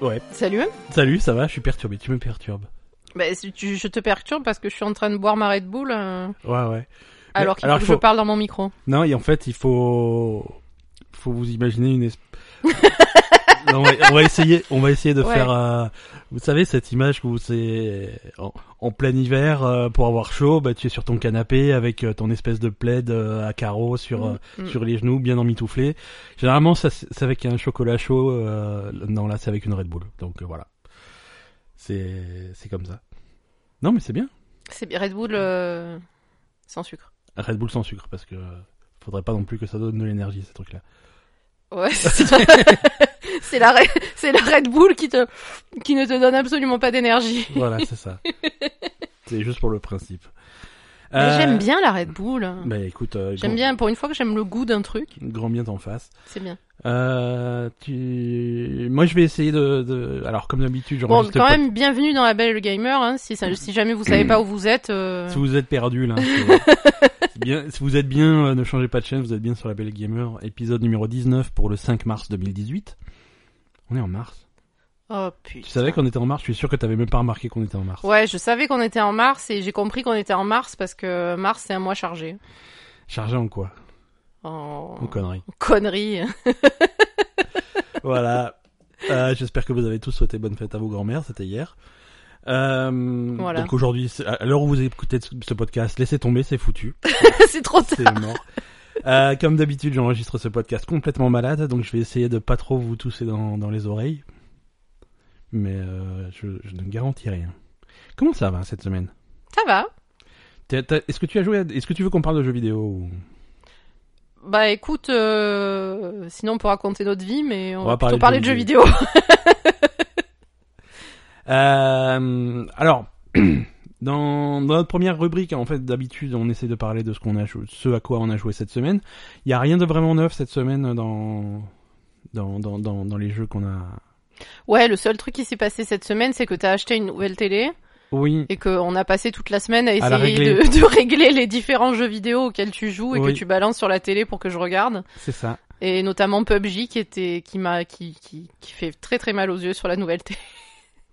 Ouais. Salut. Salut, hein. ça va Je suis perturbé, tu me perturbes. Bah, si tu- je te perturbe parce que je suis en train de boire ma Red Bull euh, Ouais, ouais. alors qu'il alors, faut que faut- je parle dans mon micro. Non, et en fait, il faut faut vous imaginer une espèce on, va, on va essayer, on va essayer de Ouais. faire, euh, vous savez cette image où c'est en, en plein hiver euh, pour avoir chaud, bah tu es sur ton canapé avec euh, ton espèce de plaid euh, à carreaux sur euh, Mm, mm. sur les genoux, bien emmitouflé. Généralement ça c'est c'est avec un chocolat chaud, euh, non là c'est avec une Red Bull, donc euh, voilà, c'est c'est comme ça. Non mais c'est bien, C'est bien, Red Bull euh, sans sucre. Red Bull sans sucre parce que euh, faudrait pas non plus que ça donne de l'énergie ces trucs là. Ouais. c'est ça. c'est la Red- c'est la Red Bull qui te qui ne te donne absolument pas d'énergie. Voilà, c'est ça. c'est juste pour le principe. Mais Euh, J'aime bien la Red Bull. Bah écoute, euh, J'aime grand- bien pour une fois que j'aime le goût d'un truc. Grand bien t'en face. C'est bien. Euh, tu... Moi, je vais essayer de. de- Alors, comme d'habitude, je Bon, quand même, bienvenue dans la Belle et le Gamer. hein, si, Mm. ça- si jamais vous savez pas où vous êtes, euh, Si vous êtes perdu là, c'est- c'est bien, si vous êtes bien, euh, ne changez pas de chaîne. Vous êtes bien sur la Belle Gamer, épisode numéro 19 pour le 5 mars 2018. On est en mars. oh putain. Tu savais qu'on était en mars. Je suis sûr que t'avais même pas remarqué qu'on était en mars. Ouais, je savais qu'on était en mars et j'ai compris qu'on était en mars parce que mars c'est un mois chargé. Chargé en quoi En En conneries. conneries. Voilà. Euh, J'espère que vous avez tous souhaité bonne fête à vos grands-mères, c'était hier. Euh, Voilà. Donc aujourd'hui, c'est- à l'heure où vous écoutez ce- ce podcast, laissez tomber, c'est foutu, c'est trop tard. c'est mort. Euh, comme d'habitude, j'enregistre ce podcast complètement malade, donc je vais essayer de pas trop vous tousser dans, dans les oreilles. Mais euh, je, je ne garantis rien. Comment ça va cette semaine Ça va. T'as- t'as- Est-ce que tu as joué à- Est-ce que tu veux qu'on parle de jeux vidéo ou- Bah écoute, euh, sinon on peut raconter notre vie, mais on, On va va plutôt parler parler de de jeux jeux vidéo. Euh, alors, dans, dans notre première rubrique, en fait, d'habitude, on essaie de parler de ce qu'on a joué, ce à quoi on a joué cette semaine. Il y a rien de vraiment neuf cette semaine dans dans dans dans, dans les jeux qu'on a. ouais, le seul truc qui s'est passé cette semaine, c'est que t'as acheté une nouvelle télé Oui, et qu'on a passé toute la semaine à À la essayer régler. De, de régler les différents jeux vidéo auxquels tu joues et Oui. que tu balances sur la télé pour que je regarde. c'est ça. Et notamment PUBG qui était, qui m'a, qui, qui, qui fait très très mal aux yeux sur la nouvelle télé.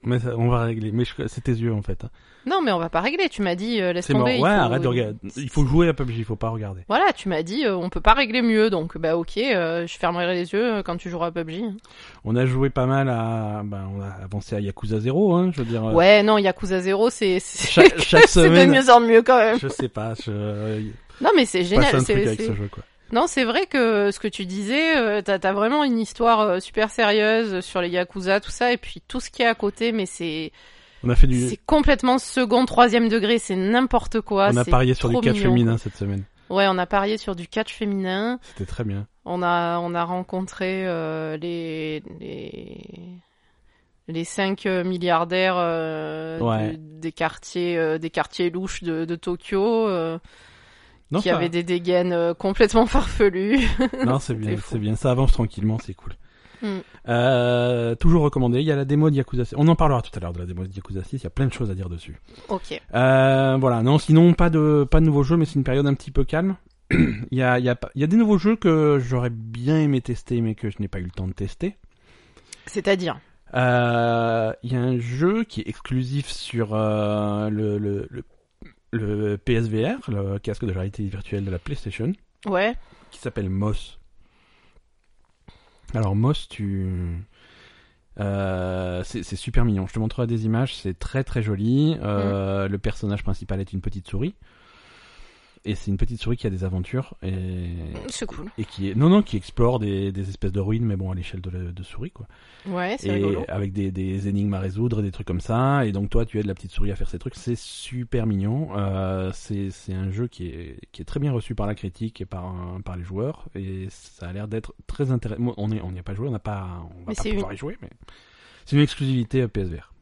Mais ça- on va régler. Mais je- c'est tes yeux en fait. hein. Non, mais on va pas régler. Tu m'as dit euh, laisse C'est mort. tomber. Ouais, il faut- arrête de regarder. Il faut jouer à PUBG, il faut pas regarder. Voilà, tu m'as dit, euh, on peut pas régler mieux, donc bah ok, euh, je fermerai les yeux euh, quand tu joueras à PUBG. On a joué pas mal à, ben, on a avancé à Yakuza 0, hein. Je veux dire. euh, Ouais, non, Yakuza 0, c'est c'est- Chaque, chaque c'est de semaine. mieux en mieux quand même. Je sais pas. Je Non, mais c'est passe un génial. truc c'est- avec c'est- ce jeu quoi. Non, c'est vrai que ce que tu disais, euh, t'as as vraiment une histoire euh, super sérieuse sur les Yakuza, tout ça, et puis tout ce qui est à côté, mais c'est On a fait du. c'est complètement second, troisième degré, c'est n'importe quoi. on a Ah, c'est parié sur du trop catch mignon, féminin cette semaine. quoi. Ouais, on a parié sur du catch féminin. C'était très bien. On a, on a rencontré euh, les, les, les cinq euh, milliardaires euh, Ouais. de- des quartiers, euh, des quartiers louches de, de Tokyo, euh, Non, qui ça- avaient des dégaines euh, complètement farfelues. non c'est bien, C'était fou. c'est bien. Ça avance tranquillement, c'est cool. Mm. Euh, toujours recommandé. Il y a la démo de Yakuza 6. On en parlera tout à l'heure de la démo de Yakuza 6. Il y a plein de choses à dire dessus. ok. Euh, voilà. Non, sinon pas de pas de nouveaux jeux, mais c'est une période un petit peu calme. Il y a il y a pas- il y a des nouveaux jeux que j'aurais bien aimé tester, mais que je n'ai pas eu le temps de tester. C'est-à-dire Euh, Il y a un jeu qui est exclusif sur euh, le, le, le le PSVR, le casque de réalité virtuelle de la PlayStation. Ouais. qui s'appelle Moss. Alors Moss, tu, euh, c'est c'est super mignon. Je te montrerai des images, c'est très très joli. Euh, Le personnage principal est une petite souris, et c'est une petite souris qui a des aventures et, C'est cool. et qui est, non non, qui explore des, des espèces de ruines, mais bon à l'échelle de, la- de souris quoi. Ouais, c'est Et rigolo. avec des, des énigmes à résoudre, et des trucs comme ça. Et donc toi, tu aides la petite souris à faire ces trucs. C'est super mignon. Euh, c'est c'est un jeu qui est, qui est très bien reçu par la critique et par, un- par les joueurs. Et ça a l'air d'être très intéressant. Moi, On est- on n'y a pas joué, on n'a pas, on va Mais pas c'est pouvoir y jouer. Mais c'est une exclusivité euh, à PSVR.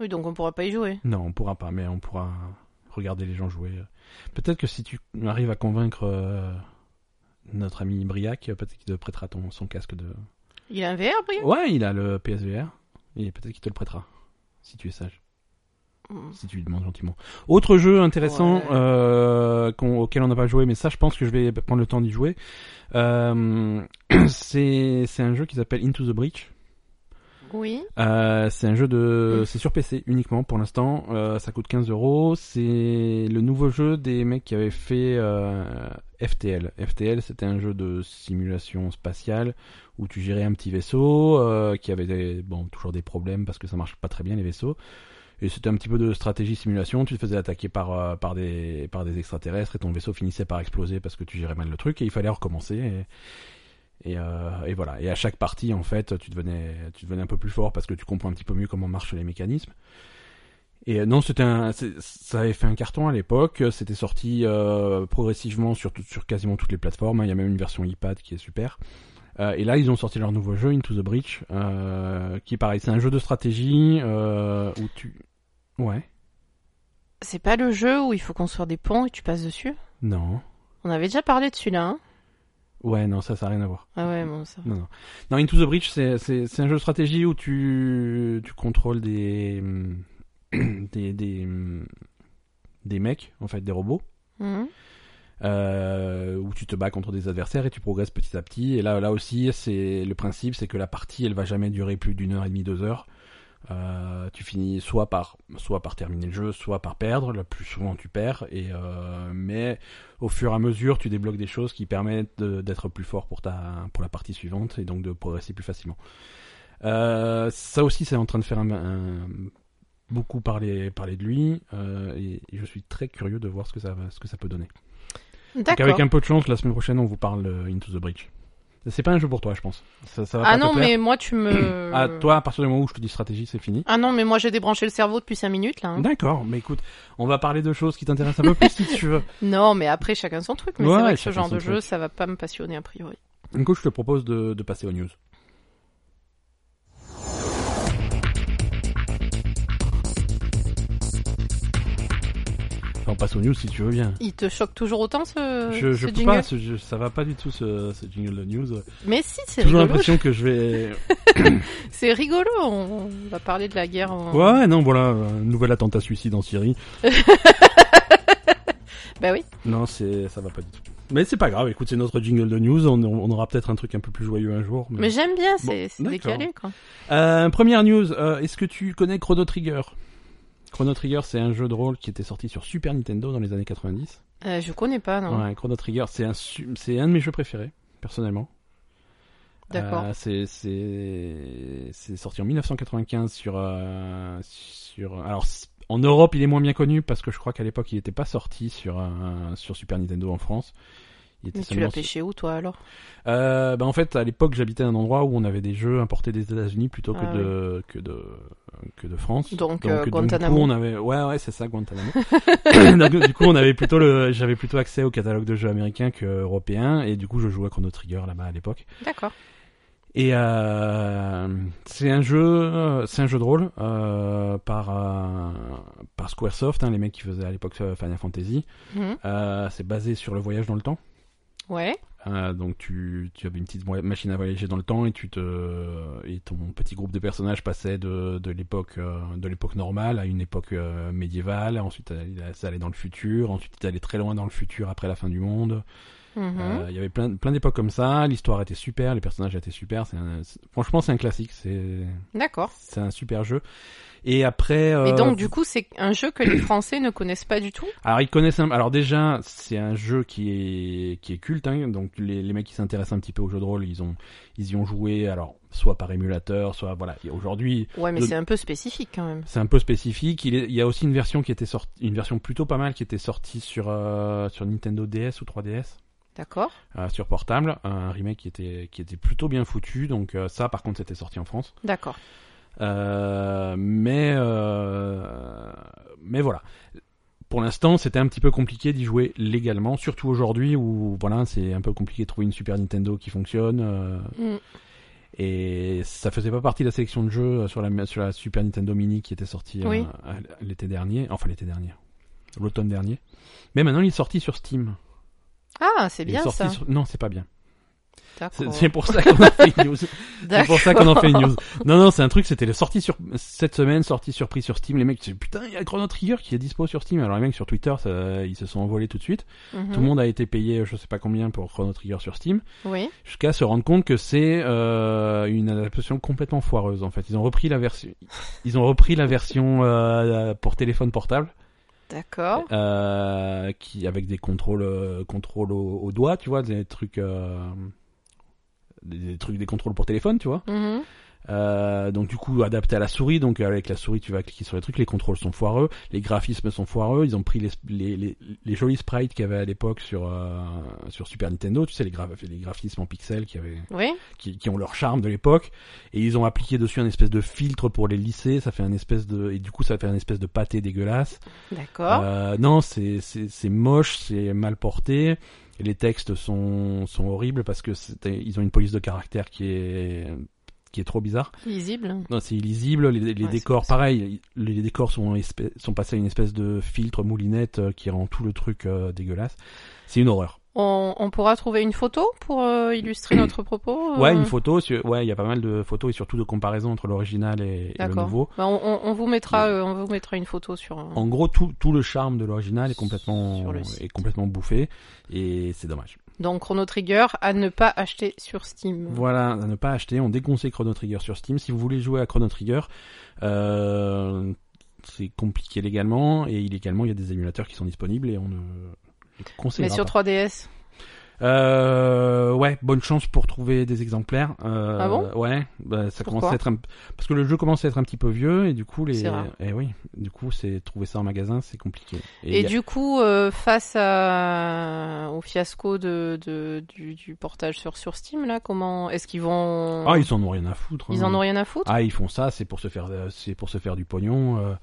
Oui, donc on pourra pas y jouer. Non, on pourra pas, mais on pourra regarder les gens jouer. Peut-être que si tu arrives à convaincre euh, notre ami Briac, peut-être qu'il te prêtera ton, son casque de, Il a un VR, Brian Ouais, il a le PSVR. Et peut-être qu'il te le prêtera. Si tu es sage. Mm. Si tu lui demandes gentiment. Autre jeu intéressant Ouais. euh, qu'on- auquel on n'a pas joué, mais ça je pense que je vais prendre le temps d'y jouer. Euh, C'est c'est un jeu qui s'appelle Into the Breach. Oui. Euh, c'est un jeu de, c'est sur PC uniquement pour l'instant. Euh, ça coûte 15 euros. C'est le nouveau jeu des mecs qui avaient fait euh, FTL. FTL, c'était un jeu de simulation spatiale où tu gérais un petit vaisseau euh, qui avait des, bon toujours des problèmes parce que ça marche pas très bien les vaisseaux. Et c'était un petit peu de stratégie simulation. Tu te faisais attaquer par euh, par des par des extraterrestres et ton vaisseau finissait par exploser parce que tu gérais mal le truc et il fallait recommencer. Et... Et, euh, et voilà. Et à chaque partie, en fait, tu devenais, tu devenais un peu plus fort parce que tu comprends un petit peu mieux comment marchent les mécanismes. Et euh, non, c'était un, c'est- ça avait fait un carton à l'époque. C'était sorti euh, progressivement sur, tout- sur quasiment toutes les plateformes. hein. Il y a même une version iPad qui est super. Euh, et là, ils ont sorti leur nouveau jeu Into the Breach, euh, qui est pareil. C'est un jeu de stratégie euh, où tu, ouais, C'est pas le jeu où il faut construire des ponts et tu passes dessus non, On avait déjà parlé de celui-là, hein ouais, non, ça, ça n'a rien à voir. Ah ouais, bon, ça. Non, non. Non, Into the Breach, c'est, c'est, c'est un jeu de stratégie où tu, tu contrôles des, hum, des, des, hum, des mecs, en fait, des robots, Mhm. euh, où tu te bats contre des adversaires et tu progresses petit à petit. Et là, là aussi, c'est le principe, c'est que la partie, elle va jamais durer plus d'une heure et demie, deux heures. Euh, tu finis soit par soit par terminer le jeu, soit par perdre. Le plus souvent, tu perds. Et euh, mais au fur et à mesure, tu débloques des choses qui permettent de- d'être plus fort pour ta pour la partie suivante et donc de progresser plus facilement. Euh, ça aussi, c'est en train de faire un, un- beaucoup parler parler de lui euh, et, et je suis très curieux de voir ce que ça va- ce que ça peut donner. Donc D'accord. avec un peu de chance, la semaine prochaine, on vous parle euh, Into the Breach. C'est pas un jeu pour toi, je pense. Ça, ça va Ah pas te non, plaire. mais euh, moi, tu me. Ah, toi, à partir du moment où je te dis stratégie, c'est fini. Ah non, mais moi, j'ai débranché le cerveau depuis 5 minutes, là. hein. D'accord, mais écoute, on va parler de choses qui t'intéressent un peu plus si tu veux. Non, mais après, chacun son truc. Mais Ouais, c'est vrai que ce chacun genre son de jeu, truc. ça va pas me passionner, a priori. Du coup, je te propose de, de passer aux news. Enfin, on passe aux news si tu veux bien. Il te choque toujours autant, ce, je je ce peux jingle pas, ce- je- ça va pas du tout ce, ce jingle de news. Mais si, c'est Toujours rigolo. l'impression que je vais. C'est rigolo, on on va parler de la guerre en... Ouais, non, voilà, euh, un nouvel attentat suicide en Syrie. Bah oui. Non, c'est ça va pas du tout. Mais c'est pas grave, écoute, c'est notre jingle de news, on, on aura peut-être un truc un peu plus joyeux un jour. mais- Mais j'aime bien, c'est Bon, c'est d'accord. décalé, quoi. Euh, première news, euh, est-ce que tu connais Chrono Trigger Chrono Trigger, c'est un jeu de rôle qui était sorti sur Super Nintendo dans les années 90. Euh, je connais pas, non. Ouais, Chrono Trigger, c'est un, su- c'est un de mes jeux préférés, personnellement. D'accord. Euh, c'est- c'est c'est sorti en 1995 sur euh, sur alors c- en Europe il est moins bien connu parce que je crois qu'à l'époque il n'était pas sorti sur euh, sur Super Nintendo en France. Il était Mais tu seulement l'as sur- pêché où, toi, alors euh, bah en fait, à l'époque, j'habitais à un endroit où on avait des jeux importés des États-Unis plutôt que Ah de que de que de France. Donc, du euh, coup, Guantanamo. on avait ouais ouais, c'est ça Guantanamo. Donc, du coup, on avait plutôt le j'avais plutôt accès au catalogue de jeux américains que européens et du coup, je jouais à Chrono Trigger là-bas à l'époque. D'accord. Et euh, c'est un jeu, c'est un jeu de rôle euh, par euh, par SquareSoft, hein, les mecs qui faisaient à l'époque euh, Final Fantasy. Mhm. Euh, c'est basé sur le voyage dans le temps. Ouais. Euh, donc tu tu avais une petite mo- machine à voyager dans le temps et tu te et ton petit groupe de personnages passait de de l'époque euh, de l'époque normale à une époque euh, médiévale. Ensuite, euh, il- ça allait dans le futur. Ensuite, il allait très loin dans le futur après la fin du monde. Mhm. Euh, Il y avait plein, plein d'époques comme ça. L'histoire était super, les personnages étaient super. C'est un- c'est- franchement, c'est un classique. C'est, D'accord. c'est un super jeu. Et après, euh, Et donc, du coup, c'est un jeu que les Français ne connaissent pas du tout alors ils connaissent. un- alors déjà, c'est un jeu qui est qui est culte. hein. donc les, les mecs qui s'intéressent un petit peu aux jeux de rôle, ils ont ils y ont joué. Alors soit par émulateur, soit voilà. Et aujourd'hui, Ouais, mais De- c'est un peu spécifique, quand même. c'est un peu spécifique. Il, est- il y a aussi une version qui était sortie, une version plutôt pas mal qui était sortie sur euh, sur Nintendo DS ou 3DS. D'accord. euh, sur portable, un remake qui était qui était plutôt bien foutu. Donc euh, ça, par contre, c'était sorti en France. D'accord. Euh, mais euh, mais voilà. Pour l'instant, c'était un petit peu compliqué d'y jouer légalement, surtout aujourd'hui où voilà, c'est un peu compliqué de trouver une Super Nintendo qui fonctionne. euh, Mm. et ça faisait pas partie de la sélection de jeux euh, sur la sur la Super Nintendo Mini qui était sortie euh, Oui. à- à l'été dernier, enfin l'été dernier, l'automne dernier. Mais maintenant, il est sorti sur Steam. Ah, c'est Il est bien, sorti ça. Oh. sur- Non, c'est pas bien. C'est- D'accord. C'est pour ça qu'on en fait une news. C'est pour ça qu'on en fait une D'accord. news. Non, non, c'est un truc, c'était le sorti sur, cette semaine, sorti surpris sur Steam. Les mecs, disaient, putain, il y a Chrono Trigger qui est dispo sur Steam. Alors les mecs sur Twitter, ça- ils se sont envolés tout de suite. Mhm. Tout le monde a été payé, je sais pas combien, pour Chrono Trigger sur Steam. Oui. Jusqu'à se rendre compte que c'est, euh, une adaptation complètement foireuse, en fait. Ils ont repris la version, ils ont repris la version, euh, pour téléphone portable. D'accord. Euh, qui avec des contrôles euh, contrôles au, au doigt tu vois des trucs euh, des, des trucs des contrôles pour téléphone tu vois Mhm. Euh, donc du coup adapté à la souris donc avec la souris tu vas cliquer sur les trucs les contrôles sont foireux les graphismes sont foireux ils ont pris les les, les, les jolis sprites qu'il y avait à l'époque sur euh, sur Super Nintendo tu sais les, gra- les graphismes en pixels qui avaient Oui. qui, qui ont leur charme de l'époque et ils ont appliqué dessus un espèce de filtre pour les lisser ça fait un espèce de et du coup ça fait un espèce de pâté dégueulasse D'accord. euh, non, c'est c'est c'est moche, c'est mal porté. Et les textes sont sont horribles parce que c'était- ils ont une police de caractère qui est qui est trop bizarre. Lisible. Non, c'est illisible. Les, les Ouais, décors, c'est pour ça. pareil. Les décors sont espé- sont passés à une espèce de filtre moulinette euh, qui rend tout le truc euh, dégueulasse. C'est une horreur. On, on pourra trouver une photo pour euh, illustrer notre propos. euh, Ouais, une photo. sur- Ouais, il y a pas mal de photos et surtout de comparaisons entre l'original et, et le D'accord. nouveau. Bah, on, on- on vous mettra, euh, on vous mettra une photo sur. euh, un- En gros, tout tout le charme de l'original est complètement Sur le site. est complètement bouffé et c'est dommage. Donc Chrono Trigger à ne pas acheter sur Steam. Voilà, à ne pas acheter. On déconseille Chrono Trigger sur Steam. Si vous voulez jouer à Chrono Trigger, euh, c'est compliqué légalement et illégalement, il y a des émulateurs qui sont disponibles et on ne les Mais conseillera sur pas. 3DS. Euh, ouais, bonne chance pour trouver des exemplaires. Euh, Ah bon Ouais, bah, ça Pourquoi commence à être un... parce que le jeu commence à être un petit peu vieux et du coup les C'est rare. et oui, du coup c'est trouver ça en magasin, c'est compliqué. Et, il y a- du coup, euh, face à... au fiasco de, de- du, du portage sur, sur Steam, là, comment est-ce qu'ils vont Ah, ils en ont rien à foutre. Ils hein. en ont rien à foutre Ah, ils font ça, c'est pour se faire, euh, c'est pour se faire du pognon. euh,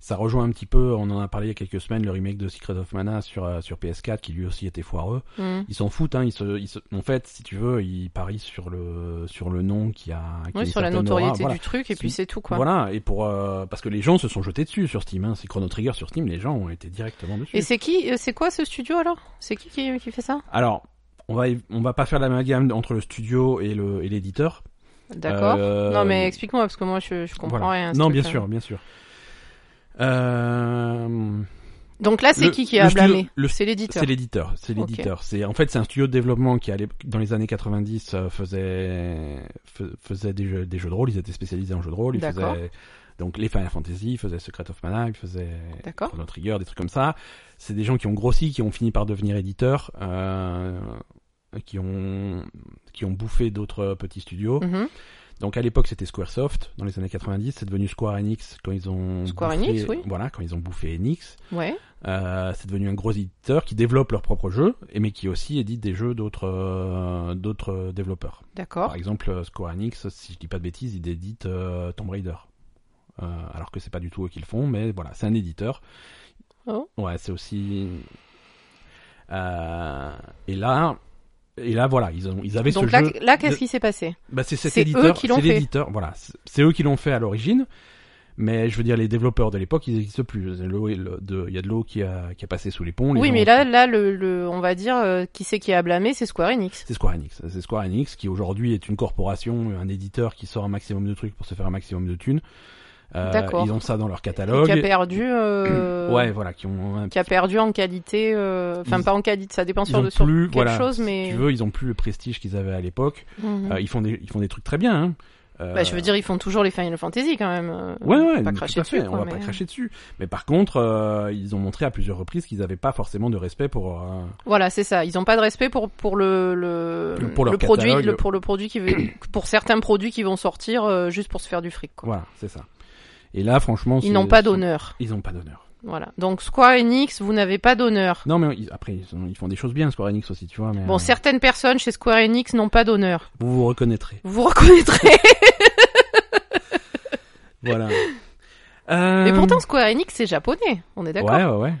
Ça rejoint un petit peu, on en a parlé il y a quelques semaines, le remake de Secret of Mana sur euh, sur PS4 qui lui aussi était foireux. Hmm. Ah. Ils s'en foutent, hein. Ils se, ils se- en fait, si tu veux, ils parient sur le sur le nom qui a, qui a Oui, une sur la certaine aura, notoriété voilà. du truc, et Si- puis c'est tout, quoi. Voilà, et pour euh, parce que les gens se sont jetés dessus sur Steam. Hein. C'est Chrono Trigger sur Steam, les gens ont été directement dessus. Et c'est qui euh, C'est quoi ce studio alors C'est qui, qui qui fait ça Alors. On va, on va pas faire l'amalgame entre le studio et le et l'éditeur. D'accord. Euh, Non, mais explique-moi parce que moi je, je comprends voilà. rien. à ce Non, truc, bien hein. sûr, bien sûr. Euh, Donc là, c'est Le- qui qui a le studio- blâmé le- C'est l'éditeur. C'est l'éditeur, c'est Ok. l'éditeur. C'est en fait c'est un studio de développement qui à l'époque- dans les années 90 euh, faisait fe- faisait des jeux, des jeux de rôle, ils étaient spécialisés en jeux de rôle, ils D'accord. faisaient donc les Final Fantasy, ils faisaient Secret of Mana, ils faisaient D'accord. Chrono Trigger, des trucs comme ça. C'est des gens qui ont grossi, qui ont fini par devenir éditeurs, euh, qui ont qui ont bouffé d'autres petits studios. Mhm. Donc à l'époque c'était Squaresoft dans les années 90, c'est devenu Square Enix quand ils ont Square bouffé- Enix, oui. voilà quand ils ont bouffé Enix. Ouais. Euh, c'est devenu un gros éditeur qui développe leurs propres jeux, et mais qui aussi édite des jeux d'autres euh, d'autres développeurs. Par D'accord. exemple, euh, Square Enix, si je dis pas de bêtises, ils éditent euh, Tomb Raider. Euh, alors que c'est pas du tout eux qui le font, mais voilà, c'est un éditeur. Oh. Ouais, c'est aussi. Euh, et là, et là, voilà, ils, ont, ils avaient Donc ce là, jeu. là qu'est-ce de- qui s'est passé Bah, c'est cet C'est eux éditeur, qui l'ont c'est fait. l'éditeur, voilà, c'est- c'est eux qui l'ont fait à l'origine. Mais je veux dire, les développeurs de l'époque, ils n'existent plus. L'eau est- le- de- Il y a de l'eau qui a, qui a passé sous les ponts. les Oui, gens- mais là, là, le, le- on va dire euh, qui c'est qui a blâmé, c'est Square Enix. c'est Square Enix. C'est Square Enix qui aujourd'hui est une corporation, un éditeur qui sort un maximum de trucs pour se faire un maximum de thunes. Euh, D'accord. Ils ont ça dans leur Qui a catalogue. perdu. euh, Ouais, voilà, qui ont un Qui a perdu en qualité. euh, Enfin, Ils- pas en qualité. Ça dépend ils sur, ont de- sur plus, quelque voilà, chose, si mais. tu veux, ils ont plus le prestige qu'ils avaient à l'époque. Mhm. Euh, ils font des, ils font des trucs très bien. Hein. Euh, Bah, je veux dire, ils font toujours les Final Fantasy quand même. euh, Ouais, on va ouais, pas mais cracher tout à fait, dessus, on quoi, va mais- pas cracher dessus. Mais par contre, euh, ils ont montré à plusieurs reprises qu'ils n'avaient pas forcément de respect pour. euh, Voilà, c'est ça. Ils ont pas de respect pour pour le le, Le- pour leur le produit, catalogue. le, pour le produit qui veut- pour certains produits qui vont sortir euh, juste pour se faire du fric. Quoi. Voilà, c'est ça. Et là, franchement, c'est- Ils n'ont pas d'honneur. Ils n'ont pas d'honneur. Voilà. Donc Square Enix, vous n'avez pas d'honneur. Non, mais ils- après, ils, sont- ils font des choses bien, Square Enix aussi, tu vois. Mais, Bon, euh, certaines personnes chez Square Enix n'ont pas d'honneur. vous vous reconnaîtrez. Vous vous reconnaîtrez. Voilà. Euh, Mais pourtant, Square Enix, c'est japonais. On est d'accord. Ouais, ouais, ouais.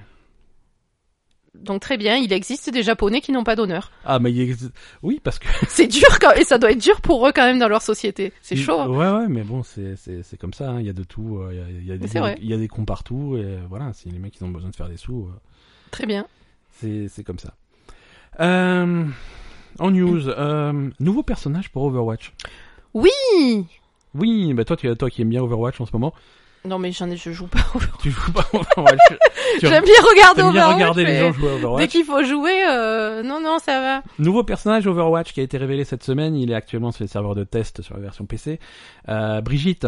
Donc très bien, il existe des japonais qui n'ont pas d'honneur. Ah, mais il existe- oui, parce que C'est dur quand... et ça doit être dur pour eux quand même dans leur société. C'est chaud. hein. Mm. Ouais, ouais, mais bon, c'est c'est c'est comme ça. hein. Il y a de tout. euh, Il y a- il y a, c'est vrai. des il y a des cons partout. Et euh, voilà, si les mecs ils ont besoin de faire des sous, euh, Très bien. c'est c'est comme ça. Euh, en news, euh, nouveau personnage pour Overwatch. Oui Oui, bah toi, tu, toi qui aimes bien Overwatch en ce moment, Non, mais j'en ai, je joue pas. tu joues pas à Overwatch. tu J'aime bien regarder t'aimes bien Overwatch, regarder les mais gens jouer à Overwatch. Dès qu'il faut jouer, euh, non, non, ça va. Nouveau personnage Overwatch qui a été révélé cette semaine. Il est actuellement sur les serveurs de test sur la version PC. Euh, Brigitte.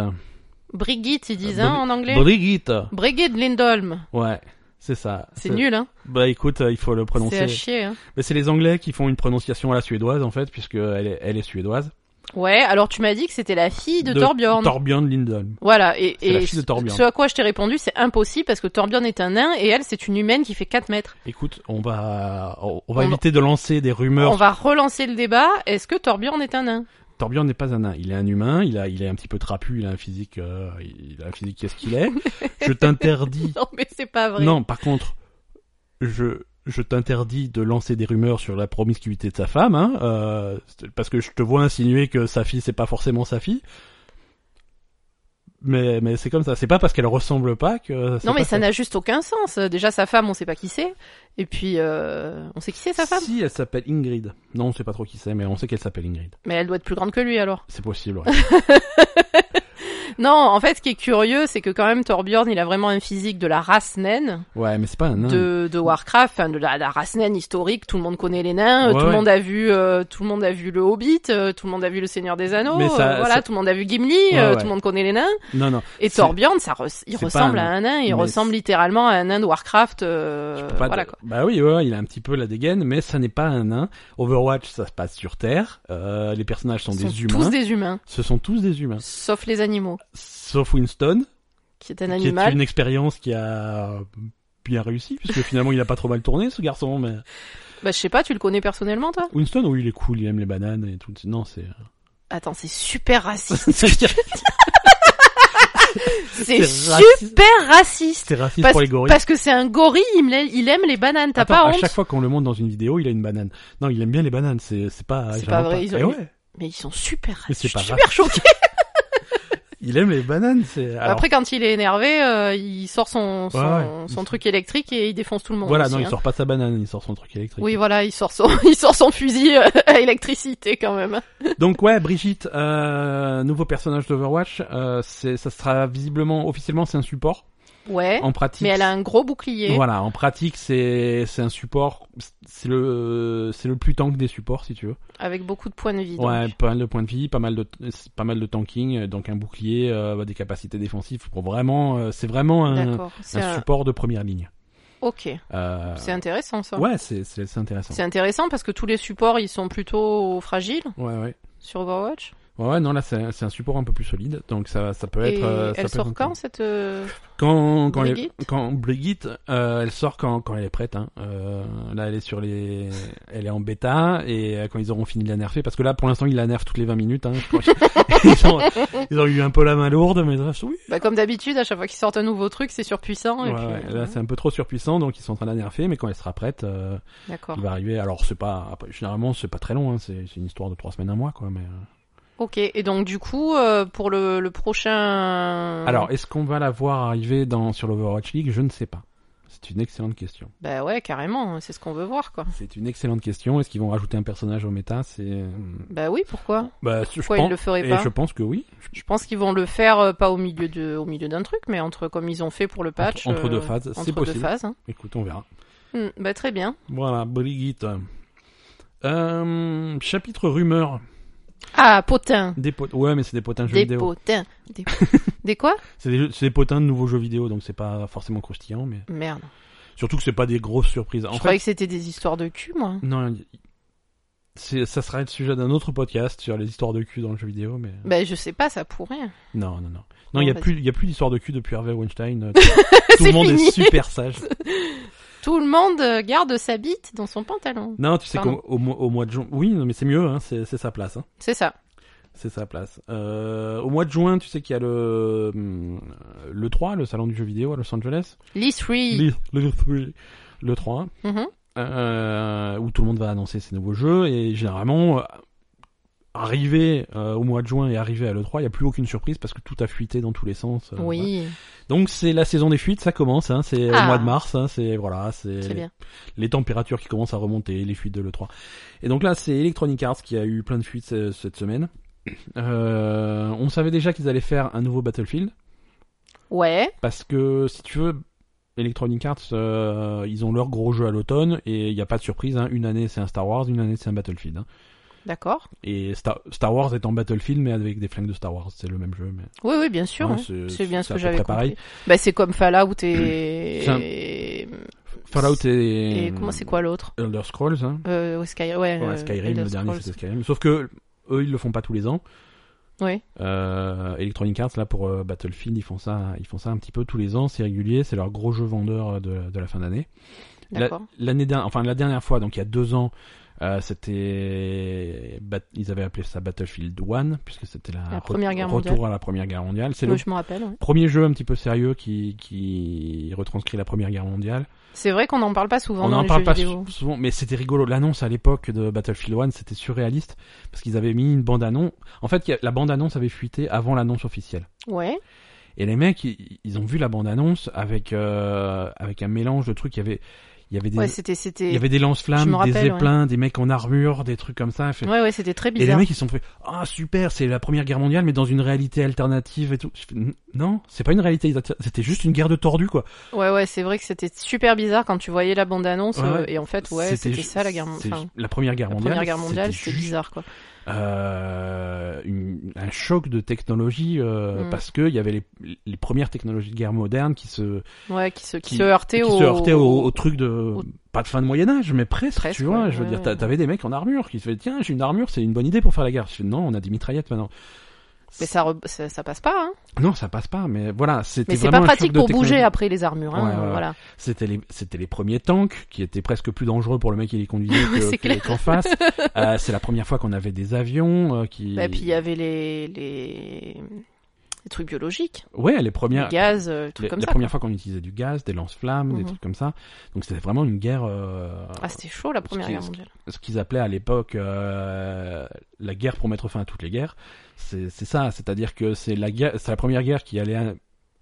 Brigitte, ils disent Euh, hein, Bri- en anglais. Brigitte. Brigitte Lindholm. Ouais, c'est ça. C'est nul, hein. Bah écoute, euh, il faut le C'est à prononcer. chier. Hein. Mais c'est les Anglais qui font une prononciation à la suédoise en fait, puisque elle est, elle est suédoise. Ouais, alors tu m'as dit que c'était la fille de, Torbjorn. Torbjörn Lindholm. Voilà, et, C'est la et fille de Torbjörn. ce à quoi je t'ai répondu, c'est impossible parce que Torbjorn est un nain et elle, c'est une humaine qui fait 4 mètres. Écoute, on va, on, on va On- éviter de lancer des rumeurs. On va relancer le débat, est-ce que Torbjorn est un nain Torbjörn n'est pas un nain. Il est un humain. Il a, il est un petit peu trapu. Il a un physique, euh, il a un physique qu'est-ce qu'il est. Je t'interdis Non, mais c'est pas vrai. Non, par contre, je, je t'interdis de lancer des rumeurs sur la promiscuité de sa femme, hein, euh, c'est- parce que je te vois insinuer que sa fille, c'est pas forcément sa fille. Mais, mais c'est comme ça. C'est pas parce qu'elle ressemble pas que. euh, c'est Non, pas mais ça sa- n'a juste aucun sens. Déjà, sa femme, on sait pas qui c'est. Et puis, euh, on sait qui c'est sa femme. Si, elle s'appelle Ingrid. Non, on sait pas trop qui c'est, mais on sait qu'elle s'appelle Ingrid. Mais elle doit être plus grande que lui alors. C'est possible, ouais. Non, en fait, ce qui est curieux, c'est que quand même Torbjorn, il a vraiment un physique de la race naine ouais, mais c'est pas un nain. de, de Warcraft, enfin de la, la race naine historique. Tout le monde connaît les nains, euh, Ouais, tout ouais. le monde a vu, euh, tout le monde a vu le Hobbit, euh, tout le monde a vu le Seigneur des Anneaux, Mais ça- euh, voilà, ça- tout le monde a vu Gimli, Ouais, euh, ouais. tout le monde connaît les nains. Non, non. Et C'est- Torbjorn, ça res- il c'est pas ressemble un à un nain, il mais ressemble c'est- littéralement à un nain de Warcraft. euh, Je peux pas voilà te- quoi. Bah oui, ouais, ouais, il a un petit peu la dégaine, mais ça n'est pas un nain. Overwatch, ça se passe sur Terre. Euh, les personnages sont, Ce sont des humains. Ah. tous des humains, Ce sont tous des humains. sauf les animaux, Sauf Winston, qui est un qui est animal. une expérience qui a bien réussi, puisque finalement il a pas trop mal tourné ce garçon. Mais Bah je sais pas, tu le connais personnellement toi Winston, oui, il est cool, il aime les bananes et tout. Non, c'est. Attends, c'est super raciste. c'est c'est super raciste, raciste. c'est raciste pour les gorilles. Parce que c'est un gorille, il me l'a- il aime les bananes, t'as Attends, pas à honte chaque fois qu'on le montre dans une vidéo, il a une banane. Non, il aime bien les bananes. C'est c'est pas. C'est j'invente pas vrai, ils ont Eh mis- ouais, Mais ils sont super Mais racistes. c'est Je suis pas super choquée. il aime les bananes. C'est. Alors, Après, quand il est énervé, euh, il sort son, son, Ouais, ouais. son truc électrique et il défonce tout le monde. voilà, aussi, non, il hein. sort pas sa banane, il sort son truc électrique. Oui, voilà, il sort son, il sort son fusil euh, à électricité quand même. Donc ouais, Brigitte, euh, nouveau personnage d'Overwatch. Euh, c'est, ça sera visiblement, officiellement, c'est un support. Ouais. En pratique, Mais elle a un gros bouclier. Voilà, en pratique, c'est c'est un support, c'est le c'est le plus tank des supports si tu veux. Avec beaucoup de points de vie. donc. Ouais, pas mal de points de vie, pas mal de pas mal de tanking, euh, donc un bouclier, euh, des capacités défensives pour vraiment, euh, c'est vraiment un, D'accord. un C'est un... support de première ligne. Ok. Euh, C'est intéressant ça. ouais, c'est c'est c'est intéressant. C'est intéressant parce que tous les supports ils sont plutôt fragiles Ouais, ouais. sur Overwatch. Ouais, ouais, non, là, c'est un- c'est un support un peu plus solide, donc ça, ça peut être... Et euh, ça elle peut être sort intéressant. quand cette euh, Quand, quand, Brigitte elle, quand Brigitte, euh, elle sort quand, quand elle est prête. Hein. Euh, là, elle est sur les, elle est en bêta et euh, quand ils auront fini de la nerfer, parce que là, pour l'instant, ils la nerfent toutes les 20 minutes. Hein, Je crois que- ils, ont, ils ont eu un peu la main lourde, mais euh, oui. Bah comme d'habitude, à chaque fois qu'ils sortent un nouveau truc, c'est surpuissant. et Ouais, puis, ouais, euh, là, c'est un peu trop surpuissant, donc ils sont en train de la nerfer, mais quand elle sera prête, euh, D'accord. il va arriver. Alors, c'est pas, après, généralement, c'est pas très long. Hein, c'est c'est une histoire de trois semaines, un mois, quoi. Mais euh. Ok. Et donc du coup, euh, pour le, le prochain. alors, est-ce qu'on va la voir arriver dans sur l'Overwatch League Je ne sais pas. C'est une excellente question. Bah ouais, carrément. hein, C'est ce qu'on veut voir, quoi. C'est une excellente question. Est-ce qu'ils vont rajouter un personnage au méta C'est euh, Bah oui, pourquoi bah, je Pourquoi pense... ils le feraient Et pas je pense que oui. Je pense qu'ils vont le faire euh, pas au milieu de, au milieu d'un truc, mais entre comme ils ont fait pour le patch. entre, entre euh, deux phases, entre c'est deux possible. phases. hein. Écoute, on verra. Hmm, bah très bien. Voilà, Brigitte. Euh, chapitre rumeur Ah potin. des pot- ouais mais c'est des potins de jeux Des vidéo potins. Des, des quoi c'est des, jeux- c'est des potins de nouveaux jeux vidéo donc c'est pas forcément croustillant mais Merde. surtout que c'est pas des grosses surprises en je fait croyais que c'était des histoires de cul, moi. non y- c'est ça sera le sujet d'un autre podcast sur les histoires de cul dans le jeu vidéo mais Bah je sais pas, ça pourrait. non non non non Bon, il y a vas-y. plus il y a plus d'histoire de cul depuis Harvey Weinstein euh, tout le C'est monde est fini. super sage Tout le monde euh, garde sa bite dans son pantalon. Non, tu sais Pardon. qu'au au, mois- au mois de juin, oui, non, mais c'est mieux, hein, c'est c'est sa place. Hein, C'est ça. c'est sa place. Euh, au mois de juin, tu sais qu'il y a le hum, le 3, le salon du jeu vidéo à Los Angeles. Liz Free. Le, le- le- le 3, Mhm. euh, où tout le monde va annoncer ses nouveaux jeux et généralement euh, arrivé euh, au mois de juin et arrivé à l'E3, il n'y a plus aucune surprise parce que tout a fuité dans tous les sens. euh, voilà. oui, Donc c'est la saison des fuites, ça commence, hein, c'est au Ah. mois de mars, hein, c'est voilà, c'est bien. les températures qui commencent à remonter, les fuites de l'E3. Et donc là, c'est Electronic Arts qui a eu plein de fuites euh, cette semaine. Euh, on savait déjà qu'ils allaient faire un nouveau Battlefield, Ouais, parce que si tu veux, Electronic Arts, euh, ils ont leur gros jeu à l'automne, et il n'y a pas de surprise, hein, une année c'est un Star Wars, une année c'est un Battlefield. hein. d'accord. Et Star, Star Wars est en Battlefield, mais avec des flingues de Star Wars, c'est le même jeu. Mais... Oui, oui, bien sûr. Hein, hein. c'est- C'est bien c'est ce à que peu j'avais près pareil. compris. Bah, c'est comme Fallout et... C'est un- et... Fallout et... et comment c'est quoi l'autre Elder Scrolls, hein. euh, Sky... ouais, Ouais, euh, Skyrim, Elder le dernier Scrolls. c'était Skyrim. Sauf que eux ils le font pas tous les ans. Ouais. Euh, Electronic Arts là pour euh, Battlefield ils font ça, ils font ça un petit peu tous les ans, c'est régulier, c'est leur gros jeu vendeur euh, de, de la fin d'année. La- D'accord. L'année dernière, enfin la dernière fois donc il y a deux ans, euh, c'était Bat- ils avaient appelé ça Battlefield 1 puisque c'était la, La re- Première Guerre retour mondiale. à la Première Guerre mondiale. C'est Moi, le je m'en rappelle. ouais. premier jeu un petit peu sérieux qui qui retranscrit la Première Guerre mondiale. C'est vrai qu'on n'en parle pas souvent On dans n'en les parle jeux pas vidéo. sou- souvent, mais c'était rigolo. L'annonce à l'époque de Battlefield 1, c'était surréaliste parce qu'ils avaient mis une bande-annonce. En fait, il y a- la bande-annonce avait fuité avant l'annonce officielle. Ouais, Et les mecs, ils, ils ont vu la bande-annonce avec euh, avec un mélange de trucs. Il y avait il y avait des ouais, c'était, c'était. il y avait des Je lance-flammes, me rappelle, des zeppelins, des mecs en armure, des trucs comme ça. Fait- Ouais, ouais, c'était très et les bizarre. mecs, ils se sont fait ah super, c'est la Première Guerre mondiale, mais dans une réalité alternative et tout. Je fais, non, c'est pas une réalité. C'était juste une guerre de tordus quoi. Ouais, ouais, c'est vrai que c'était super bizarre quand tu voyais la bande-annonce. Ouais, euh, ouais. Et en fait, ouais, c'était ju- ça la guerre mondiale. c'est ju- la Première Guerre la mondiale. première guerre mondiale, c'était c'était juste bizarre, quoi. euh, une- un choc de technologie euh, Mm. parce que il y avait les, les premières technologies de guerre moderne qui se Ouais, qui se, qui Qui- se heurtait qui au. se heurtaient au, au truc de pas de fin de Moyen Âge mais presque, Presque, tu vois ouais, je veux ouais, dire t'a- ouais. t'avais des mecs en armure qui se faisaient tiens j'ai une armure c'est une bonne idée pour faire la guerre je fais, non on a des mitraillettes maintenant Mais ça, re- ça, ça passe pas, hein. non ça passe pas mais voilà c'était Mais c'est vraiment pas un choc pratique de pour technologie. bouger après les armures, hein. Ouais, ouais, ouais. Voilà. c'était les c'était les premiers tanks qui étaient presque plus dangereux pour le mec qui les conduisait que, C'est que- clair. qu'en face Euh, c'est la première fois qu'on avait des avions euh, qui Bah, puis il y avait les, les, les trucs biologiques, ouais les les premières gaz, euh, trucs Ah. La, comme la ça. première fois qu'on utilisait du gaz, des lance-flammes, des Mhm. trucs comme ça. Donc c'était vraiment une guerre, euh, Ah, c'était chaud la première qui- guerre ce mondiale. ce qu'ils appelaient à l'époque euh, la guerre pour mettre fin à toutes les guerres. C'est c'est ça, c'est-à-dire que c'est la guerre, c'est la première guerre qui allait euh,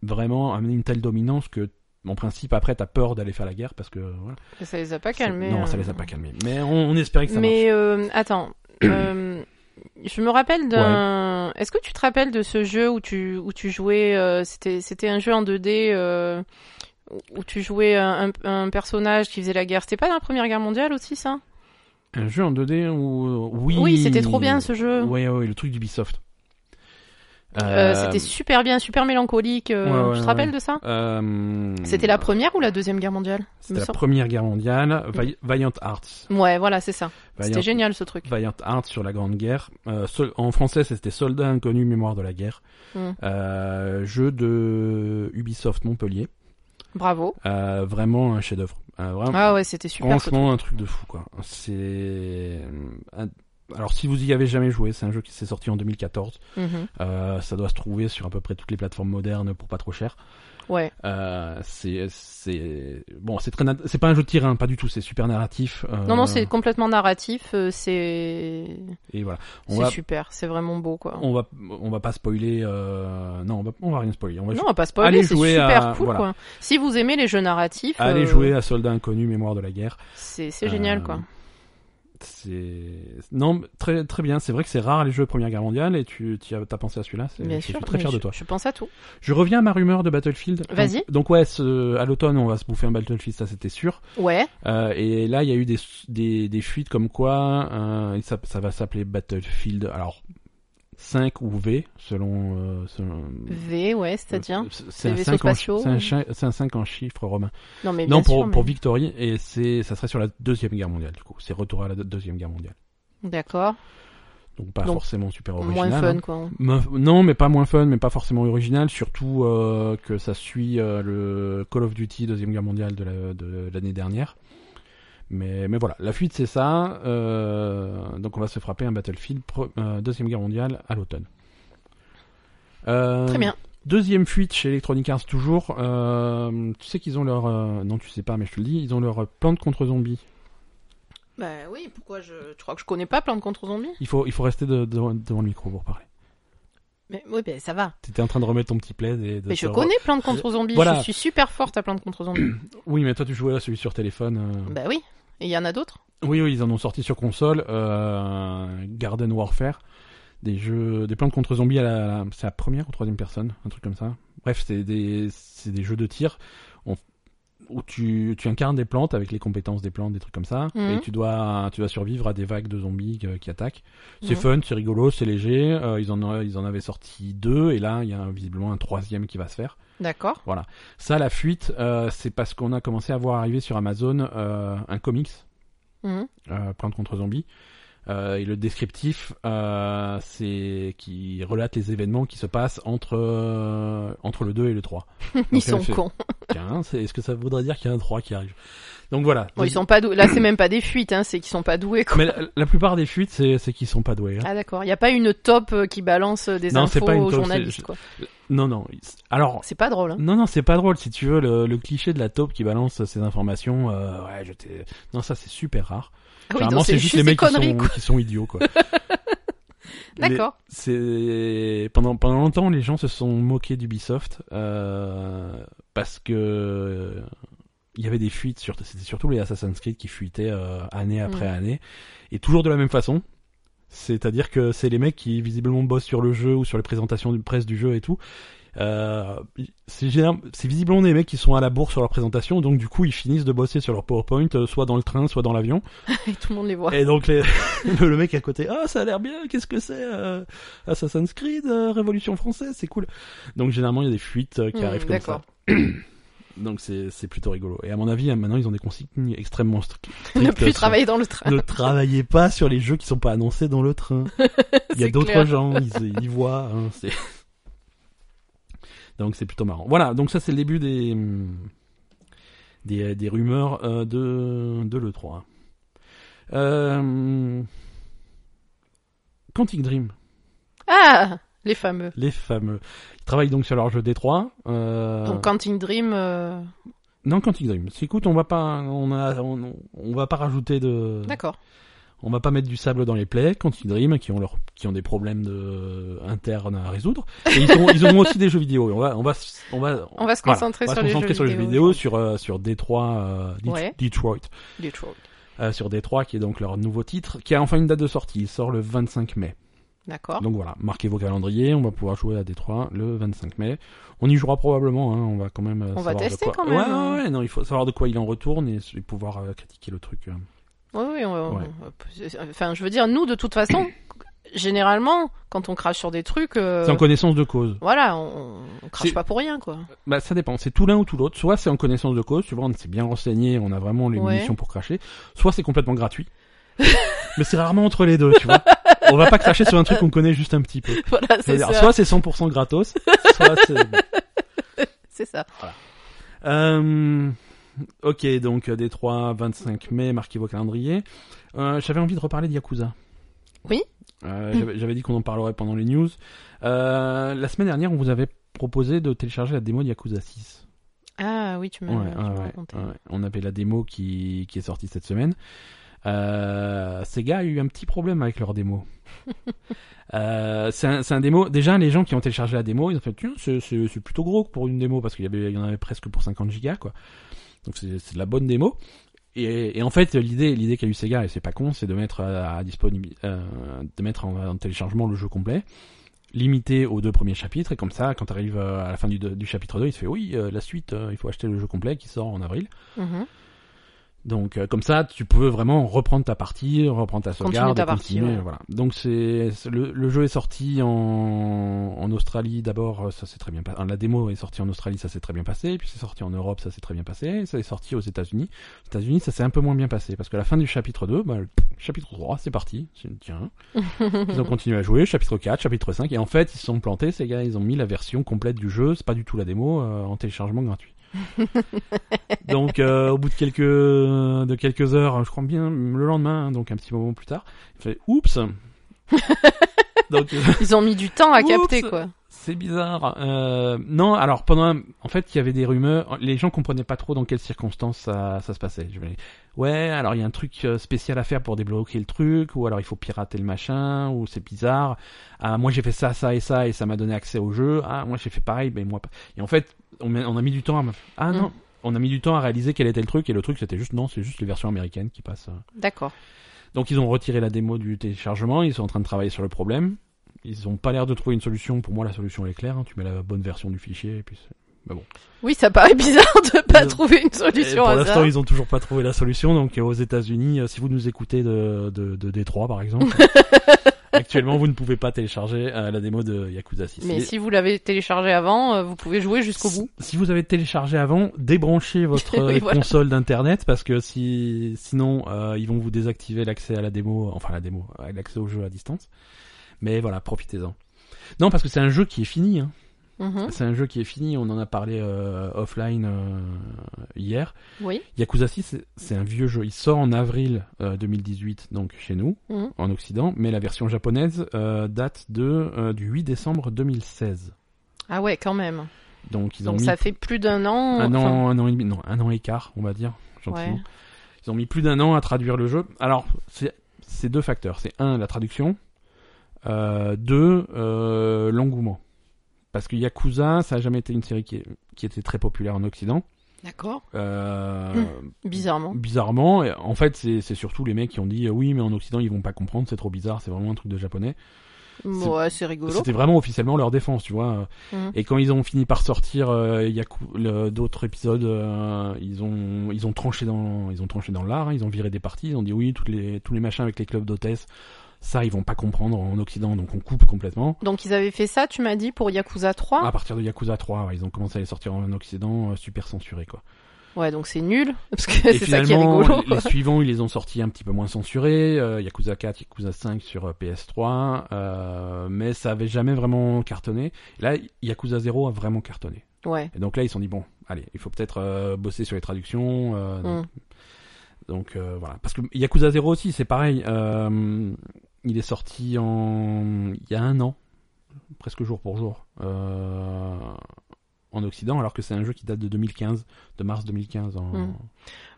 vraiment amener une telle dominance que en principe après t'as peur d'aller faire la guerre parce que voilà. Et Ça les a pas C'est- calmés. non, ça euh. les a pas calmés. Mais on, on espérait que ça marche. Mais euh, attends, euh, je me rappelle d'un. Est-ce que tu te rappelles de ce jeu où tu où tu jouais euh, C'était c'était un jeu en 2D euh, où tu jouais un, un- un personnage qui faisait la guerre. C'était pas dans la Première Guerre mondiale aussi ça Un jeu en 2D où oui, Oui, c'était trop bien ce jeu. Ouais, ouais, le truc d'Ubisoft. Euh, Euh, c'était super bien, super mélancolique. euh, Ouais, ouais, tu te ouais. rappelles de ça euh, C'était la première ou la deuxième guerre mondiale C'était la semble. première guerre mondiale, Vi- Valiant Arts. Ouais, voilà, c'est ça. Valiant- C'était génial ce truc. Valiant Arts sur la Grande Guerre. Euh, sol- en français, c'était Soldat inconnu, mémoire de la guerre. Mm. Euh, jeu de Ubisoft Montpellier. Bravo. Euh, vraiment un chef-d'œuvre. Euh, vraiment- Ah ouais, c'était super. ce truc. franchement, un truc de fou, quoi. C'est. un- Alors, si vous y avez jamais joué, c'est un jeu qui s'est sorti en 2014. Mhm. Euh, ça doit se trouver sur à peu près toutes les plateformes modernes pour pas trop cher. Ouais. Euh, c'est, c'est, bon, c'est très, na- c'est pas un jeu de tir, hein, pas du tout. C'est super narratif. euh, Non, non, c'est complètement narratif. euh, C'est Et voilà. On C'est va, super, c'est vraiment beau quoi. on va, on va pas spoiler. Euh... Non, on va, on va rien spoiler. On va Non, ju- on passe pas Allez c'est jouer super à- cool voilà. quoi. Si vous aimez les jeux narratifs, aller euh, jouer à Soldat Inconnu, Mémoire de la guerre. c'est c'est génial Euh, quoi. C'est non très très bien. C'est vrai que c'est rare les jeux Première Guerre mondiale et tu tu as t'as pensé à celui-là. C'est Bien je suis sûr, très mais fier de je- toi. Je pense à tout. Je reviens à ma rumeur de Battlefield. Vas-y. Donc, donc ouais, ce- à l'automne on va se bouffer un Battlefield, ça c'était sûr. Ouais, Euh, et là, il y a eu des, des, des fuites comme quoi euh, ça, ça va s'appeler Battlefield alors 5 ou V selon. euh, selon- V, ouais, c'est-à-dire. Euh, c'est des un, vaisseaux 5 en, spatiaux c'est un chi- c'est un 5 en chiffres romains. Non mais non, bien pour, sûr, mais- pour Victory, et c'est ça serait sur la Deuxième Guerre mondiale, du coup. C'est retour à la Deuxième Guerre mondiale. D'accord. Donc pas Donc, forcément super original. Moins fun hein. quoi. Moins- Non, mais pas moins fun, mais pas forcément original, surtout euh, que ça suit euh, le Call of Duty Deuxième Guerre mondiale de la- de l'année dernière. Mais, mais voilà, la fuite c'est ça. euh, donc on va se frapper un Battlefield pre- euh, Deuxième Guerre mondiale à l'automne. Euh, Très bien. Deuxième fuite chez Electronic Arts toujours. euh, tu sais qu'ils ont leur... euh, non tu sais pas mais je te le dis, ils ont leur plan de contre-zombies. Bah oui, pourquoi je... Tu crois que je connais pas Plante contre Zombies Il faut, il faut rester de- devant- devant le micro pour parler. Mais oui, ben ça va. T'étais en train de remettre ton petit plaid et de Mais te je re- connais Plante contre Zombies, Euh, Voilà. je suis super forte à Plante contre Zombies. Oui, mais toi tu jouais à celui sur téléphone. euh. bah oui, et il y en a d'autres Oui, oui, ils en ont sorti sur console. euh, Garden Warfare, des jeux, des plantes contre zombies à la, à la- c'est la première ou troisième personne, un truc comme ça. Bref, c'est des, c'est des jeux de tir on- où tu, tu incarnes des plantes avec les compétences des plantes, des trucs comme ça, Mhm. et tu dois, tu dois survivre à des vagues de zombies euh, qui attaquent. C'est Mhm. fun, c'est rigolo, c'est léger. euh, ils en, ont- ils en avaient sorti deux, et là, il y a visiblement un troisième qui va se faire. D'accord. Ça, la fuite, euh, c'est parce qu'on a commencé à voir arriver sur Amazon euh, un comics, Mhm. euh, Plante contre Zombies. Euh, et le descriptif, euh, c'est qui relate les événements qui se passent entre euh, entre le 2 et le 3. Ils Donc, sont elle fait, cons. Tiens, hein, c'est- est-ce que ça voudrait dire qu'il y a un 3 qui arrive Donc voilà. Bon, Oh, ils sont pas doués. Là, c'est même pas des fuites, hein, c'est qu'ils sont pas doués. Quoi. Mais la, la plupart des fuites, c'est c'est qu'ils sont pas doués. hein. Ah d'accord, il n'y a pas une top euh, qui balance euh, des Non, c'est infos pas une aux top, journalistes. c'est- quoi. Non, non. ils- Alors, C'est pas drôle. Hein. Non, non, c'est pas drôle. Si tu veux, le, le cliché de la taupe qui balance ses informations, euh, ouais, je t'ai... Non, ça, c'est super rare. Ah oui, Généralement, donc c'est juste les des mecs qui conneries. sont, quoi. qui sont idiots, quoi. Les- D'accord. C'est pendant pendant longtemps, les gens se sont moqués d'Ubisoft euh, parce que euh, il y avait des fuites. sur- C'était surtout les Assassin's Creed qui fuitaient euh, année après année, et toujours de la même façon. C'est-à-dire que c'est les mecs qui visiblement bossent sur le jeu ou sur les présentations de presse du jeu et tout. Euh, c'est général- c'est visiblement des mecs qui sont à la bourre sur leur présentation, donc du coup ils finissent de bosser sur leur PowerPoint, euh, soit dans le train, soit dans l'avion. Et tout le monde les voit. Et donc les- le, le mec à côté, ah ça a l'air bien, qu'est-ce que c'est euh, Assassin's Creed, euh, Révolution française, c'est cool. Donc généralement il y a des fuites euh, qui Hmm, arrivent comme ça. d'accord. Donc c'est c'est plutôt rigolo. Et à mon avis euh, maintenant ils ont des consignes extrêmement stri- strictes. Ne plus sur- travailler dans le train. Ne travaillez pas sur les jeux qui sont pas annoncés dans le train. Il y a C'est d'autres clair. gens, ils ils y voient. hein, c'est- donc c'est plutôt marrant. Voilà, donc ça c'est le début des hum, des, des rumeurs euh, de de le 3. Euh, Quantic Dream, Ah, les fameux. les fameux. Ils travaillent donc sur leur jeu D3. Euh... Donc Canting Dream, euh, Non, Quantic Dream. Écoute, on va pas, on a, on, on va pas rajouter de. d'accord. On va pas mettre du sable dans les plaies, Quantic Dream, qui ont leur, qui ont des problèmes de, internes à résoudre. Et ils, ont, ils ont aussi des jeux vidéo. Et on va, on va, s- on va, On va se voilà, concentrer on va sur, se les, concentrer jeux sur les jeux vidéo, sur, euh, sur Détroit, euh, Det- Ouais. Detroit, Detroit. Euh, sur Détroit, qui est donc leur nouveau titre, qui a enfin une date de sortie. Il sort le 25 mai. D'accord. Donc voilà, marquez vos calendriers, on va pouvoir jouer à Détroit le 25 mai. On y jouera probablement, hein, on va quand même. euh, On va savoir de tester quoi- quand même, Ouais, hein. ouais, ouais, non, il faut savoir de quoi il en retourne et, et pouvoir euh, critiquer le truc. euh. Oui, oui, on- on- Ouais. on- Enfin, je veux dire, nous, de toute façon, généralement, quand on crache sur des trucs, euh, C'est en connaissance de cause. voilà, on, on crache C'est- pas pour rien, quoi. Bah ça dépend, c'est tout l'un ou tout l'autre. Soit c'est en connaissance de cause, tu vois, on s'est bien renseigné, on a vraiment les Ouais. munitions pour cracher. Soit c'est complètement gratuit. Mais c'est rarement entre les deux, tu vois. On va pas cracher sur un truc qu'on connaît juste un petit peu. Voilà, c'est C'est-à-dire, ça. soit c'est 100% gratos, soit c'est... C'est ça. Euh, ok, donc euh, Détroit, 25 mai, marquez vos calendriers. Euh, j'avais envie de reparler de Yakuza. Oui. Hmm. Euh, j'avais- J'avais dit qu'on en parlerait pendant les news. Euh, la semaine dernière, on vous avait proposé de télécharger la démo de Yakuza 6. Ah oui, tu m'as Ouais, tu ouais, m'as ouais, raconté. ouais. On avait la démo qui, qui est sortie cette semaine. Euh, Sega a eu un petit problème avec leur démo. Euh, c'est un, c'est un démo. Déjà, les gens qui ont téléchargé la démo, ils ont fait tiens, c'est- c'est c'est plutôt gros pour une démo parce qu'il y, avait- il y en avait presque pour 50 gigas quoi. Donc c'est c'est de la bonne démo. Et, et en fait, l'idée l'idée qu'a eu Sega et c'est pas con, c'est de mettre à, à disponibi- euh, de mettre en, en téléchargement le jeu complet, limité aux deux premiers chapitres. Et comme ça, quand t'arrives euh, à la fin du, deux- du chapitre 2 il se fait oui, euh, la suite, euh, il faut acheter le jeu complet qui sort en avril. Mhm. Donc euh, comme ça, tu peux vraiment reprendre ta partie, reprendre ta Continue sauvegarde, ta et continuer, partie, ouais. voilà. Donc c'est c'est- le, le jeu est sorti en, en Australie d'abord, euh, ça s'est très bien passé. La démo est sortie en Australie, ça s'est très bien passé. Puis c'est sorti en Europe, ça s'est très bien passé. et Ça est sorti aux États-Unis. Aux États-Unis, ça s'est un peu moins bien passé parce que la fin du chapitre 2, bah, le chapitre 3, c'est parti. C'est- Tiens, ils ont continué à jouer. Chapitre 4, chapitre 5, et en fait ils se sont plantés. Ces gars, ils ont mis la version complète du jeu. C'est pas du tout la démo euh, en téléchargement gratuit. Donc euh, au bout de quelques de quelques heures, je crois bien le lendemain, hein, donc un petit moment plus tard, il fait oups. donc euh, Ils ont mis du temps à Oups. capter, quoi. c'est bizarre. Euh, non, alors pendant, un- en fait, il y avait des rumeurs. Les gens comprenaient pas trop dans quelles circonstances ça, ça se passait. Je vais- ouais, alors il y a un truc euh, spécial à faire pour débloquer le truc, ou alors il faut pirater le machin, ou c'est bizarre. Ah, moi j'ai fait ça, ça et ça, et ça m'a donné accès au jeu. Ah, moi j'ai fait pareil, mais moi. pas. Et en fait, on, m'a- on a mis du temps. À... me- Ah non, Mm. on a mis du temps à réaliser quel était le truc, et le truc c'était juste non, c'est juste les versions américaines qui passent. euh, D'accord. donc ils ont retiré la démo du téléchargement, ils sont en train de travailler sur le problème. Ils ont pas l'air de trouver une solution. Pour moi, la solution elle est claire. hein. Tu mets la bonne version du fichier et puis. c'est- Oui, ça paraît bizarre de pas ont- trouver une Et solution Euh, pour à l'instant, ça. ils ont toujours pas trouvé la solution. Donc euh, aux États-Unis, euh, si vous nous écoutez de, de, de Détroit par exemple, actuellement vous ne pouvez pas télécharger euh, la démo de Yakuza 6. Mais si vous l'avez téléchargé avant, euh, vous pouvez jouer jusqu'au bout. Si vous avez téléchargé avant, débranchez votre Oui, euh, voilà. console d'internet parce que si sinon euh, ils vont vous désactiver l'accès à la démo, enfin la démo, euh, l'accès au jeu à distance. Mais voilà, profitez-en. Non, parce que c'est un jeu qui est fini. hein. Mhm. C'est un jeu qui est fini. On en a parlé euh, offline euh, hier. Oui. Yakuza 6, c'est- c'est un vieux jeu. Il sort en avril euh, 2018, donc chez nous, Mhm. en Occident. Mais la version japonaise euh, date de euh, du 8 décembre 2016. Ah ouais, quand même. Donc ils ont Donc mis ça fait plus d'un an. un enfin, an, un an et demi, non, un an et quart, on va dire, gentiment. Ouais. Ils ont mis plus d'un an à traduire le jeu. Alors, c'est c'est deux facteurs. C'est un, la traduction. Euh, deux, euh, l'engouement. Parce que Yakuza, ça a jamais été une série qui, est- qui était très populaire en Occident. D'accord. Euh, Mmh. Bizarrement. Bizarrement, et en fait, c'est c'est surtout les mecs qui ont dit euh, oui, mais en Occident, ils vont pas comprendre, c'est trop bizarre, c'est vraiment un truc de japonais. Ouais, c'est rigolo. C'était vraiment officiellement leur défense, tu vois. Mhm. Et quand ils ont fini par sortir euh, Yaku- le- d'autres épisodes, euh, ils ont ils ont tranché dans ils ont tranché dans l'art, hein, ils ont viré des parties, ils ont dit oui, toutes les tous les machins avec les clubs d'hôtesses, ça ils vont pas comprendre en occident, donc on coupe complètement. Donc ils avaient fait ça, tu m'as dit, pour Yakuza 3. À partir de Yakuza 3, ouais, ils ont commencé à les sortir en occident euh, super censurés quoi. Ouais, donc c'est nul. Parce que Et c'est ça qui est finalement, rigolo. les suivants, ils les ont sortis un petit peu moins censurés, euh, Yakuza 4, Yakuza 5 sur euh, PS3, euh, mais ça avait jamais vraiment cartonné. Là, Yakuza 0 a vraiment cartonné. Ouais. Et donc là, ils se sont dit, bon, allez, il faut peut-être euh, bosser sur les traductions. euh, Mm. Donc euh, voilà. Parce que Yakuza 0 aussi, c'est pareil. euh, il est sorti en... il y a un an, presque jour pour jour, euh, en Occident, alors que c'est un jeu qui date de 2015, de mars 2015. En... Mm.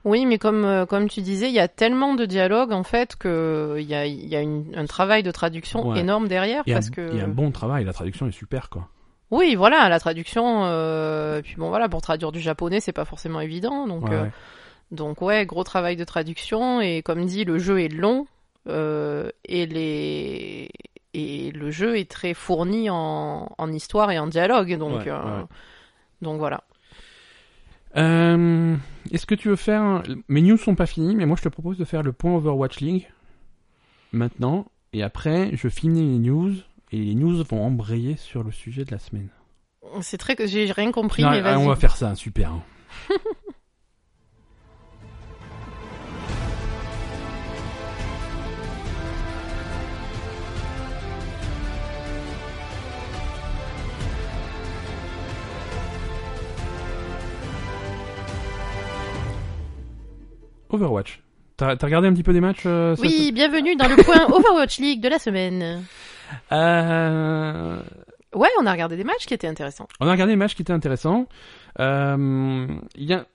Oui, mais comme, euh, comme tu disais, il y a tellement de dialogues en fait que euh, il y a, il y a une- un travail de traduction Ouais. énorme derrière Et parce un, que et un bon travail, la traduction est super, quoi. oui, voilà, la traduction. euh, puis bon, voilà, pour traduire du japonais, c'est pas forcément évident. Donc Ouais, euh, ouais. donc ouais, gros travail de traduction et comme dit, le jeu est long euh, et les et le jeu est très fourni en, en histoire et en dialogue. Donc Ouais, euh, ouais. donc voilà. Euh, Est-ce que tu veux faire... un- Mes news sont pas finies, mais moi je te propose de faire le point Overwatch League maintenant, et après je finis les news, et les news vont embrayer sur le sujet de la semaine. C'est très que j'ai rien compris. Non, mais ah, vas-y. on va faire ça, super. hein. Overwatch. T'as t'as regardé un petit peu des matchs euh, cette- Oui, bienvenue dans le point Overwatch League de la semaine. Euh, Ouais, on a regardé des matchs qui étaient intéressants. On a regardé des matchs qui étaient intéressants. Euh, Il y a...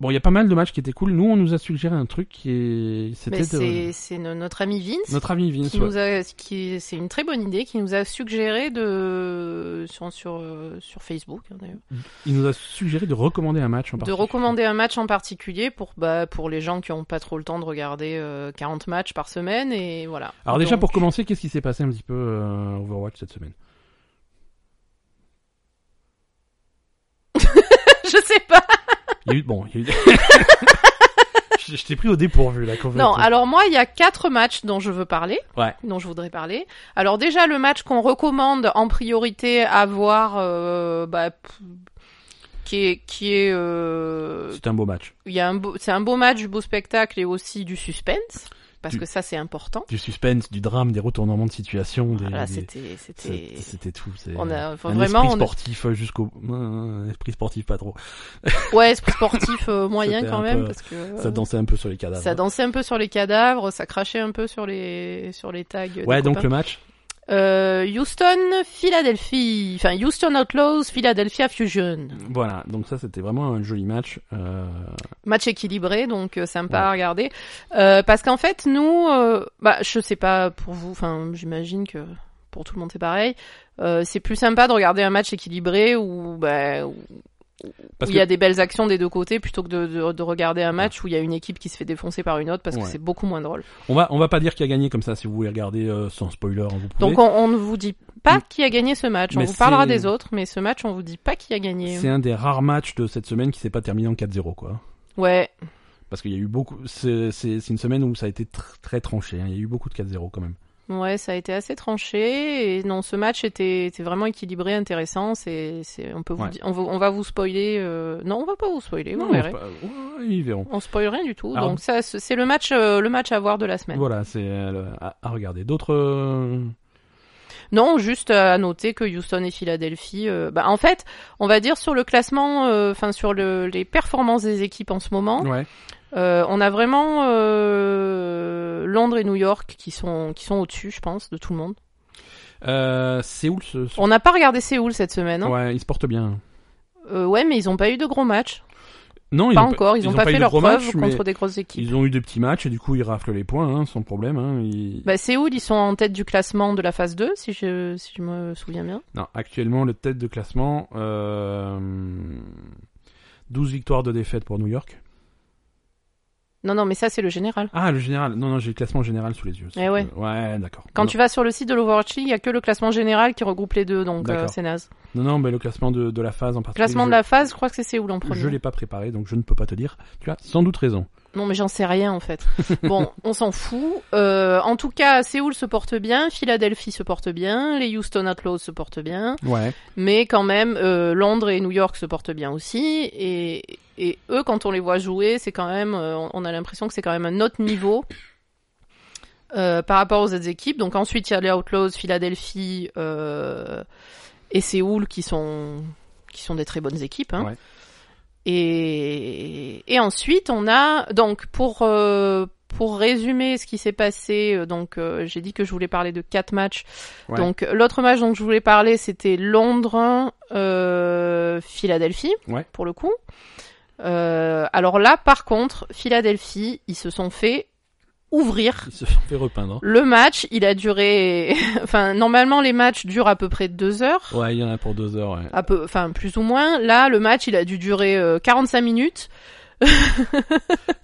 Bon, il y a pas mal de matchs qui étaient cool. Nous, on nous a suggéré un truc qui est... Mais C'était de- c'est c'est no- notre ami Vince, notre ami Vince. qui ouais. nous a, qui c'est une très bonne idée, qui nous a suggéré de sur sur, euh, sur Facebook hein, d'ailleurs, Il nous a suggéré de recommander un match en de particulier. recommander un match en particulier pour bah pour les gens qui ont pas trop le temps de regarder euh, 40 matchs par semaine et voilà. Alors déjà, Donc, pour commencer, qu'est-ce qui s'est passé un petit peu euh, Overwatch cette semaine je sais pas. Il y a eu... Bon, il y a eu... je je t'ai pris au dépourvu, là, complètement. Non, alors moi il y a quatre matchs dont je veux parler. Ouais. dont je voudrais parler. Alors déjà le match qu'on recommande en priorité à voir, euh, bah, p- qui est, qui est, euh, C'est un beau match. il y a un beau, c'est un beau match, du beau spectacle et aussi du suspense parce Du- que ça c'est important. Du suspense, du drame, des retournements de situation, des... Voilà, des- Ah c'était, c'était, c'est- C'était tout. c'est- on a, enfin, un vraiment, esprit on a- sportif euh, jusqu'au... Un esprit sportif pas trop. ouais, esprit sportif euh, moyen C'était quand un même peu- parce que Ça euh, dansait un peu sur les cadavres. ça dansait un peu sur les cadavres, ça crachait un peu sur les, sur les tags. des Ouais, donc copains. le match. Euh, Houston, Philadelphie, enfin Houston Outlaws, Philadelphia Fusion. Voilà, donc ça c'était vraiment un joli match. Euh... Match équilibré, donc euh, sympa à regarder. Euh, parce qu'en fait, nous, euh, bah, je sais pas pour vous, enfin j'imagine que pour tout le monde c'est pareil. Euh, c'est plus sympa de regarder un match équilibré où, bah, où Parce où il y a que- des belles actions des deux côtés plutôt que de, de, de regarder un match où il y a une équipe qui se fait défoncer par une autre parce Ouais. que c'est beaucoup moins drôle. On va, on va pas dire qui a gagné comme ça si vous voulez regarder euh, sans spoiler, hein, vous pouvez. Donc on, on ne vous dit pas qui a gagné ce match. On Mm. Mais vous parlera c'est- des autres, mais ce match on vous dit pas qui a gagné. C'est un des rares matchs de cette semaine qui s'est pas terminé en 4-0 quoi. Ouais, Parce qu'il y a eu beaucoup. C'est c'est- c'est une semaine où ça a été tr- très tranché. hein. Il y a eu beaucoup de 4-0 quand même. ouais, ça a été assez tranché. Et non, ce match était, était vraiment équilibré, intéressant. C'est, c'est, on peut vous, Ouais. di- on, vous- on va vous spoiler. euh, Non, on va pas vous spoiler. Vous Non, verrez. c'est pas- ouais, ils verront. On spoil rien du tout. Alors- Donc ça, c'est c'est le match, euh, le match à voir de la semaine. Voilà, c'est euh, le- à, à regarder. D'autres. euh, Non, juste euh, à noter que Houston et Philadelphie, euh, bah, en fait, on va dire sur le classement, euh, enfin sur le, les performances des équipes en ce moment, Ouais. euh, on a vraiment euh, Londres et New York qui sont qui sont au-dessus, je pense, de tout le monde. Euh, Séoul se. se- On n'a pas regardé Séoul cette semaine. hein. Ouais, ils se portent bien. Euh, ouais, mais ils n'ont pas eu de gros matchs. Non, ils pas ont encore. Ils n'ont pas, eu fait de leur gros preuve matchs, mais contre des grosses équipes. Ils ont eu des petits matchs et du coup ils raflent les points hein, sans problème. Hein. Ils- Bah, Séoul, ils sont en tête du classement de la phase 2, si je, si je me souviens bien. Non, actuellement, le tête de classement, euh, 12 victoires de défaites pour New York. Non, non, mais ça, c'est le général. Ah, le général. Non, non, j'ai le classement général sous les yeux. Eh ouais. Euh, ouais, d'accord. Quand non, tu vas sur le site de l'Overwatch League, il n'y a que le classement général qui regroupe les deux, donc euh, D'accord. c'est naze. non, non, mais le classement de, de la phase en particulier. Classement je- de la phase, je crois que c'est Séoul en premier. Je l'ai pas préparé, donc je ne peux pas te dire. Tu as sans doute raison. Non, mais j'en sais rien en fait. bon, on s'en fout. Euh, en tout cas, Séoul se porte bien, Philadelphie se porte bien, les Houston Outlaws se portent bien, Ouais. mais quand même, euh, Londres et New York se portent bien aussi. Et, et eux, quand on les voit jouer, c'est quand même, euh, on- on a l'impression que c'est quand même un autre niveau. euh, par rapport aux autres équipes. Donc ensuite, il y a les Outlaws, Philadelphie euh, et Séoul qui sont qui sont des très bonnes équipes. hein. Ouais. Et, et ensuite, on a donc pour euh, pour résumer ce qui s'est passé, euh, donc euh, j'ai dit que je voulais parler de quatre matchs. Ouais. Donc l'autre match dont je voulais parler, c'était Londres, euh, Philadelphie, Ouais. pour le coup. Euh, alors là, par contre, Philadelphie, ils se sont fait ouvrir Ils se sont fait repeindre. le match, il a duré. enfin, normalement, les matchs durent à peu près deux heures. Ouais, il y en a pour deux heures. ouais. À peu... Enfin, plus ou moins. Là, le match, il a dû durer euh, 45 minutes.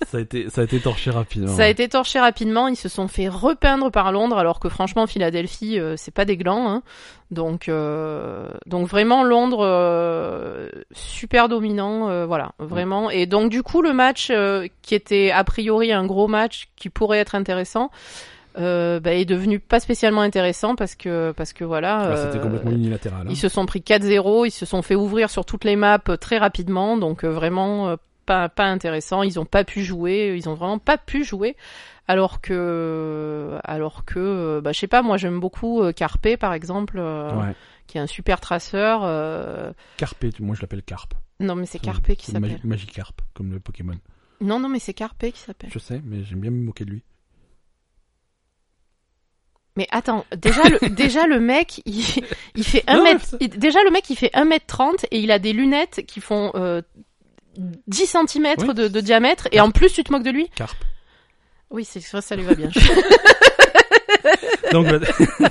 ça a été, ça a été torché rapidement. Ça a été torché rapidement. Ils se sont fait repeindre par Londres, alors que franchement, Philadelphie, euh, c'est pas des glands. hein. Donc, euh, donc vraiment, Londres, euh, super dominant. euh, voilà, vraiment. Et donc, du coup, le match euh, qui était a priori un gros match qui pourrait être intéressant. euh, bah, est devenu pas spécialement intéressant parce que parce que voilà Ah, C'était euh, complètement unilatéral. hein. Ils se sont pris 4-0, ils se sont fait ouvrir sur toutes les maps euh, très rapidement, donc euh, vraiment euh, pas, pas intéressant. Ils ont pas pu jouer, euh, ils ont vraiment pas pu jouer. Alors que, alors que, euh, bah, je sais pas, moi j'aime beaucoup euh, Carpe par exemple, euh, Ouais. qui est un super traceur. euh, Carpe, tu- moi je l'appelle Carpe. Non mais c'est Carpe qui le s'appelle. Magi- Magikarp, comme le Pokémon. Non non mais c'est Carpe qui s'appelle. Je sais, mais j'aime bien me moquer de lui. Mais attends, déjà le, déjà le mec, il, il fait un Non, mais mètre, ça- il- déjà le mec il fait 1m30 et il a des lunettes qui font euh, 10 cm Oui. de, de diamètre et en plus tu te moques de lui Carpe. Oui, c'est ça, ça lui va bien. Donc, bah,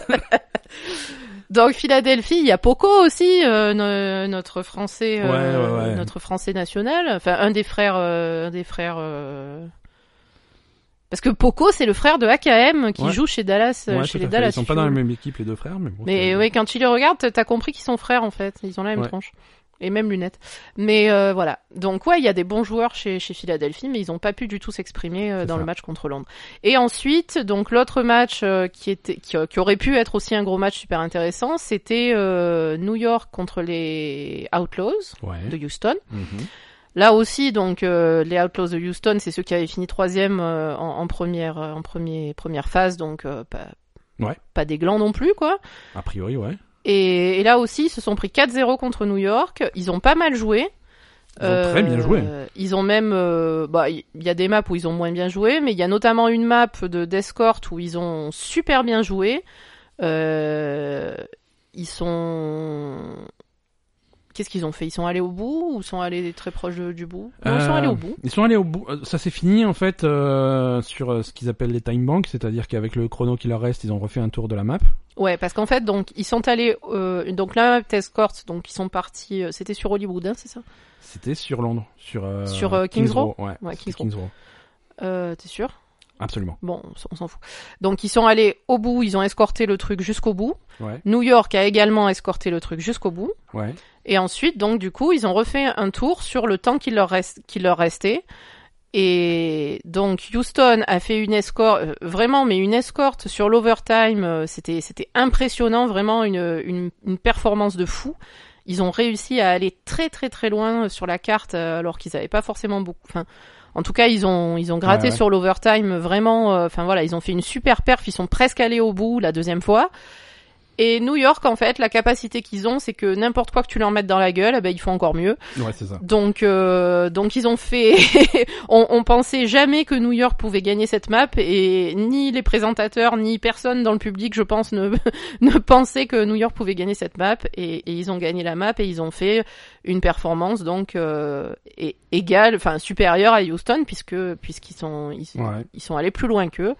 Donc Philadelphie, il y a Poco aussi, euh, no- notre français, euh, Ouais, ouais, ouais. notre français national, enfin un des frères, euh, un des frères. euh, Parce que Poco, c'est le frère de AKM qui Ouais. joue chez Dallas, euh, ouais, chez tout les à fait. Dallas. Ils sont pas dans la même équipe, les deux frères, mais bon. Mais c'est- oui, quand tu les regardes, t'as compris qu'ils sont frères en fait. Ils ont la même Ouais. tronche et même lunettes. Mais euh, voilà. Donc ouais, il y a des bons joueurs chez, chez Philadelphie, mais ils n'ont pas pu du tout s'exprimer euh, C'est dans ça. le match contre Londres. Et ensuite, donc l'autre match euh, qui était qui, euh, qui aurait pu être aussi un gros match super intéressant, c'était euh, New York contre les Outlaws Ouais. de Houston. Mhm. Là aussi, donc euh, les Outlaws de Houston, c'est ceux qui avaient fini troisième euh, en, en première en premier, première phase, donc euh, pas Ouais. pas des glands non plus quoi. A priori, ouais. Et, et là aussi, ils se sont pris 4-0 contre New York. Ils ont pas mal joué. Ils ont très bien joué. Ils ont même, euh, bah, il y, a des maps où ils ont moins bien joué, mais il y a notamment une map de d'escorte où ils ont super bien joué. Euh, ils sont. Qu'est-ce qu'ils ont fait Ils sont allés au bout ou sont allés très proche de- du bout Non, Ils sont Euh, allés au bout. Ils sont allés au bout. euh, Ça s'est fini en fait euh, sur euh, ce qu'ils appellent les time banks, c'est-à-dire qu'avec le chrono qui leur reste, ils ont refait un tour de la map. Ouais, parce qu'en fait, donc ils sont allés. euh, donc là, Escort, donc ils sont partis. euh, C'était sur Hollywood, hein, c'est ça C'était sur Londres, sur euh, Sur, euh, Kings Row Ouais, Ouais, c'était Kings Row. Kings Row. euh, T'es sûr Absolument. Bon, on s- on s'en fout. Donc ils sont allés au bout. Ils ont escorté le truc jusqu'au bout. Ouais, New York a également escorté le truc jusqu'au bout. ouais. Et ensuite, donc, du coup, ils ont refait un tour sur le temps qu'il leur, reste, qu'il leur restait. Et donc, Houston a fait une escorte, euh, vraiment, mais une escorte sur l'overtime. euh, c'était, c'était impressionnant, vraiment une, une, une performance de fou. Ils ont réussi à aller très, très, très loin sur la carte, euh, alors qu'ils n'avaient pas forcément beaucoup. Enfin, en tout cas, ils ont, ils ont gratté Ouais, ouais. sur l'overtime, vraiment. euh, Enfin, voilà, ils ont fait une super perf. Ils sont presque allés au bout la deuxième fois. Et New York, en fait, la capacité qu'ils ont, c'est que n'importe quoi que tu leur mettes dans la gueule, eh ben, ils font encore mieux. Ouais, c'est ça. Donc, euh, donc ils ont fait. on, on pensait jamais que New York pouvait gagner cette map, et ni les présentateurs, ni personne dans le public, je pense, ne, ne pensait que New York pouvait gagner cette map. Et, et ils ont gagné la map, et ils ont fait une performance donc euh, é- égale, enfin supérieure à Houston, puisque puisqu'ils sont ils, Ouais. ils sont allés plus loin qu'eux.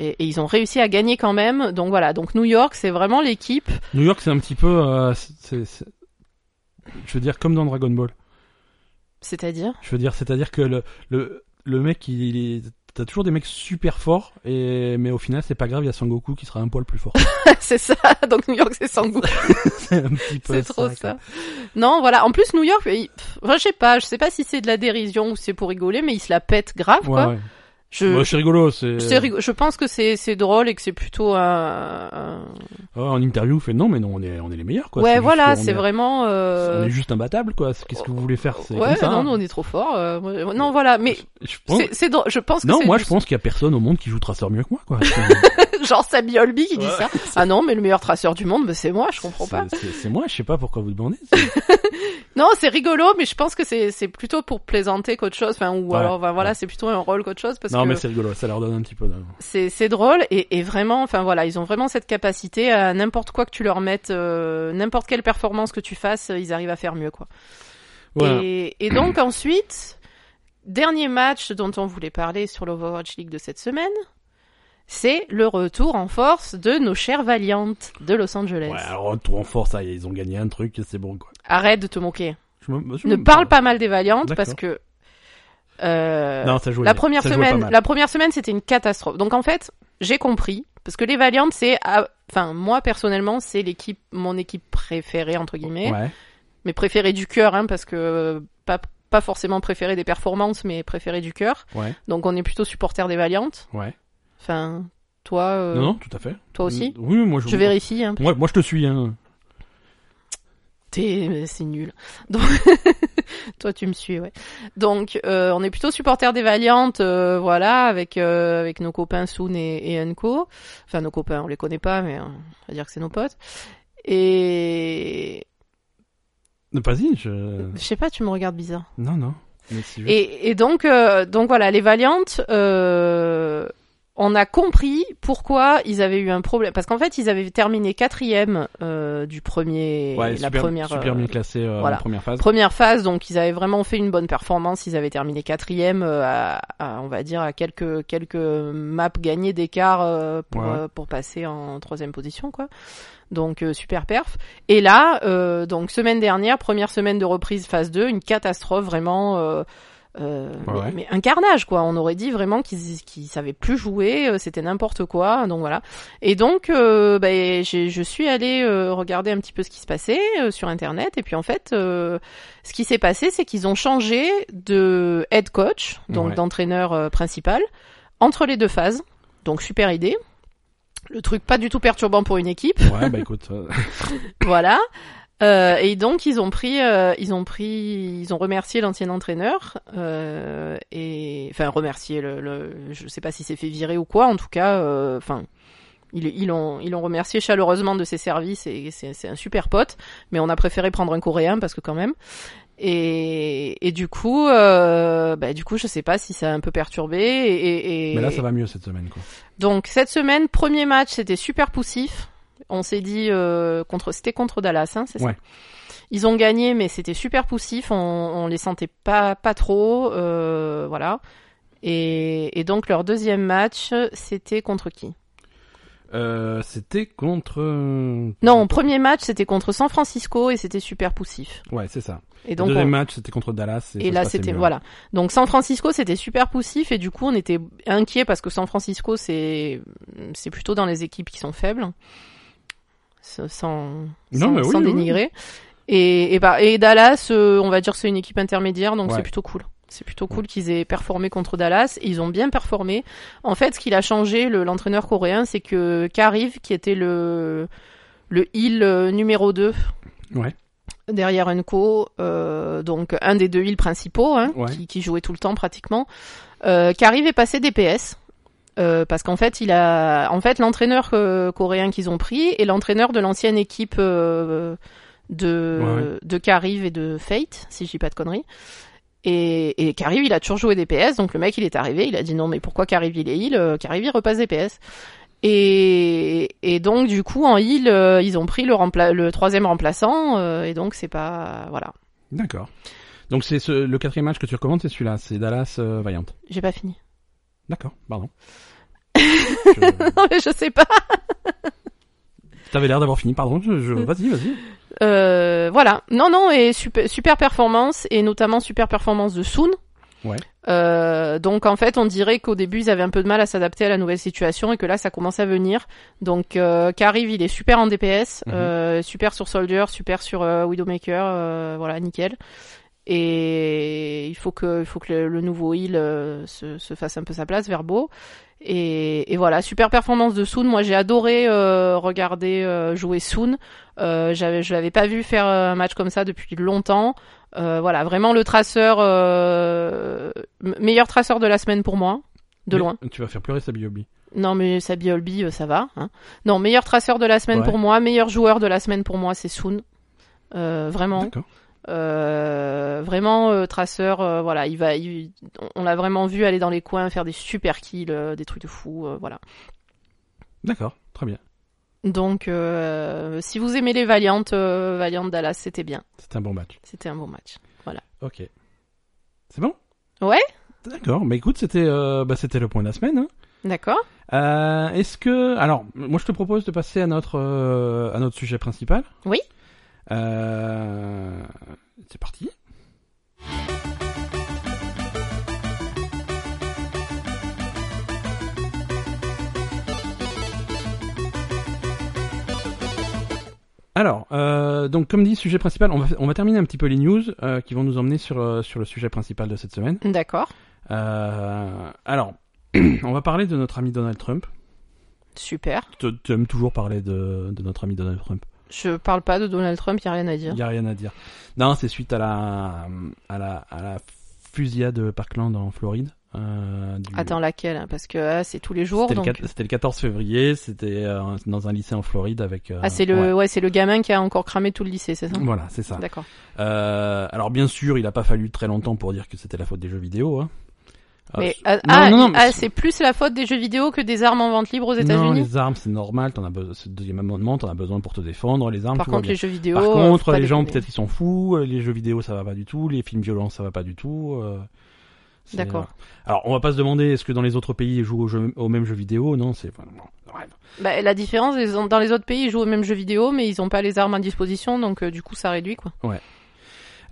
Et, et ils ont réussi à gagner quand même. Donc voilà, donc New York, c'est vraiment l'équipe. New York, c'est un petit peu. euh, c'est- c'est- Je veux dire, comme dans Dragon Ball. C'est-à-dire Je veux dire, c'est-à-dire que le, le, le mec, il, il est- T'as toujours des mecs super forts, et... mais au final, c'est pas grave, il y a Sangoku qui sera un poil plus fort. C'est ça, donc New York, c'est sans goût. c'est un petit peu C'est trop quoi. ça. Non, voilà. En plus, New York, il- pff, enfin, je sais pas, je sais pas si c'est de la dérision ou c'est pour rigoler, mais ils se la pètent grave, Ouais, quoi. ouais. Je, Bah, c'est rigolo, c'est. c'est rigolo. je pense que c'est c'est drôle et que c'est plutôt un. un- Oh, en interview, on fait non, mais non, on est, on est les meilleurs, quoi. C'est ouais, juste voilà, qu'on c'est est- vraiment. euh, On est juste imbattable, quoi. C'est- Qu'est-ce que vous voulez faire C'est Ouais, comme ça. hein. non, non, on est trop fort. euh, moi- Non, voilà, mais Je pense- c'est c'est drôle. Je pense que Non, c'est moi, du- je pense qu'il y a personne au monde qui joue traceur mieux que moi, quoi. C'est- genre Sammy Holby qui dit Ouais. ça. Ah non, mais le meilleur traceur du monde, ben, c'est moi. Je comprends pas. c'est- C'est c'est moi, je sais pas pourquoi vous demandez. c'est- Non, c'est rigolo, mais je pense que c'est c'est plutôt pour plaisanter qu'autre chose. Enfin, ou Ouais, alors, ben, voilà, ouais. c'est plutôt un rôle qu'autre chose parce Non, que. mais c'est rigolo, ça leur donne un petit peu. de- C'est, c'est drôle et, et vraiment, enfin voilà, ils ont vraiment cette capacité à n'importe quoi que tu leur mettes, euh, n'importe quelle performance que tu fasses, ils arrivent à faire mieux quoi. Voilà. Et, et donc ensuite, dernier match dont on voulait parler sur l'Overwatch League de cette semaine, c'est le retour en force de nos chers Valiantes de Los Angeles. Ouais, alors, retour en force, ça y est, ils ont gagné un truc, c'est bon, quoi. Arrête de te moquer. Je me- je Ne me- parle pas mal des Valiantes D'accord. parce que euh, Non, ça jouait. La première ça jouait pas semaine, mal. la première semaine, c'était une catastrophe. Donc en fait, j'ai compris parce que les Valiantes, c'est, à- enfin moi personnellement, c'est l'équipe, mon équipe préférée entre guillemets, Ouais. mais préférée du cœur, hein, parce que euh, pas pas forcément préférée des performances, mais préférée du cœur. Ouais. Donc on est plutôt supporter des Valiantes. Ouais. Enfin, toi, euh, Non, non, tout à fait. toi aussi. Oui, moi, je. Je vérifie. Hein. Ouais, moi, je te suis, hein. T'es, mais c'est nul. Donc, toi, tu me suis, ouais. Donc, euh, on est plutôt supporters des Valiantes, euh, voilà, avec euh, avec nos copains Soon et, et Enco. Enfin, nos copains, on les connaît pas, mais euh, on va dire que c'est nos potes. Et Vas-y, je. je sais pas, tu me regardes bizarre. Non, non. Mais c'est juste- Et, et donc, euh, donc voilà, les Valiantes, euh, on a compris pourquoi ils avaient eu un problème. Parce qu'en fait, ils avaient terminé quatrième euh, du premier, Ouais, la super, première, super euh, bien classé euh, voilà. en première phase. Première phase, donc ils avaient vraiment fait une bonne performance. Ils avaient terminé quatrième euh, à, à, on va dire, à quelques quelques maps gagnées d'écart euh, pour Ouais. euh, pour passer en troisième position, quoi. Donc euh, super perf. Et là, euh, donc semaine dernière, première semaine de reprise phase 2, une catastrophe vraiment. euh, euh, Ouais. mais, mais un carnage quoi on aurait dit vraiment qu'ils qu'ils savaient plus jouer euh, c'était n'importe quoi donc voilà et donc euh, ben, j'ai- je suis allée euh, regarder un petit peu ce qui se passait euh, sur internet et puis en fait euh, ce qui s'est passé c'est qu'ils ont changé de head coach donc Ouais. d'entraîneur euh, principal entre les deux phases donc super idée le truc pas du tout perturbant pour une équipe Ouais, bah écoute, euh, voilà. Euh, et donc ils ont pris, euh, ils ont pris, ils ont remercié l'ancien entraîneur euh, et enfin remercié le, le- je sais pas si s'est fait virer ou quoi. En tout cas, euh, enfin ils ils l'ont ils l'ont remercié chaleureusement de ses services et c'est c'est un super pote. Mais on a préféré prendre un coréen parce que quand même. Et, et du coup, euh, bah, du coup, je sais pas si ça a un peu perturbé. Et, et, et- mais là, ça va mieux cette semaine, quoi. donc cette semaine, premier match, c'était super poussif. on s'est dit euh, contre, c'était contre Dallas, hein, c'est Ouais. ça. Ils ont gagné, mais c'était super poussif. On, on les sentait pas pas trop, euh, voilà. Et, et donc leur deuxième match, c'était contre qui Euh, c'était contre. euh, Non, premier match, c'était contre San Francisco et c'était super poussif. Ouais, c'est ça. Et donc le deuxième on- match, c'était contre Dallas. Et ça là, se passait c'était mieux. voilà. Donc San Francisco, c'était super poussif et du coup, on était inquiet parce que San Francisco, c'est c'est plutôt dans les équipes qui sont faibles, S- sans Non, sans, mais oui, sans oui, dénigrer. Et et, bah, et Dallas, euh, on va dire, c'est une équipe intermédiaire, donc Ouais. c'est plutôt cool. C'est plutôt cool qu'ils aient performé contre Dallas. Ils ont bien performé. En fait, ce qu'il a changé, le- l'entraîneur coréen, c'est que Kariv, qui était le le heel euh, numéro 2 Ouais. derrière Unco, euh, donc un des deux îles principaux, hein, Ouais. qui, qui jouait tout le temps pratiquement, euh, qui arrive et passé DPS. Euh, parce qu'en fait, il a, en fait, l'entraîneur euh, coréen qu'ils ont pris est l'entraîneur de l'ancienne équipe euh, de Ouais, de Kariv et de Fate, si je dis pas de conneries. Et, et Kariv, il a toujours joué DPS, donc le mec, il est arrivé, il a dit non, mais pourquoi Kariv il est heal Euh, Kariv il repasse DPS. Et, et donc du coup en heal, euh, ils ont pris le, rempla- le troisième remplaçant, euh, et donc c'est pas voilà, D'accord. Donc c'est ce, le quatrième match que tu recommandes, c'est celui-là, c'est Dallas euh, Valiant. j'ai pas fini. D'accord, pardon. Je- Non mais je sais pas. T'avais l'air d'avoir fini, pardon. Je, Mm. je- Vas-y, vas-y. Euh, voilà. Non, non, et super, super performance, et notamment super performance de Soon. Ouais. Euh, donc en fait, on dirait qu'au début, ils avaient un peu de mal à s'adapter à la nouvelle situation et que là, ça commence à venir. Donc euh, Kariv, il est super en DPS, Mhm. euh, super sur Soldier, super sur euh, Widowmaker, euh, voilà, nickel. Et il faut que, il faut que le, le nouveau heal euh, se, se fasse un peu sa place, Verbo. Et, et voilà, super performance de Soon. Moi, j'ai adoré euh, regarder euh, jouer Soon. Euh, j'avais, je l'avais pas vu faire euh, un match comme ça depuis longtemps. Euh, voilà, vraiment le traceur, euh, m- meilleur traceur de la semaine pour moi, de Mais loin. Tu vas faire pleurer Sabi Yobi. Non, mais Sabi Olbi, euh, ça va. hein. Non, meilleur traceur de la semaine Ouais. pour moi, meilleur joueur de la semaine pour moi, c'est Soon. Euh, vraiment, D'accord. Euh, vraiment euh, traceur. euh, voilà, il va, il- on- on l'a vraiment vu aller dans les coins, faire des super kills, euh, des trucs de fou. euh, voilà. D'accord, très bien. Donc, euh, si vous aimez les Valiant, euh, Valiant Dallas, c'était bien, C'était un bon match. c'était un bon match. Ok. C'est bon Ouais. D'accord, mais écoute, c'était euh, bah, c'était le point de la semaine. hein. D'accord. Euh, Est-ce que alors moi je te propose de passer à notre euh, à notre sujet principal. Oui. Euh, c'est parti. Alors, euh, donc comme dit, sujet principal, on va, on va terminer un petit peu les news euh, qui vont nous emmener sur, euh, sur le sujet principal de cette semaine. D'accord. Euh, alors, on va parler de notre ami Donald Trump. Super. Tu tu aimes toujours parler de, de notre ami Donald Trump. Je parle pas de Donald Trump, y a rien à dire. Il y a rien à dire. Non, c'est suite à la, à la, à la fusillade de Parkland en Floride. euh, du- Attends, laquelle hein, Parce que ah, c'est tous les jours. C'était le, Donc... quat- c'était le 14 février, c'était euh, dans un lycée en Floride avec... euh, Ah, c'est le, ouais. ouais. c'est le gamin qui a encore cramé tout le lycée, c'est ça Voilà, c'est ça. D'accord. Euh, alors bien sûr, il n'a pas fallu très longtemps pour dire que c'était la faute des jeux vidéo. Hein. Euh, Mais, s- ah, non, ah, non, non, il- mais ah, s- c'est plus la faute des jeux vidéo que des armes en vente libre aux Euh, non, États-Unis. les armes, c'est normal, t'en as besoin, c'est le deuxième amendement, t'en as besoin pour te défendre, les armes, Par tout va contre, bien. les jeux vidéo. Par euh, faut contre, pas les gens déconner. peut-être ils sont fous, euh, les jeux vidéo ça va pas du tout, les films violents ça va pas du tout. euh, c'est- euh, D'accord. voilà. Alors on va pas se demander est-ce que dans les autres pays ils jouent aux, jeux, aux mêmes jeux vidéo, non c'est enfin, bon, bref. Bah, la différence, les- dans les autres pays, ils jouent aux mêmes jeux vidéo, mais ils ont pas les armes à disposition, donc euh, du coup, ça réduit quoi.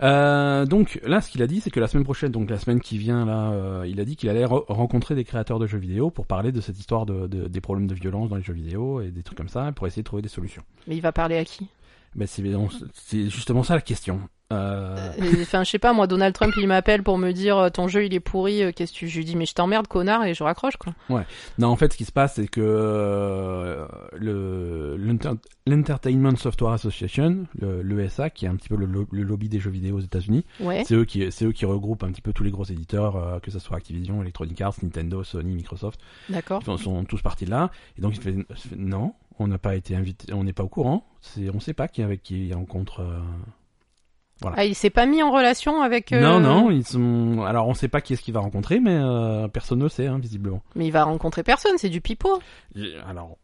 Euh, donc là ce qu'il a dit c'est que la semaine prochaine, donc la semaine qui vient là, euh, il a dit qu'il allait re- rencontrer des créateurs de jeux vidéo pour parler de cette histoire de, de- des problèmes de violence dans les jeux vidéo et des trucs comme ça pour essayer de trouver des solutions. Mais il va parler à qui Mais c'est c'est justement ça la question. Euh, Et, Enfin, je sais pas, moi, Donald Trump, il m'appelle pour me dire euh, ton jeu il est pourri, euh, qu'est-ce que tu. Je lui dis, mais je t'emmerde, connard, et je raccroche quoi. Non, en fait, ce qui se passe, c'est que euh, le l'Enter- l'Entertainment Software Association, le, l'ESA, qui est un petit peu le, lo- le lobby des jeux vidéo aux États-Unis, Ouais. c'est eux qui c'est eux qui regroupent un petit peu tous les gros éditeurs, euh, que ce soit Activision, Electronic Arts, Nintendo, Sony, Microsoft, D'accord. ils sont, sont tous partis de là. Et donc, il fait, il fait, non, on n'a pas été invité, on n'est pas au courant, c'est on sait pas qui avec qui il rencontre. euh, Ah, il s'est pas mis en relation avec. euh, Non, non, ils sont. Alors, on sait pas qui est-ce qu'il va rencontrer, mais euh, personne ne sait, hein, visiblement. Mais il va rencontrer personne, c'est du pipeau. Alors,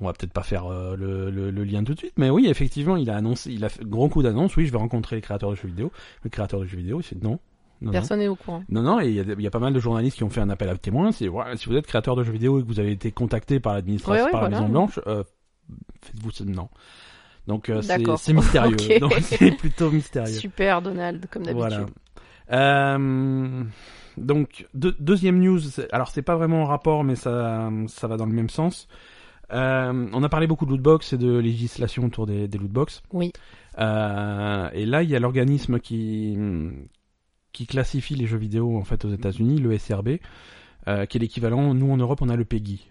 on va peut-être pas faire euh, le, le, le, lien tout de suite, mais oui, effectivement, il a annoncé, il a fait grand coup d'annonce. Oui, je vais rencontrer les créateurs de jeux vidéo. Le créateur de jeux vidéo, il fait non. non Personne n'est au courant. Non, non, et il y, a, il y, a pas mal de journalistes qui ont fait un appel à témoins. C'est voilà, si vous êtes créateur de jeux vidéo et que vous avez été contacté par l'administration, ouais, ouais, par voilà. la Maison Blanche, euh, faites-vous ce non. Donc euh, c'est, c'est mystérieux. okay. Donc, c'est plutôt mystérieux. Super Donald, comme Voilà. d'habitude. Euh, donc deux, deuxième news. Alors c'est pas vraiment en rapport, mais ça ça va dans le même sens. Euh, on a parlé beaucoup de lootbox et de législation autour des, des lootbox. Oui. Euh, et là, il y a l'organisme qui, qui classifie les jeux vidéo en fait aux États-Unis, le SRB, euh, qui est l'équivalent. Nous en Europe, on a le PEGI.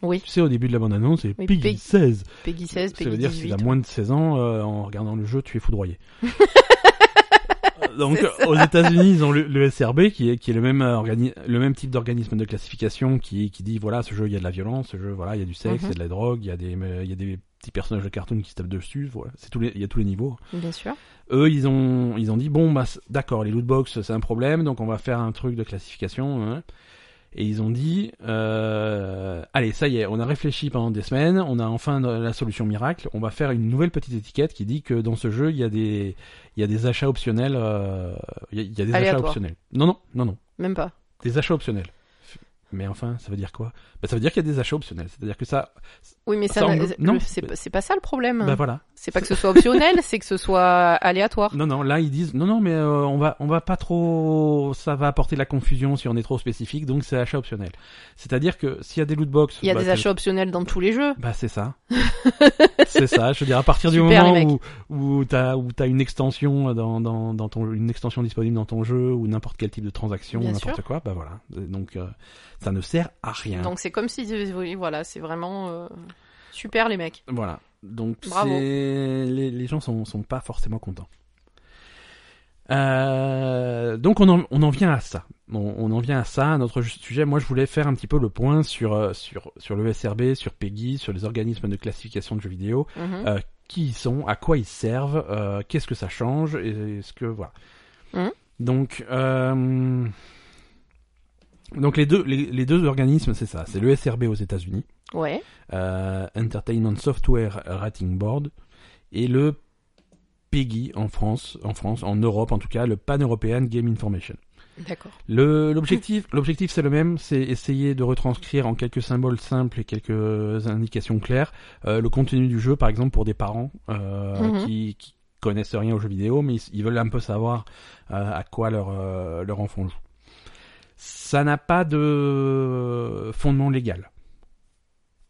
Oui. Tu sais, au début de la bande-annonce, c'est Oui, PEGI, Peggy. 16. Peggy 16, Ça Peggy veut dire si 18. t'as moins de 16 ans, euh, en regardant le jeu, tu es foudroyé. Euh, Donc euh, C'est aux États-Unis, ils ont le, le SRB qui est qui est le même euh, organi- le même type d'organisme de classification qui qui dit voilà ce jeu il y a de la violence, ce jeu voilà il y a du sexe, il Mhm. y a de la drogue, il y a des euh, il y a des petits personnages de cartoon qui se tapent dessus, voilà, c'est tous les il y a tous les niveaux. Bien sûr. Eux ils ont ils ont dit bon bah c'est- d'accord, les lootbox c'est un problème donc on va faire un truc de classification hein. et ils ont dit euh, allez ça y est, on a réfléchi pendant des semaines, on a enfin euh, la solution miracle, on va faire une nouvelle petite étiquette qui dit que dans ce jeu il y a des il y a des achats optionnels euh, il y a, il y a des achats Aléatoire. optionnels. Non non, non non, Même pas. des achats optionnels. Mais enfin, ça veut dire quoi bah, ça veut dire qu'il y a des achats optionnels, c'est-à-dire que ça Oui, mais ça, Ça, on n'a- le- le- non. c'est pas, c'est pas ça le problème. bah voilà. C'est pas que ce soit optionnel, c'est que ce soit aléatoire. Non non, là ils disent non non mais euh, on va on va pas trop ça va apporter de la confusion si on est trop spécifique donc c'est achat optionnel. C'est-à-dire que s'il y a des loot box Il y a bah, des t'as- achats optionnels dans tous les jeux. Bah c'est ça. c'est ça, je veux dire à partir du Super, les moment où où t'as où t'as une extension dans, dans dans ton une extension disponible dans ton jeu ou n'importe quel type de transaction, Bien n'importe quoi, bah voilà. Donc euh, ça ne sert à rien. Donc c'est comme si, oui, voilà, c'est vraiment euh, super les mecs. Voilà. Donc Bravo. c'est- les, les gens sont, sont pas forcément contents. Euh, donc on en, on en vient à ça. On, on en vient à ça, à notre sujet. Moi, je voulais faire un petit peu le point sur euh, sur sur le SRB, sur PEGI, sur les organismes de classification de jeux vidéo, Mhm. Euh, qui ils sont, à quoi ils servent, euh, qu'est-ce que ça change, et est-ce que voilà. Mhm. Donc euh, donc les deux les, les deux organismes, c'est ça. C'est le SRB aux États-Unis Ouais. euh, Entertainment Software Rating Board et le PEGI en France, en France, en Europe en tout cas, le Pan European Game Information. D'accord. Le- L'objectif, l'objectif c'est le même, c'est essayer de retranscrire en quelques symboles simples et quelques indications claires euh, le contenu du jeu, par exemple pour des parents euh, Mhm. qui, qui connaissent rien aux jeux vidéo, mais ils, ils veulent un peu savoir euh, à quoi leur euh, leur enfant joue. Ça n'a pas de fondement légal.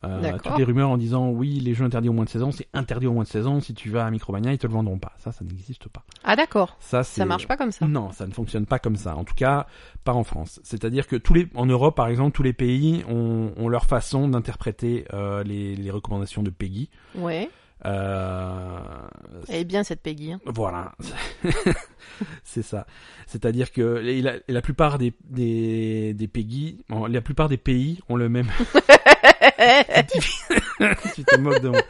Euh, D'accord. toutes les rumeurs en disant oui les jeux interdits au moins de 16 ans c'est interdit au moins de 16 ans si tu vas à Micromania ils te le vendront pas ça ça n'existe pas Ah d'accord. ça c'est Ça marche pas comme ça. non, ça ne fonctionne pas comme ça. En tout cas, pas en France. C'est-à-dire que tous les, en Europe, par exemple, tous les pays ont, ont leur façon d'interpréter euh, les, les recommandations de PEGI. Ouais. Euh, Elle est bien cette Peggy. hein. voilà, c'est ça. C'est-à-dire que et la, et la plupart des, des, des PEGI, en- la plupart des pays ont le même. tu te moques de moi.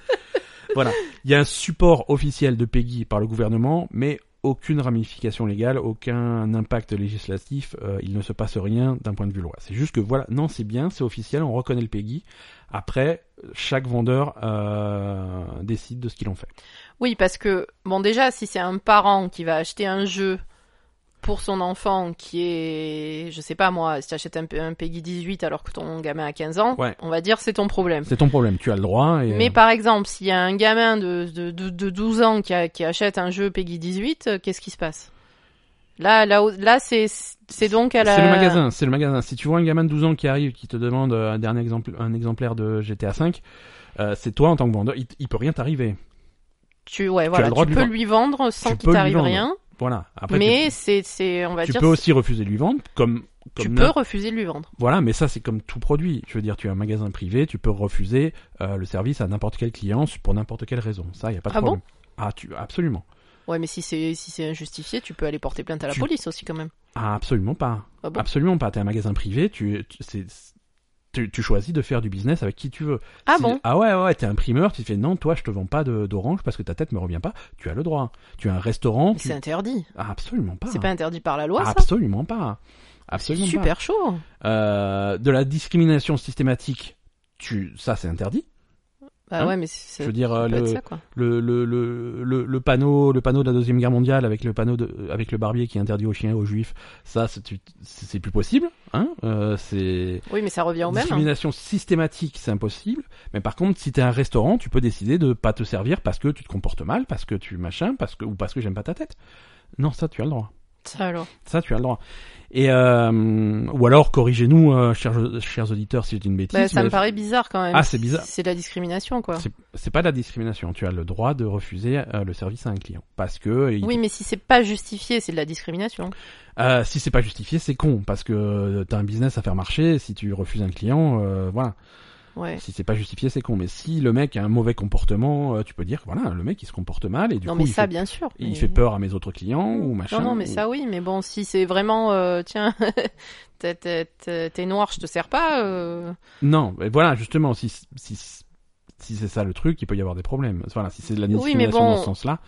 Voilà, il y a un support officiel de PEGI par le gouvernement, mais aucune ramification légale, aucun impact législatif, euh, il ne se passe rien d'un point de vue loi. C'est juste que voilà, non, c'est bien, c'est officiel, on reconnaît le PEGI. Après, chaque vendeur euh, décide de ce qu'il en fait. oui, parce que bon déjà, si c'est un parent qui va acheter un jeu pour son enfant qui est, je sais pas moi, si t'achètes un, P- un Peggy 18 alors que ton gamin a 15 ans, Ouais. on va dire c'est ton problème. C'est ton problème, tu as le droit. Et... euh, Mais par exemple, s'il y a un gamin de, de, de, de 12 ans qui, a- qui achète un jeu Peggy 18, euh, qu'est-ce qui se passe Là, là, où- là c'est, c'est donc à la... C'est le magasin, c'est le magasin. Si tu vois un gamin de 12 ans qui arrive, qui te demande euh, un dernier exemple, un exemplaire de GTA 5, euh, c'est toi en tant que vendeur, il, il peut rien t'arriver. Tu, ouais, voilà, le droit tu de peux lui lui vendre sans Tu qu'il peux lui t'arrive vendre. rien, Voilà. Après, mais tu- c'est, c'est, on va tu, dire, peux aussi refuser de lui vendre, comme, comme tu n'im- peux refuser de lui vendre. voilà. Mais ça, c'est comme tout produit. Je veux dire, tu as un magasin privé, tu peux refuser euh, le service à n'importe quel client pour n'importe quelle raison. Ça, y a pas de Ah bon problème. ah, tu absolument, Ouais, mais si c'est, si c'est injustifié, tu peux aller porter plainte à la Tu- police aussi quand même. ah, absolument pas, Ah bon absolument pas. T'es un magasin privé, tu, tu c'est- tu, tu choisis de faire du business avec qui tu veux. Ah Si- bon Ah ouais, ouais, t'es imprimeur, tu te fais non, toi je te vends pas de- d'orange parce que ta tête me revient pas, tu as le droit. Tu as un restaurant, Mais tu... C'est interdit. Ah, absolument pas. C'est pas interdit par la loi, ça absolument pas. C'est Absolument super chaud. pas. Euh, de la discrimination systématique, tu... ça c'est interdit. Bah Hein ouais, mais c'est Je veux dire, euh, ça peut le, être ça, quoi. le, le, le, le, le panneau le panneau de la deuxième guerre mondiale avec le panneau de, avec le barbier qui interdit aux chiens et aux juifs ça c'est c'est plus possible hein euh, c'est Oui, mais ça revient au même. hein. discrimination systématique c'est impossible mais par contre si t'es un restaurant tu peux décider de pas te servir parce que tu te comportes mal parce que tu machin parce que ou parce que j'aime pas ta tête non ça tu as le droit Ça, alors. ça tu as le droit et euh, ou alors corrigez-nous euh, chers chers auditeurs si je dis une bêtise Bah, ça me mais- paraît bizarre quand même. Ah, c'est bizarre. C'est de la discrimination, quoi. c'est- c'est pas de la discrimination tu as le droit de refuser euh, le service à un client parce que il Oui, mais si c'est pas justifié, c'est de la discrimination. Euh, si c'est pas justifié, c'est con parce que euh, t'as un business à faire marcher. Si tu refuses un client, euh, voilà. Ouais. Si c'est pas justifié, c'est con. Mais si le mec a un mauvais comportement, euh, tu peux dire voilà, le mec il se comporte mal et du non, coup mais il, ça, fait, bien sûr. il mais- fait peur à mes autres clients ou machin. Non, non, mais ou- ça, oui. Mais bon, si c'est vraiment, euh, tiens, t'es- t'es t'es- t'es noir, je te sers pas. euh, Non, mais voilà, justement, si si si c'est ça le truc, il peut y avoir des problèmes. Voilà, si c'est de la Oui, mais discrimination bon. dans ce sens-là.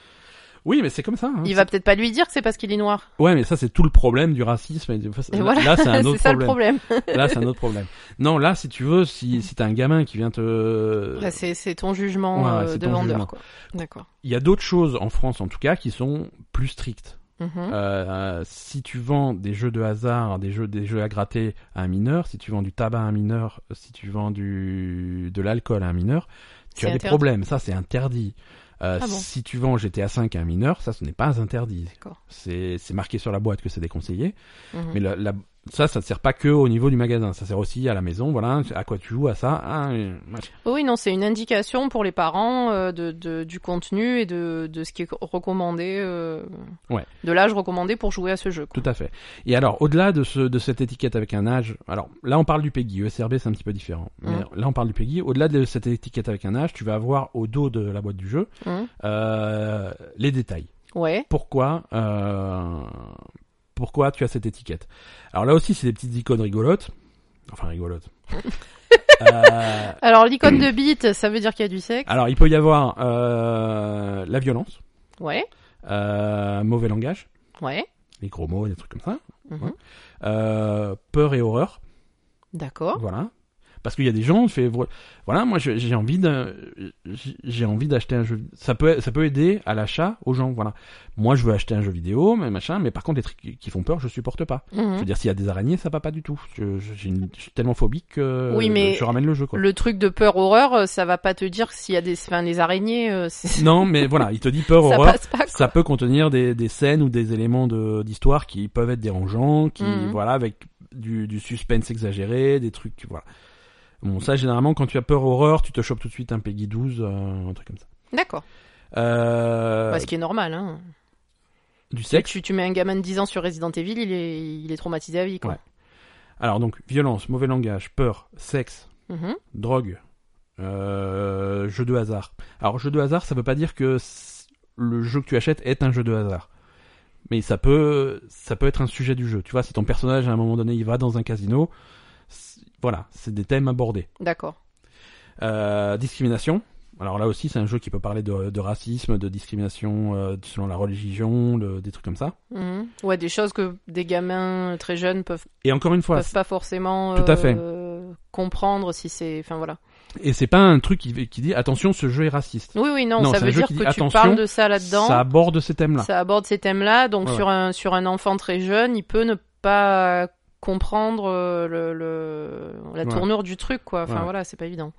Oui, mais c'est comme ça. hein. Il va peut-être pas lui dire que c'est parce qu'il est noir. Ouais, mais ça c'est tout le problème du racisme. Et du- Et là, voilà, là, c'est un C'est autre ça le problème. Là, c'est un autre problème. Non, là, si tu veux, si si t'as un gamin qui vient te Ouais, c'est c'est ton jugement Euh, Ouais, ouais, euh, c'est de ton vendeur, jugement. quoi. D'accord. il y a d'autres choses en France en tout cas qui sont plus strictes. Mhm. Euh, si tu vends des jeux de hasard, des jeux, des jeux à gratter à un mineur, si tu vends du tabac à un mineur, si tu vends du de l'alcool à un mineur, tu C'est as des interdit. problèmes. Ça, c'est interdit. Euh, Ah bon Si tu vends GTA 5 à un mineur, ça, ce n'est pas interdit. D'accord. C'est c'est marqué sur la boîte que c'est déconseillé. Mhm. Mais la, la- ça, ça ne sert pas que au niveau du magasin. Ça sert aussi à la maison. Voilà, à quoi tu joues, à ça. Ah, euh, machin. Oui, non, c'est une indication pour les parents euh, de, de- du contenu et de, de ce qui est recommandé, euh, Ouais. de l'âge recommandé pour jouer à ce jeu. quoi. Tout à fait. Et alors, au-delà de, ce, de cette étiquette avec un âge, alors là on parle du E PEGI, ESRB c'est un petit peu différent. Mais Mhm. là on parle du PEGI, au-delà de cette étiquette avec un âge, tu vas avoir au dos de la boîte du jeu Hein euh, les détails. ouais. Pourquoi euh, pourquoi tu as cette étiquette Alors là aussi c'est des petites icônes rigolotes. Enfin rigolotes. Euh, Alors l'icône de bite, ça veut dire qu'il y a du sexe. alors il peut y avoir euh, la violence, Ouais, euh, mauvais langage, ouais. les gros mots, des trucs comme ça, Mhm. Ouais. euh, peur et horreur. D'accord. Voilà. Parce qu'il y a des gens, fait vo- voilà, moi je- j'ai envie de, j'ai- j'ai envie d'acheter un jeu. Ça peut, ça peut aider à l'achat aux gens, voilà. Moi je veux acheter un jeu vidéo, mais machin, mais par contre les trucs qui font peur, je supporte pas. Mhm. Je veux dire s'il y a des araignées, ça va pas du tout. Je, je- j'ai une- je suis tellement phobique que Oui, mais je ramène le jeu quoi. Le truc de peur horreur, euh, ça va pas te dire s'il y a des, enfin, des araignées, euh, c'est- Non, mais voilà, il te dit peur ça horreur. passe pas. Ça peut contenir des, des scènes ou des éléments de d'histoire qui peuvent être dérangeants, qui Mhm. voilà avec du, du suspense exagéré, des trucs voilà. Bon ça généralement quand tu as peur horreur, tu te chopes tout de suite un Peggy 12, euh, un truc comme ça. D'accord. Euh, Bah, ce qui est normal. Hein. du sexe. Tu, tu mets un gamin de 10 ans sur Resident Evil, il est, il est traumatisé à vie. Quoi. Alors donc violence, mauvais langage, peur, sexe, Mhm. drogue, euh, jeu de hasard. Alors jeu de hasard, ça veut pas dire que c- le jeu que tu achètes est un jeu de hasard. Mais ça peut, ça peut être un sujet du jeu. Tu vois, si ton personnage à un moment donné il va dans un casino, c- voilà, c'est des thèmes abordés. D'accord. Euh, discrimination. Alors là aussi, c'est un jeu qui peut parler de, de racisme, de discrimination euh, selon la religion, le- des trucs comme ça. Mhm. Ouais, des choses que des gamins très jeunes peuvent, Et encore une fois, peuvent pas forcément Tout à fait. euh, comprendre si c'est. Enfin voilà. et c'est pas un truc qui, qui dit attention, ce jeu est raciste. Oui, oui, non, Non, ça c'est un veut jeu dire qui que dit, tu attention, parles de ça là-dedans. Ça aborde ces thèmes-là. ça aborde ces thèmes-là. Donc Ouais, sur un sur un enfant très jeune, il peut ne pas comprendre euh, le, le- la Ouais. tournure du truc quoi. Enfin Ouais. voilà, c'est pas évident.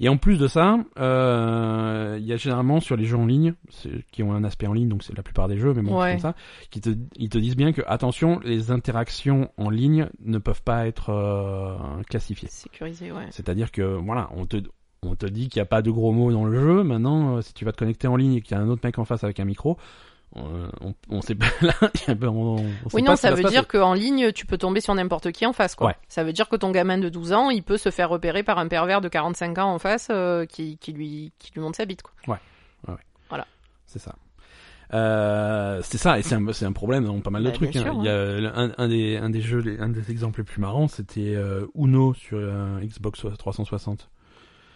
Et en plus de ça, euh, il y a généralement sur les jeux en ligne, c'est- qui ont un aspect en ligne, donc c'est la plupart des jeux, mais bon, Ouais. c'est comme ça, qui te, ils te disent bien que, attention, les interactions en ligne ne peuvent pas être euh, classifiées. Sécurisé, ouais. C'est-à-dire que, voilà, on te, on te dit qu'il n'y a pas de gros mots dans le jeu, maintenant, euh, si tu vas te connecter en ligne et qu'il y a un autre mec en face avec un micro, on, on, on sait pas, là, on, on sait Oui, pas non, ce qui ça va se veut passer. dire qu'en ligne, tu peux tomber sur n'importe qui en face, quoi. Ouais. Ça veut dire que ton gamin de 12 ans, il peut se faire repérer par un pervers de 45 ans en face euh, qui, qui, lui, qui lui monte sa bite, quoi. C'est ça. Euh, c'est ça, et c'est un, c'est un problème dans pas mal de Bah, trucs. bien hein. sûr, Il y a euh, un, un des, un des jeux, les- un des exemples les plus marrants, c'était euh, Uno sur euh, Xbox 360.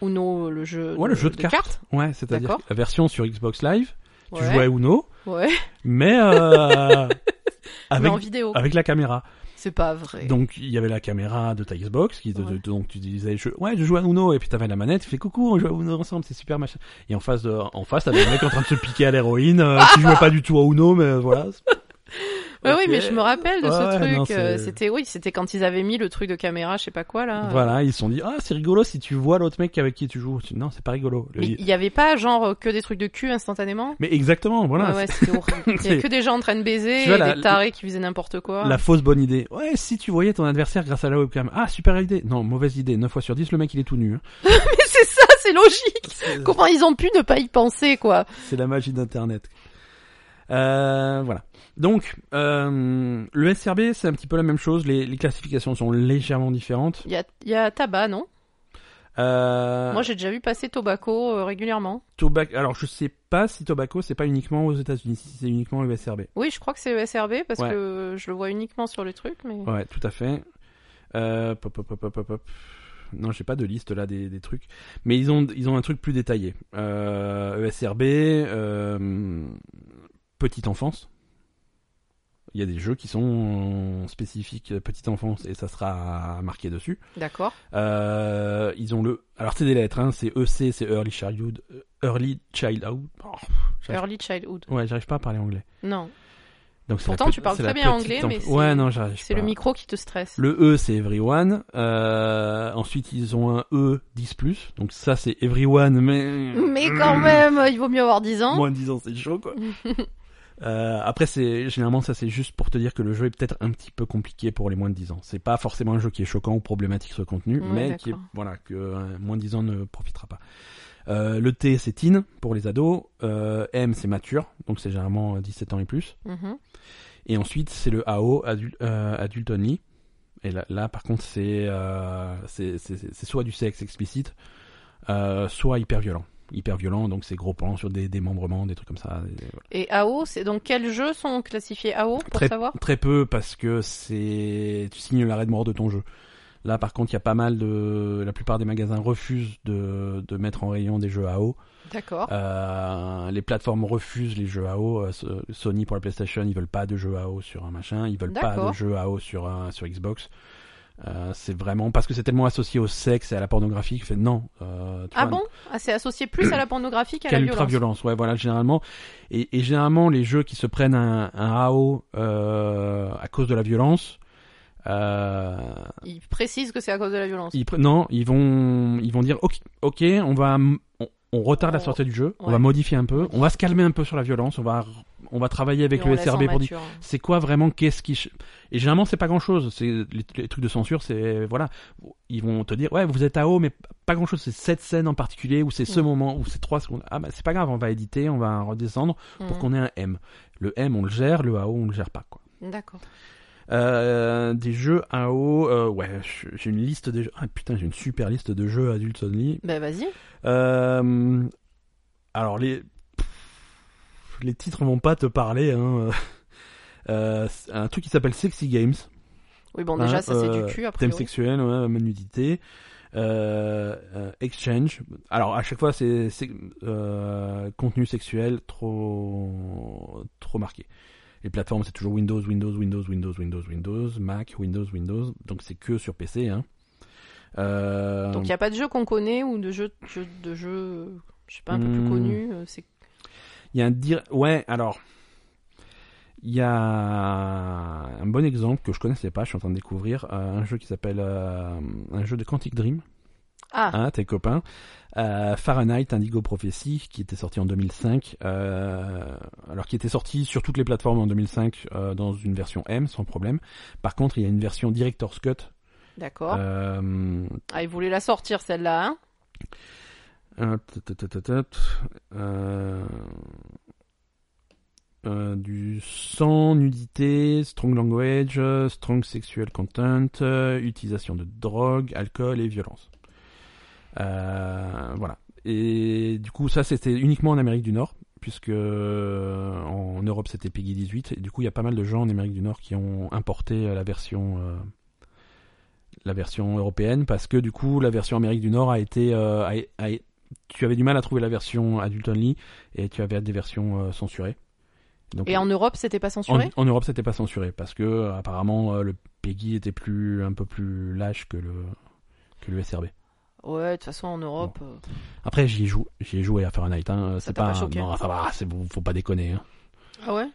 Ou non, le jeu, Ouais, le jeu de cartes. Ouais, c'est-à-dire Euh, D'accord. la version sur Xbox Live, tu Ouais. jouais à Uno, Ouais, mais euh, mais avec, en vidéo. avec la caméra. C'est pas vrai. Donc il y avait la caméra de ta Xbox qui te- Ouais. te- donc tu disais je, ouais je joue à Uno et puis t'avais la manette, tu fais coucou on joue à Uno ensemble, c'est super machin. Et en face de en face t'avais le mec en train de se piquer à l'héroïne euh, qui jouait pas du tout à Uno mais euh, voilà. Ouais, oui, Ok. mais je me rappelle de Ouais, ce ouais, non, truc. euh, c'est- C'était oui, c'était quand ils avaient mis le truc de caméra, je sais pas quoi là. Voilà, ils se sont dit ah c'est rigolo si tu vois l'autre mec avec qui tu joues. Tu dis, non c'est pas rigolo. Le- Mais il y avait pas genre que des trucs de cul instantanément. Mais exactement voilà. ouais, ouais, c'était horrible. Il y c'est- avait que des gens en train de baiser, Tu vois, et la- des tarés qui faisaient n'importe quoi. La fausse bonne idée. Ouais, si tu voyais ton adversaire grâce à la webcam. Ah, super idée. Non, mauvaise idée. 9 fois sur 10, le mec, il est tout nu. hein. Mais c'est ça, c'est logique. C'est- Comment ils ont pu ne pas y penser quoi C'est la magie d'Internet. Euh, voilà. Donc, euh, le SRB, c'est un petit peu la même chose. Les, les classifications sont légèrement différentes. Il y a, il y a tabac, non Euh, Moi, j'ai déjà vu passer Tobacco euh, régulièrement. Tobac- Alors, je sais pas si Tobacco, c'est pas uniquement aux États-Unis, si c'est uniquement le SRB. Oui, je crois que c'est ESRB parce Ouais. que je le vois uniquement sur le truc, mais Ouais, tout à fait. Euh, pop, pop, pop, pop, pop, pop. Non, j'ai pas de liste là des, des trucs, mais ils ont ils ont un truc plus détaillé. Euh, ESRB, euh, petite enfance. Il y a des jeux qui sont spécifiques euh, petite enfance et ça sera marqué dessus. d'accord. Euh, ils ont le alors c'est des lettres, hein, c'est EC, c'est Early Childhood, euh, Early Childhood. Oh, J'arrive- Early childhood. ouais, j'arrive pas à parler anglais. Non, Donc c'est la Pourtant, tu petite- parles c'est très la bien petite anglais, enf- mais c'est- ouais, non, j'arrive c'est le pas. micro qui te stresse. Le E, c'est everyone. Euh, ensuite, ils ont un E 10+. Donc ça, c'est everyone, mais... Mais quand même, il vaut mieux avoir 10 ans. Moins 10 ans, c'est chaud, quoi. Euh, après, c'est généralement ça, c'est juste pour te dire que le jeu est peut-être un petit peu compliqué pour les moins de 10 ans. C'est pas forcément un jeu qui est choquant ou problématique ce contenu, Ouais, mais d'accord. qui est, voilà que euh, moins de 10 ans ne profitera pas. Euh, le T, c'est teen pour les ados. Euh, M, c'est mature, donc c'est généralement euh, 17 ans et plus. Mhm. Et ensuite, c'est le AO, adulte, euh, Adult Only. Et là, là, par contre, c'est euh, c'est- c'est- c'est- c'est soit du sexe explicite, euh, soit hyper violent. Hyper violent, donc c'est gros plans sur des démembrements, des trucs comme ça. des- voilà. Et AO, c'est donc quels jeux sont classifiés AO pour Très- savoir Très peu parce que c'est tu signes l'arrêt de mort de ton jeu. Là, par contre, il y a pas mal de... La plupart des magasins refusent de, de mettre en rayon des jeux AO. D'accord. Euh, les plateformes refusent les jeux AO. Euh, so- Sony pour la PlayStation, ils veulent pas de jeux AO sur un machin, ils veulent pas de D'accord. jeux AO sur un- sur Xbox. Euh, c'est vraiment parce que c'est tellement associé au sexe et à la pornographie. Fait non. euh, tu Ah vois, bon Ah, c'est associé plus à la pornographie qu'à quelle la ultra violence. violence ouais voilà généralement et, et généralement les jeux qui se prennent un, un AO euh, à cause de la violence euh, Ils précisent que c'est à cause de la violence. ils pre- non, ils vont, ils vont dire ok, ok, on va, on, on retarde la On- sortie du jeu, on ouais. va modifier un peu, on va se calmer un peu sur la violence, on va, on va travailler avec Et on le la sent SRB pour dire mature. c'est quoi vraiment, qu'est-ce qui, ch- et généralement c'est pas grand chose, c'est les, les trucs de censure, c'est voilà, ils vont te dire ouais vous êtes à haut mais pas grand chose, c'est cette scène en particulier ou c'est ce Mm. moment ou c'est trois secondes, ah bah c'est pas grave, on va éditer, on va redescendre pour Mhm. qu'on ait un M, le M on le gère, le AO on le gère pas quoi. D'accord. Euh, des jeux AO, euh, ouais, je- j'ai une liste de jeux. Ah putain, j'ai une super liste de jeux Adult Only. Ben vas-y. Euh, alors, les. pff, Les titres vont pas te parler. Hein. Euh, c'est un truc qui s'appelle Sexy Games. Oui, bon, déjà, Hein, ça c'est euh, du cul après. Thème sexuel, ouais, nudité. Euh, euh, exchange. Alors à chaque fois c'est c'est, euh, contenu sexuel trop trop marqué. Les plateformes c'est toujours Windows, Windows, Windows, Windows, Windows, Windows, Mac, Windows, Windows. Donc c'est que sur PC. Hein. Euh, Donc il n'y a pas de jeu qu'on connaît ou de jeu, jeu- de jeu, euh, je sais pas, un peu Hmm. plus connu. euh, C'est Il y a un dire. Ouais, alors. Il y a un bon exemple que je connaissais pas, je suis en train de découvrir. euh, un jeu qui s'appelle. euh, un jeu de Quantic Dream. Ah. Hein, tes copains. Euh, Fahrenheit Indigo Prophecy, qui était sorti en 2005. euh, alors, qui était sorti sur toutes les plateformes en 2005 euh, dans une version M, sans problème. Par contre, il y a une version Director's Cut. D'accord. euh, Ah, ils voulaient la sortir celle-là, hein Hop, tot, tot, tot, tot. Euh, euh, du sang, nudité, strong language, euh, strong sexual content, euh, utilisation de drogue, alcool et violence. Euh, voilà. Et du coup, ça c'était uniquement en Amérique du Nord, puisque euh, en Europe c'était Peggy 18. Et du coup, il y a pas mal de gens en Amérique du Nord qui ont importé euh, la version. euh, la version européenne parce que du coup la version Amérique du Nord a été euh, a- a- tu avais du mal à trouver la version Adult Only et tu avais des versions euh, censurées. Donc, Et en Europe, c'était pas en, censuré en Europe, c'était pas censuré parce que euh, apparemment euh, le PEGI était plus un peu plus lâche que le que le SRB. Ouais, de toute façon, en Europe. euh, Après, j'y ai, jou- j'y ai joué à Fahrenheit. Hein. euh, Ça C'est t'a pas, pas choqué non, ça va, c'est bon, faut pas déconner. hein. Ah ouais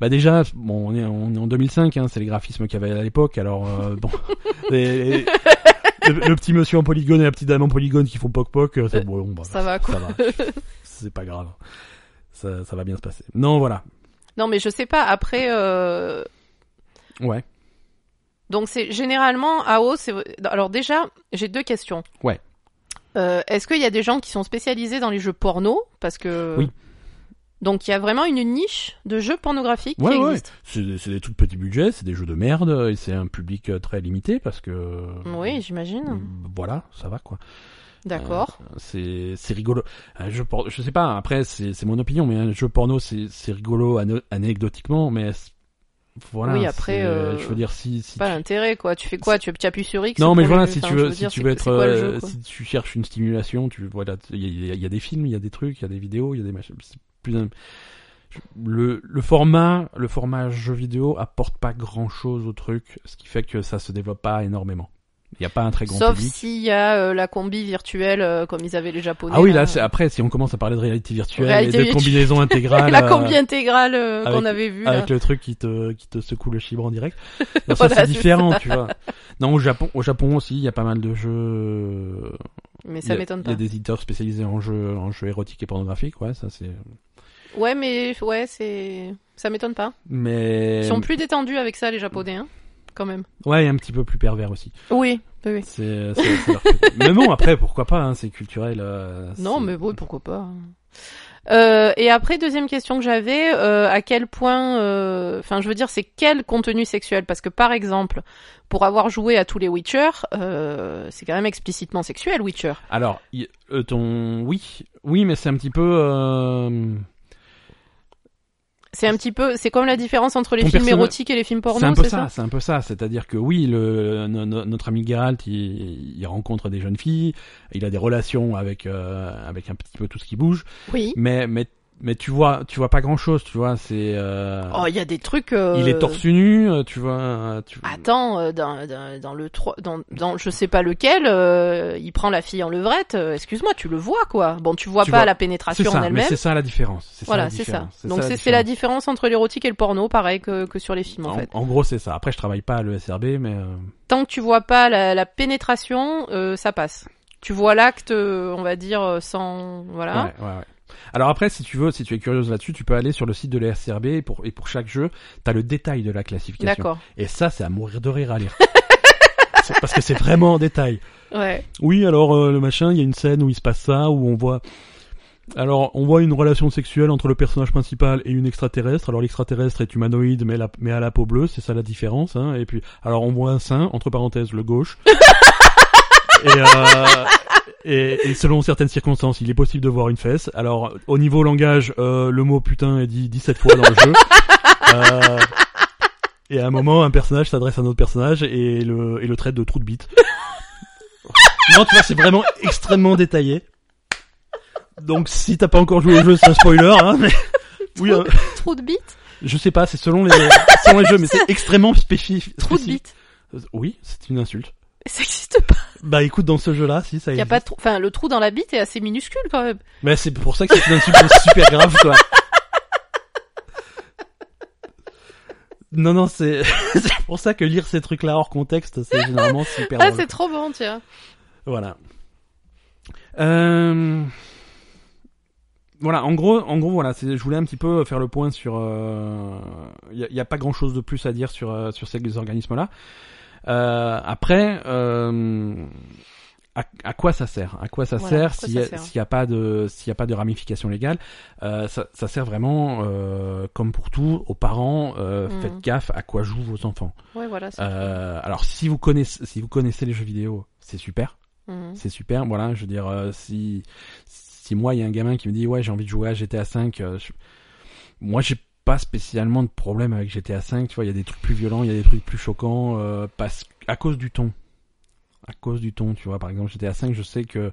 Bah déjà, bon, on est, on est en 2005, hein, c'est les graphismes qu'il y avait à l'époque. Alors euh, bon, les- les- le, le petit monsieur en polygone et la petite dame en polygone qui font poc poc, euh, c'est Euh, bon, bah, ça va, quoi. Ça va. c'est pas grave. Ça, ça va bien se passer. Non, voilà. Non, mais je sais pas. Après, euh, Ouais. donc c'est généralement AO. C'est alors déjà, j'ai deux questions. Ouais. Euh, Est-ce qu'il y a des gens qui sont spécialisés dans les jeux porno Parce que Oui. Donc il y a vraiment une niche de jeux pornographiques Ouais, qui ouais. existe. C'est des, c'est des tout petits budgets, c'est des jeux de merde et c'est un public euh, très limité parce que. euh, Oui, j'imagine. Voilà, ça va quoi. D'accord. C'est c'est rigolo. Un jeu por- je sais pas, après c'est c'est mon opinion, mais un jeu porno c'est c'est rigolo ano- anecdotiquement, mais c- voilà. Oui, après, c'est- euh, je veux dire si, si Pas tu- l'intérêt, quoi. Tu fais quoi Tu appuies sur X non, mais pour voilà, le- si enfin, tu je veux, si dire, tu c'est- veux c'est être, quoi le jeu, euh, quoi si tu cherches une stimulation, tu voilà, il y, a- il y a- il y a des films, il y a des trucs, il y a des vidéos, il y a des machins. c'est plus un- je- Le, le format, le format jeu vidéo apporte pas grand chose au truc, ce qui fait que ça se développe pas énormément. Il y a pas un très grand Sauf public. s'il y a euh, la combi virtuelle euh, comme ils avaient les japonais. Ah oui, là. là, c'est- après, si on commence à parler de réalité virtuelle Réalité et de virtuelle. combinaison intégrale, la euh, combi intégrale euh, qu'on avec- avait vue. là. avec le truc qui te, qui te secoue le chibre en direct. Non, ça, Voilà, c'est c'est différent, tu vois. Non, au Japon, au Japon aussi, il y a pas mal de jeux. Mais Il y ça a- m'étonne Il y pas. a des éditeurs spécialisés en jeux, en jeux érotiques et pornographiques, ouais, ça c'est. Ouais, mais ouais, c'est ça m'étonne pas. Mais Ils Euh, sont plus détendus avec ça les japonais, hein, quand même. ouais, un petit peu plus pervers aussi. Oui, oui. oui. C'est. c'est- c'est leur truc. mais bon, après, pourquoi pas hein, C'est culturel. euh, Non, c'est- mais bon, pourquoi pas. Euh, et après, deuxième question que j'avais, euh, à quel point, euh, enfin, je veux dire, c'est quel contenu sexuel Parce que par exemple, pour avoir joué à tous les Witcher, euh, c'est quand même explicitement sexuel, Witcher. Alors, y- euh, ton oui, oui, mais c'est un petit peu. euh, C'est un petit peu, c'est comme la différence entre les Ton films personnage- érotiques et les films c'est un porno, peu c'est ça, c'est un peu ça. C'est-à-dire que oui, le, no- no- notre ami Geralt, il, il rencontre des jeunes filles, il a des relations avec euh, avec un petit peu tout ce qui bouge, Oui. mais mais mais tu vois, tu vois pas grand-chose, tu vois. C'est. euh, Oh, il y a des trucs. euh, Il est torse nu, euh, tu vois. euh, Tu... Attends, euh, dans, dans, dans le trois- dans, dans je sais pas lequel, euh, il prend la fille en levrette. euh, Excuse-moi, tu le vois quoi Bon, tu vois Tu pas vois. la c'est pénétration en ça, mais elle-même. c'est ça la différence. C'est ça Voilà, la c'est ça. différence, Donc ça c'est c'est la différence entre l'érotique et le porno, pareil que, que sur les films en, En, fait. en gros, c'est ça. Après, je travaille pas à l'ESRB, mais euh, Tant que tu vois pas la, la pénétration, euh, ça passe. Tu vois l'acte, euh, on va dire, euh, sans voilà. ouais, ouais, ouais. Alors après, si tu veux, si tu es curieuse là-dessus, tu peux aller sur le site de l'ESRB et pour, et pour chaque jeu, t'as le détail de la classification. D'accord. Et ça, c'est à mourir de rire à lire. C'est- Parce que c'est vraiment en détail. Ouais. Oui, alors euh, le machin, il y a une scène où il se passe ça, où on voit. Alors, on voit une relation sexuelle entre le personnage principal et une extraterrestre. Alors, l'extraterrestre est humanoïde, mais, la, mais à la peau bleue, c'est ça la différence. Hein. Et puis, alors, on voit un sein, entre parenthèses, le gauche. et, euh, et, et selon certaines circonstances, il est possible de voir une fesse. Alors, au niveau langage, euh, le mot putain est dit 17 fois dans le jeu. Euh, et à un moment, un personnage s'adresse à un autre personnage et le, et le traite de trou de bite. Non, tu vois, c'est vraiment extrêmement détaillé. Donc, si t'as pas encore joué au jeu, c'est un spoiler, hein, mais... Oui, hein, Trou de bite, je sais pas, c'est selon les, selon les jeux, mais c'est extrêmement spécifique. trou de bite. Oui, c'est une insulte. Ça existe pas. Bah écoute, dans ce jeu-là, si, ça Il y a existe. pas de trou. Enfin, le trou dans la bite est assez minuscule quand même. Mais c'est pour ça que c'est une insulte super grave, quoi. Non, non, c'est, c'est pour ça que lire ces trucs-là hors contexte, c'est généralement super Ah, drôle. c'est trop bon, tiens. Voilà. Euh, Voilà, en gros, en gros, voilà, c'est- je voulais un petit peu faire le point sur. Il n'y a, pas grand chose de plus à dire sur euh, sur ces organismes-là. Euh, après, euh, à, à quoi ça sert À quoi ça Voilà, à sert quoi s'il ça y a- sert s'il y a pas de s'il y a pas de ramification légale euh, ça, ça sert vraiment, euh, comme pour tout, aux parents. euh, Mhm. Faites gaffe à quoi jouent vos enfants. Ouais, voilà. c'est- Euh, alors, si vous connaissez si vous connaissez les jeux vidéo, c'est super Mhm. c'est super voilà je veux dire euh, si si moi il y a un gamin qui me dit ouais j'ai envie de jouer à GTA 5 euh, moi j'ai pas spécialement de problème avec GTA 5 tu vois il y a des trucs plus violents il y a des trucs plus choquants euh, parce à cause du ton à cause du ton tu vois par exemple GTA 5 je sais que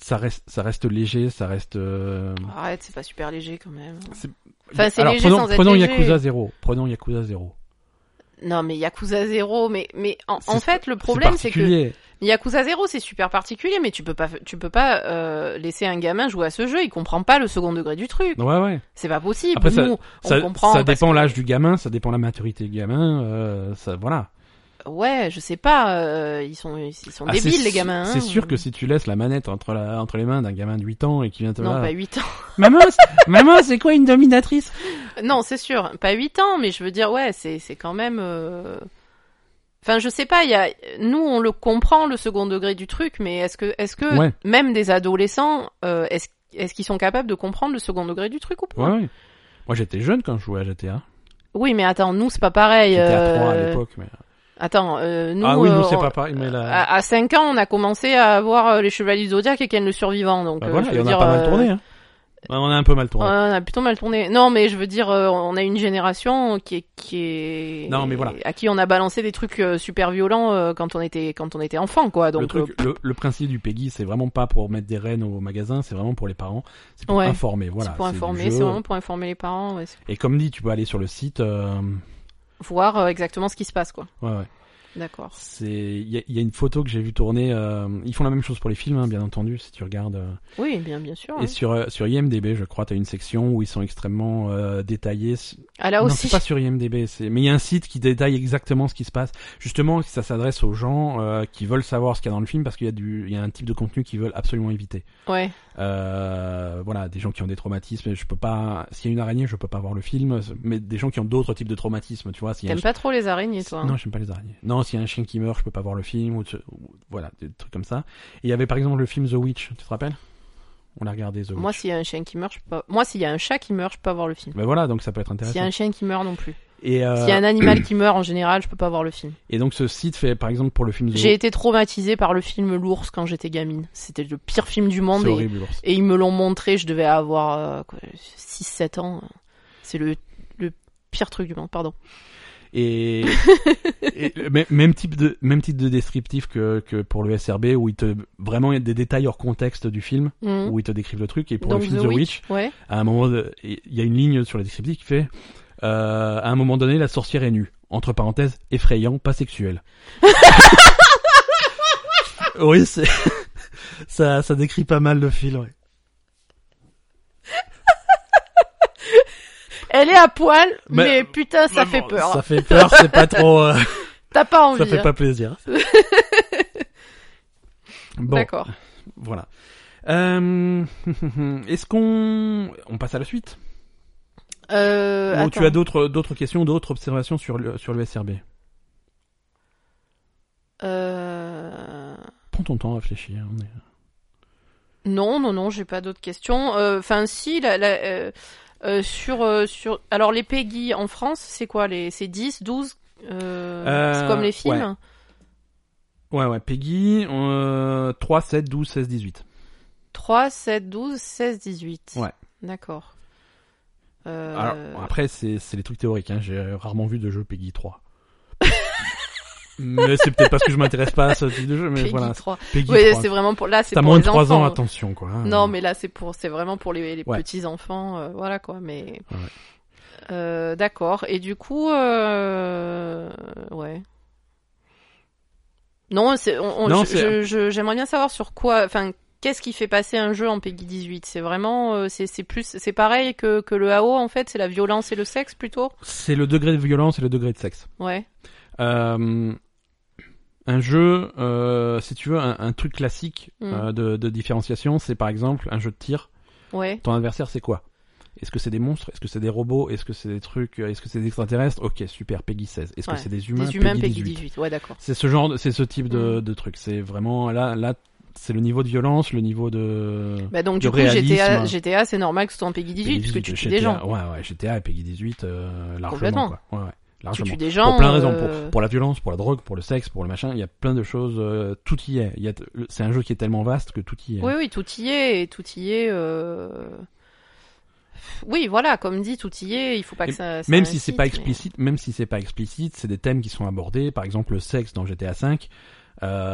ça reste, ça reste léger, ça reste. euh, Arrête, c'est pas super léger quand même. c'est- Enfin, c'est Alors léger prenons, sans être prenons léger. Yakuza 0. Prenons Yakuza 0. Non, mais Yakuza 0, mais, mais en, en C'est- fait, le problème, c'est que particulier. Yakuza 0, c'est super particulier, mais tu peux pas, tu peux pas euh, laisser un gamin jouer à ce jeu, il comprend pas le second degré du truc. Ouais, ouais. C'est pas possible. Après, Nous, on ça, comprend. ça parce dépend que- l'âge du gamin, ça dépend la maturité du gamin, euh, ça, voilà. Ouais, je sais pas, euh, ils sont, ils sont Ah, débiles, c'est- les gamins. hein. C'est sûr que si tu laisses la manette entre, la, entre les mains d'un gamin de 8 ans et qui vient te Non, voir, pas 8 ans. Maman, c'est- maman, c'est quoi une dominatrice Non, c'est sûr, pas 8 ans, mais je veux dire, ouais, c'est, c'est quand même. euh, Enfin, je sais pas, il y a... nous, on le comprend, le second degré du truc, mais est-ce que, est-ce que Ouais. même des adolescents, euh, est-ce, est-ce qu'ils sont capables de comprendre le second degré du truc ou pas Ouais, ouais. Moi, j'étais jeune quand je jouais à GTA. Oui, mais attends, nous, c'est pas pareil. J'étais à euh, 3 à l'époque, mais. Attends, euh, nous, ah oui, euh, nous, c'est on- ah, pas pareil, mais là. à, à 5 ans, on a commencé à avoir euh, les Chevaliers du Zodiac et Ken le Survivant, donc Bah euh, voilà, je et veux on a dire, pas mal euh, tourné, hein. Ouais, On a un peu mal tourné. Ouais, on a plutôt mal tourné. Non, mais je veux dire, euh, on a une génération qui est, qui est, Non, mais voilà. à qui on a balancé des trucs euh, super violents euh, quand on était, quand on était enfant, quoi. Donc, le, euh, truc, le, le principe du PEGI, c'est vraiment pas pour mettre des rênes au magasin, c'est vraiment pour les parents. C'est pour Ouais. informer, voilà. c'est pour du informer, jeu. c'est vraiment pour informer les parents, ouais, c'est- Et comme dit, tu peux aller sur le site. euh, voir euh, exactement ce qui se passe, quoi. Ouais, ouais. D'accord. C'est il y, a- il y a une photo que j'ai vue tourner. euh, Ils font la même chose pour les films, hein, bien entendu, si tu regardes. euh, Oui, bien, bien sûr. Et hein. sur euh, sur IMDb, je crois, t'as une section où ils sont extrêmement euh, détaillés. Ah, là non, aussi. c'est pas sur IMDb, c'est mais il y a un site qui détaille exactement ce qui se passe. Justement, ça s'adresse aux gens euh, qui veulent savoir ce qu'il y a dans le film parce qu'il y a du il y a un type de contenu qu'ils veulent absolument éviter. Ouais. Euh, voilà, des gens qui ont des traumatismes. Je peux pas. S'il y a une araignée, je peux pas voir le film. Mais des gens qui ont d'autres types de traumatismes, tu vois. s'il y a un T'aimes pas trop les araignées, toi. hein. non, j'aime pas les araignées. Non, s'il y a un chien qui meurt, je peux pas voir le film ou, ce- ou- voilà, des trucs comme ça. Et il y avait par exemple le film The Witch, tu te rappelles On l'a regardé The Moi, Witch. s'il y a un chien qui meurt, je peux pas. Moi, s'il y a un chat qui meurt, je peux pas voir le film. Ben voilà, donc ça peut être S'il intéressant. y a un chien qui meurt, non plus. Et euh, S'il y a un animal qui meurt, en général, je peux pas voir le film. et donc ce site fait par exemple pour le film The J'ai Witch, été traumatisée par le film L'ours quand j'étais gamine. C'était le pire film du monde c'est et, horrible l'ours. et ils me l'ont montré, je devais avoir euh, 6-7 ans. C'est le, le pire truc du monde, pardon. Et, et le mê- même type de même type de descriptif que que pour le SRB où il te vraiment il y a des détails hors contexte du film Mhm. où ils te décrivent le truc et pour Donc le film The, The, Witch, Witch ouais. à un moment, de- il y a une ligne sur le descriptif qui fait euh, à un moment donné, la sorcière est nue. Entre parenthèses, effrayant, pas sexuel. oui, c'est ça, ça décrit pas mal le film. ouais. Elle est à poil, mais, Mais- putain, ça Maman, fait peur. Ça fait peur, c'est pas trop, euh, T'as pas envie. ça fait hein. pas plaisir. bon, D'accord. voilà. Euh, Est-ce qu'on on passe à la suite Euh, Ou tu attends. as d'autres d'autres questions, d'autres observations sur le sur le SRB Euh, Prends ton temps à réfléchir. on est- Non, non, non, j'ai pas d'autres questions. Euh, Enfin, si, la, la, euh, euh, sur, euh, sur. Alors, les PEGI en France, c'est quoi les... C'est 10, 12 euh, Euh, C'est comme les films ouais. Ouais, ouais, Peggy, euh, 3, 7, 12, 16, 18. 3, 7, 12, 16, 18. Ouais. D'accord. Euh, Alors, après, c'est c'est les trucs théoriques, hein. j'ai rarement vu de jeu Peggy 3. mais c'est peut-être parce que je m'intéresse pas à ce type de jeu, mais Peggy voilà. 3. Peggy Ouais, 3. c'est vraiment pour là, c'est T'as pour moins les de 3 enfants. ans, attention, quoi. hein. Non, mais là, c'est pour, c'est vraiment pour les, les Ouais. Ah petits enfants, euh, voilà quoi. Mais Ouais. Euh, d'accord. Et du coup, euh... ouais. Non, c'est, on, on- Non, je- c'est- je- je- j'aimerais bien savoir sur quoi, enfin, qu'est-ce qui fait passer un jeu en PEGI 18 C'est vraiment, euh, c'est, c'est plus, c'est pareil que, que le AO en fait, c'est la violence et le sexe plutôt. C'est le degré de violence et le degré de sexe. Ouais. Euh, un jeu, euh, si tu veux, un, un truc classique Mm. euh, de, de différenciation, c'est par exemple un jeu de tir. Ouais. Ton adversaire, c'est quoi Est-ce que c'est des monstres Est-ce que c'est des robots Est-ce que c'est des trucs euh, Est-ce que c'est des extraterrestres Ok, super, Peggy 16. Est-ce Ouais, que c'est des humains, Des humains Mm. Peggy PEGI 18. 18. Ouais, d'accord. C'est ce genre, de- c'est ce type de, de truc. C'est vraiment là, là, c'est le niveau de violence, le niveau de. Bah donc de du coup GTA, réalisme. GTA c'est normal que ce soit en PEGI 18 parce que tu tues des gens. GTA, Ouais, ouais, GTA et Peggy 18 euh, largement. Complètement. Quoi. Ouais, ouais, Tu largement. tues des gens. Ah, pour plein de raisons, euh, pour, pour la violence, pour la drogue, pour le sexe, pour le machin, il y a plein de choses, euh, tout y est. Il y a t- le- C'est un jeu qui est tellement vaste que tout y est. Oui, oui, tout y est, et tout y est. euh, Oui, voilà, comme dit, tout y est. Il faut pas que Et ça. ça même si c'est incite, pas mais- explicite, même si c'est pas explicite, c'est des thèmes qui sont abordés. Par exemple, le sexe dans GTA V.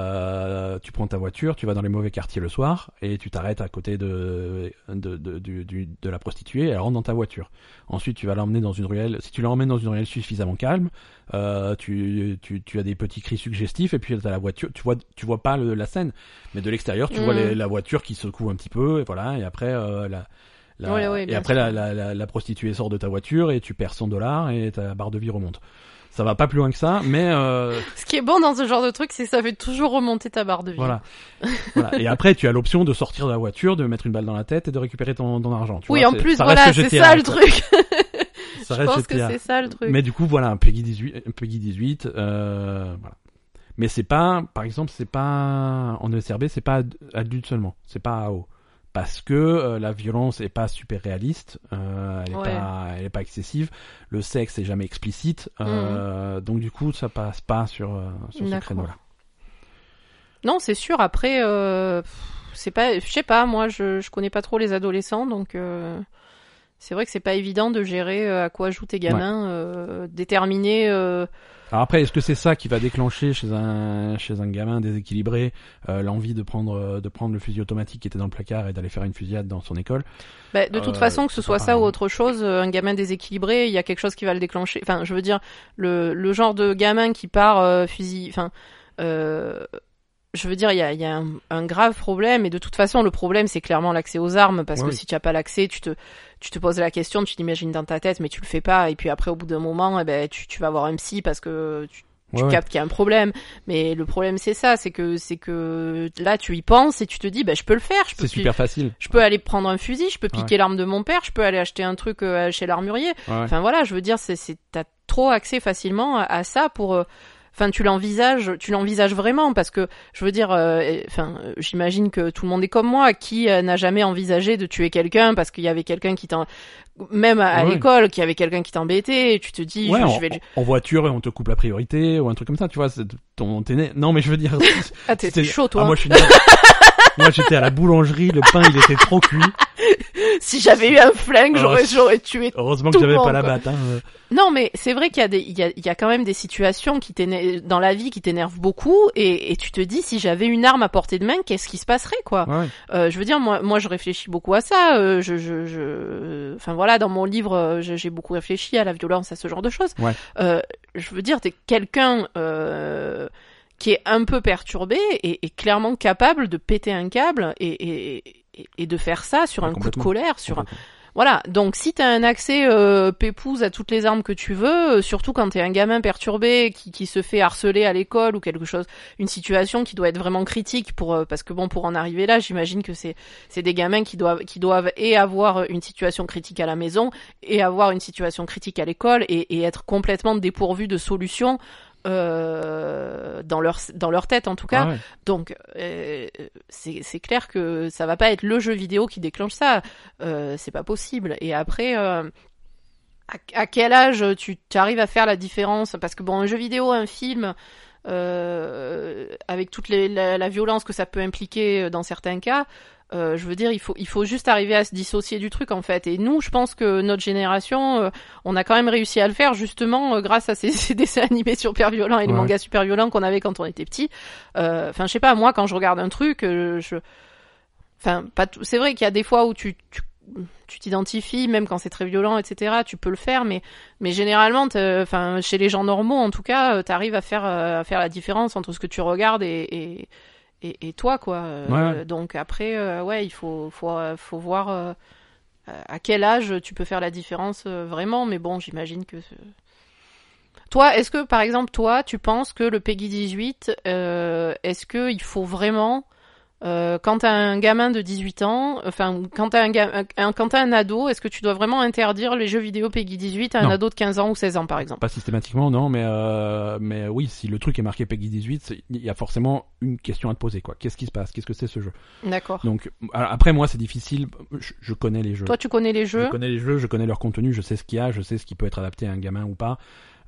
Euh, tu prends ta voiture, tu vas dans les mauvais quartiers le soir et tu t'arrêtes à côté de de, de, du- du- de la prostituée. Elle rentre dans ta voiture. Ensuite, tu vas l'emmener dans une ruelle. Si tu l'emmènes dans une ruelle suffisamment calme, euh, tu, tu, tu as des petits cris suggestifs et puis t'as la voiture. Tu vois tu vois pas le- la scène, mais de l'extérieur, tu vois Mhm. les- la voiture qui secoue un petit peu et voilà. Et après euh, la la- Ouais, ouais, et bien après sûr. la, la, la, la prostituée sort de ta voiture et tu perds 100 dollars et ta barre de vie remonte. Ça va pas plus loin que ça, mais euh, Ce qui est bon dans ce genre de truc, c'est que ça fait toujours remonter ta barre de vie. Voilà. voilà. Et après, tu as l'option de sortir de la voiture, de mettre une balle dans la tête et de récupérer ton, ton argent. Tu oui, vois, en c'est- plus, ça voilà, reste c'est GTA, ça le quoi. truc. Ça Je reste pense que GTA. c'est ça le truc. Mais du coup, voilà, un Peggy 18, un Peggy 18 euh, voilà. Mais c'est pas, par exemple, c'est pas, en E ESRB, c'est pas ad- adulte seulement, c'est pas AO. Parce que euh, la violence est pas super réaliste, euh, elle, est Ouais. pas, elle est pas excessive, le sexe est jamais explicite, euh, donc du coup, ça passe pas sur, euh, sur ce Mhm. D'accord. créneau-là. Non, c'est sûr. Après, euh, pff, c'est pas, je sais pas. Moi, je, je connais pas trop les adolescents, donc euh, c'est vrai que c'est pas évident de gérer euh, à quoi jouent tes gamins, euh, déterminer. euh, Alors après, est-ce que c'est ça qui va déclencher chez un chez un gamin déséquilibré euh, l'envie de prendre euh, de prendre le fusil automatique qui était dans le placard et d'aller faire une fusillade dans son école bah, de toute Euh, façon, que ce c'est soit pas ça ou pareil. autre chose, euh, un gamin déséquilibré, il y a quelque chose qui va le déclencher. Enfin, je veux dire, le, le genre de gamin qui part euh, fusil, enfin. euh, je veux dire, il y a, il y a un, un grave problème, et de toute façon, le problème, c'est clairement l'accès aux armes, parce Ouais, que oui. si tu n'as pas l'accès, tu te, tu te poses la question, tu l'imagines dans ta tête, mais tu le fais pas, et puis après, au bout d'un moment, eh ben, tu, tu vas voir un psy parce que tu, tu Ouais, ouais. captes qu'il y a un problème. Mais le problème, c'est ça, c'est que, c'est que là, tu y penses et tu te dis, ben, je peux le faire, je peux C'est super facile. je peux aller prendre un fusil, je peux piquer Ouais. l'arme de mon père, je peux aller acheter un truc euh, chez l'armurier. Ouais, ouais. Enfin voilà, je veux dire, c'est c'est- t'as trop accès facilement à, à ça pour. euh, Enfin, tu l'envisages, tu l'envisages vraiment parce que je veux dire, euh, et- enfin, euh, j'imagine que tout le monde est comme moi, qui euh, n'a jamais envisagé de tuer quelqu'un parce qu'il y avait quelqu'un qui t'en, même à, à Ah Ouais. l'école, qu'il y avait quelqu'un qui t'embêtait, et tu te dis, Ouais, je, en, je vais, le- en voiture, on te coupe la priorité ou un truc comme ça, tu vois. c'est- Ton, t'es né- Non, mais je veux dire. ah t'es c'était- chaud Ah, toi. moi, je suis. né- moi, j'étais à la boulangerie, le pain, il était trop cuit. si j'avais eu un flingue, Ah, j'aurais, c'est- j'aurais tué Heureusement Tout que le j'avais monde, pas la quoi. batte. Hein. Non, mais c'est vrai qu'il y a des, il y a, il y a quand même des situations qui t'éner- dans la vie qui t'énervent beaucoup, et, et tu te dis si j'avais une arme à portée de main, qu'est-ce qui se passerait, quoi. Ouais, ouais. Euh, je veux dire, moi, moi, je réfléchis beaucoup à ça. euh, je, je, je, enfin voilà, dans mon livre, euh, je- j'ai beaucoup réfléchi à la violence, à ce genre de choses. Ouais. Euh, je veux dire, t'es quelqu'un euh, qui est un peu perturbé et, et clairement capable de péter un câble et, et, et- et de faire ça sur Ouais, un coup de complètement. colère, sur un voilà, donc si t'as un accès euh, pépouze à toutes les armes que tu veux, euh, surtout quand t'es un gamin perturbé qui, qui se fait harceler à l'école ou quelque chose, une situation qui doit être vraiment critique pour euh, parce que bon pour en arriver là, j'imagine que c'est c'est des gamins qui doivent qui doivent et avoir une situation critique à la maison et avoir une situation critique à l'école et, et être complètement dépourvus de solutions euh, dans leur dans leur tête en tout cas. Ah ouais. Donc, euh, c'est c'est clair que ça va pas être le jeu vidéo qui déclenche ça. Euh, c'est pas possible. Et après, euh, à, à quel âge tu tu arrives à faire la différence Parce que bon, un jeu vidéo, un film, euh, avec toute les- la, la violence que ça peut impliquer dans certains cas. euh, je veux dire, il faut, il faut juste arriver à se dissocier du truc en fait. Et nous, je pense que notre génération, euh, on a quand même réussi à le faire justement euh, grâce à ces, ces dessins animés super violents et les Ouais. mangas super violents qu'on avait quand on était petit. Euh, Enfin, je sais pas, moi, quand je regarde un truc, euh, je. Enfin, pas tout. C'est vrai qu'il y a des fois où tu. tu tu t'identifies, même quand c'est très violent, etc. Tu peux le faire, mais mais généralement, t'es- enfin chez les gens normaux, en tout cas, euh, t'arrives à faire euh, à faire la différence entre ce que tu regardes et et, et, et toi, quoi. Euh, Ouais, ouais. Donc après, euh, ouais, il faut faut euh, faut voir euh, à quel âge tu peux faire la différence euh, vraiment. Mais bon, j'imagine que toi, est-ce que, par exemple, toi, tu penses que le PEGI 18, euh, est-ce que il faut vraiment, euh, quand t'as un gamin de 18 ans, enfin, quand t'as un, ga- euh, un- quand t'as un ado, est-ce que tu dois vraiment interdire les jeux vidéo PEGI 18 à un Non. ado de 15 ans ou 16 ans, par exemple Pas systématiquement, non, mais euh, mais oui, si le truc est marqué Peggy 18, c'est- il y a forcément une question à te poser, quoi. Qu'est-ce qui se passe Qu'est-ce que c'est ce jeu D'accord. Donc alors, après, moi, c'est difficile. Je, je connais les jeux. Toi, tu connais les je jeux connais les jeux, je connais leur contenu, je sais ce qu'il y a, je sais ce qui peut être adapté à un gamin ou pas.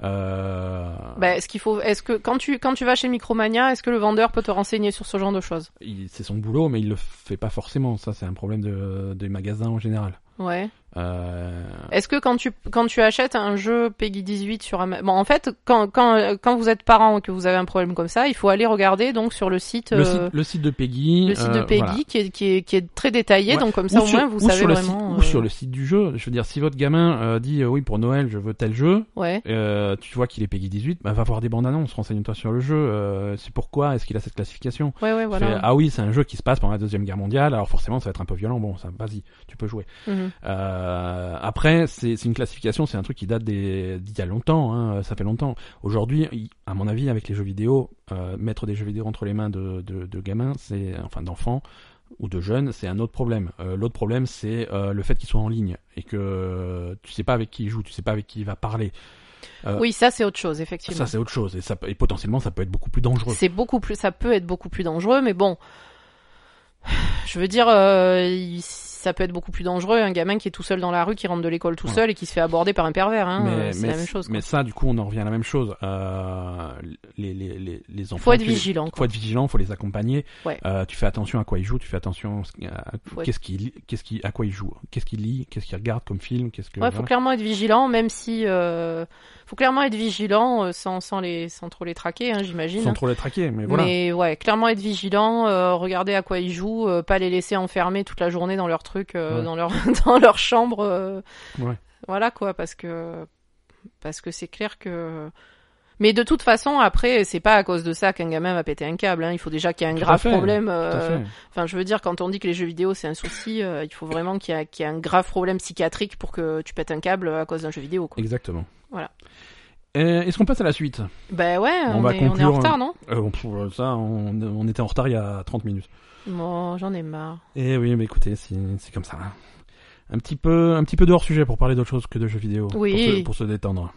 Euh, Bah, est-ce qu'il faut, est-ce que quand tu quand tu vas chez Micromania, est-ce que le vendeur peut te renseigner sur ce genre de choses il- C'est son boulot, mais il le fait pas forcément. Ça, c'est un problème de, des magasins en général. Ouais. Euh, Est-ce que quand tu quand tu achètes un jeu PEGI 18 sur Ama- bon en fait quand quand quand vous êtes parent et que vous avez un problème comme ça, il faut aller regarder donc sur le site le, euh, site, le site de Peggy. le site de euh, Peggy voilà. qui, est, qui est qui est très détaillé Ouais. donc comme ça Ou au sur- moins vous ou savez sur le vraiment site- euh, Ou sur le site du jeu. Je veux dire, si votre gamin euh, dit euh, oui pour Noël, je veux tel jeu, ouais. euh, tu vois qu'il est Peggy 18, bah, va voir des bandes annonces, renseigne-toi sur le jeu. euh, c'est pourquoi est-ce qu'il a cette classification Ouais ouais Tu fais, voilà. Ah oui, c'est un jeu qui se passe pendant la deuxième guerre mondiale, alors forcément ça va être un peu violent. Bon, ça, vas-y, tu peux jouer. Mhm. Euh, après, c'est c'est une classification, c'est un truc qui date des- d'il y a longtemps, hein, ça fait longtemps. Aujourd'hui, il- à mon avis, avec les jeux vidéo, euh, mettre des jeux vidéo entre les mains de, de, de gamins, c'est enfin d'enfants ou de jeunes, c'est un autre problème. Euh, L'autre problème, c'est euh, le fait qu'ils soient en ligne et que euh, tu sais pas avec qui il joue, tu sais pas avec qui il va parler. euh, Oui, ça c'est autre chose effectivement. Ça, c'est autre chose et, ça, peut- et potentiellement, ça peut être beaucoup plus dangereux. C'est beaucoup plus, ça peut être beaucoup plus dangereux, mais bon, je veux dire, euh, il- ça peut être beaucoup plus dangereux un gamin qui est tout seul dans la rue, qui rentre de l'école tout Ouais. seul et qui se fait aborder par un pervers. Hein, euh, mais, c'est mais- la même chose. quoi. mais ça, du coup, on en revient à la même chose. Euh, les, les, les, les enfants. faut être tu les- vigilant. faut Quoi. être vigilant, faut les accompagner. Ouais. Euh, tu fais attention à quoi ils jouent, tu fais attention à ce- à Faut être- qu'est-ce qu'il, qu'est-ce qu'il, à quoi ils jouent, qu'est-ce qu'il lit, qu'est-ce qu'il regarde comme film, qu'est-ce que. Ouais, faut voilà. clairement être vigilant, même si euh, faut clairement être vigilant euh, sans sans les sans trop les traquer, hein, j'imagine. Sans trop les traquer, mais voilà. Mais ouais, clairement être vigilant, euh, regarder à quoi ils jouent, euh, pas les laisser enfermer toute la journée dans leur truc, euh, Ouais. dans leur dans leur chambre. euh, Ouais. Voilà quoi, parce que parce que c'est clair que. Mais de toute façon, après, c'est pas à cause de ça qu'un gamin va péter un câble. Hein. Il faut déjà qu'il y ait un Tout à grave fait, problème. Tout à euh, fait. Enfin, je veux dire, quand on dit que les jeux vidéo c'est un souci, euh, il faut vraiment qu'il y, a- qu'il y ait un grave problème psychiatrique pour que tu pètes un câble à cause d'un jeu vidéo. Quoi. Exactement. Voilà. Euh, est-ce qu'on passe à la suite Ben ouais, On on, va est, on est conclure, en retard, non Euh, bon, pour Ça, on, on était en retard il y a 30 minutes. Bon, j'en ai marre. Eh oui, mais écoutez, c'est, c'est comme ça. hein. Un petit peu, un petit peu de hors sujet pour parler d'autre chose que de jeux vidéo. Oui. Pour se, pour se détendre.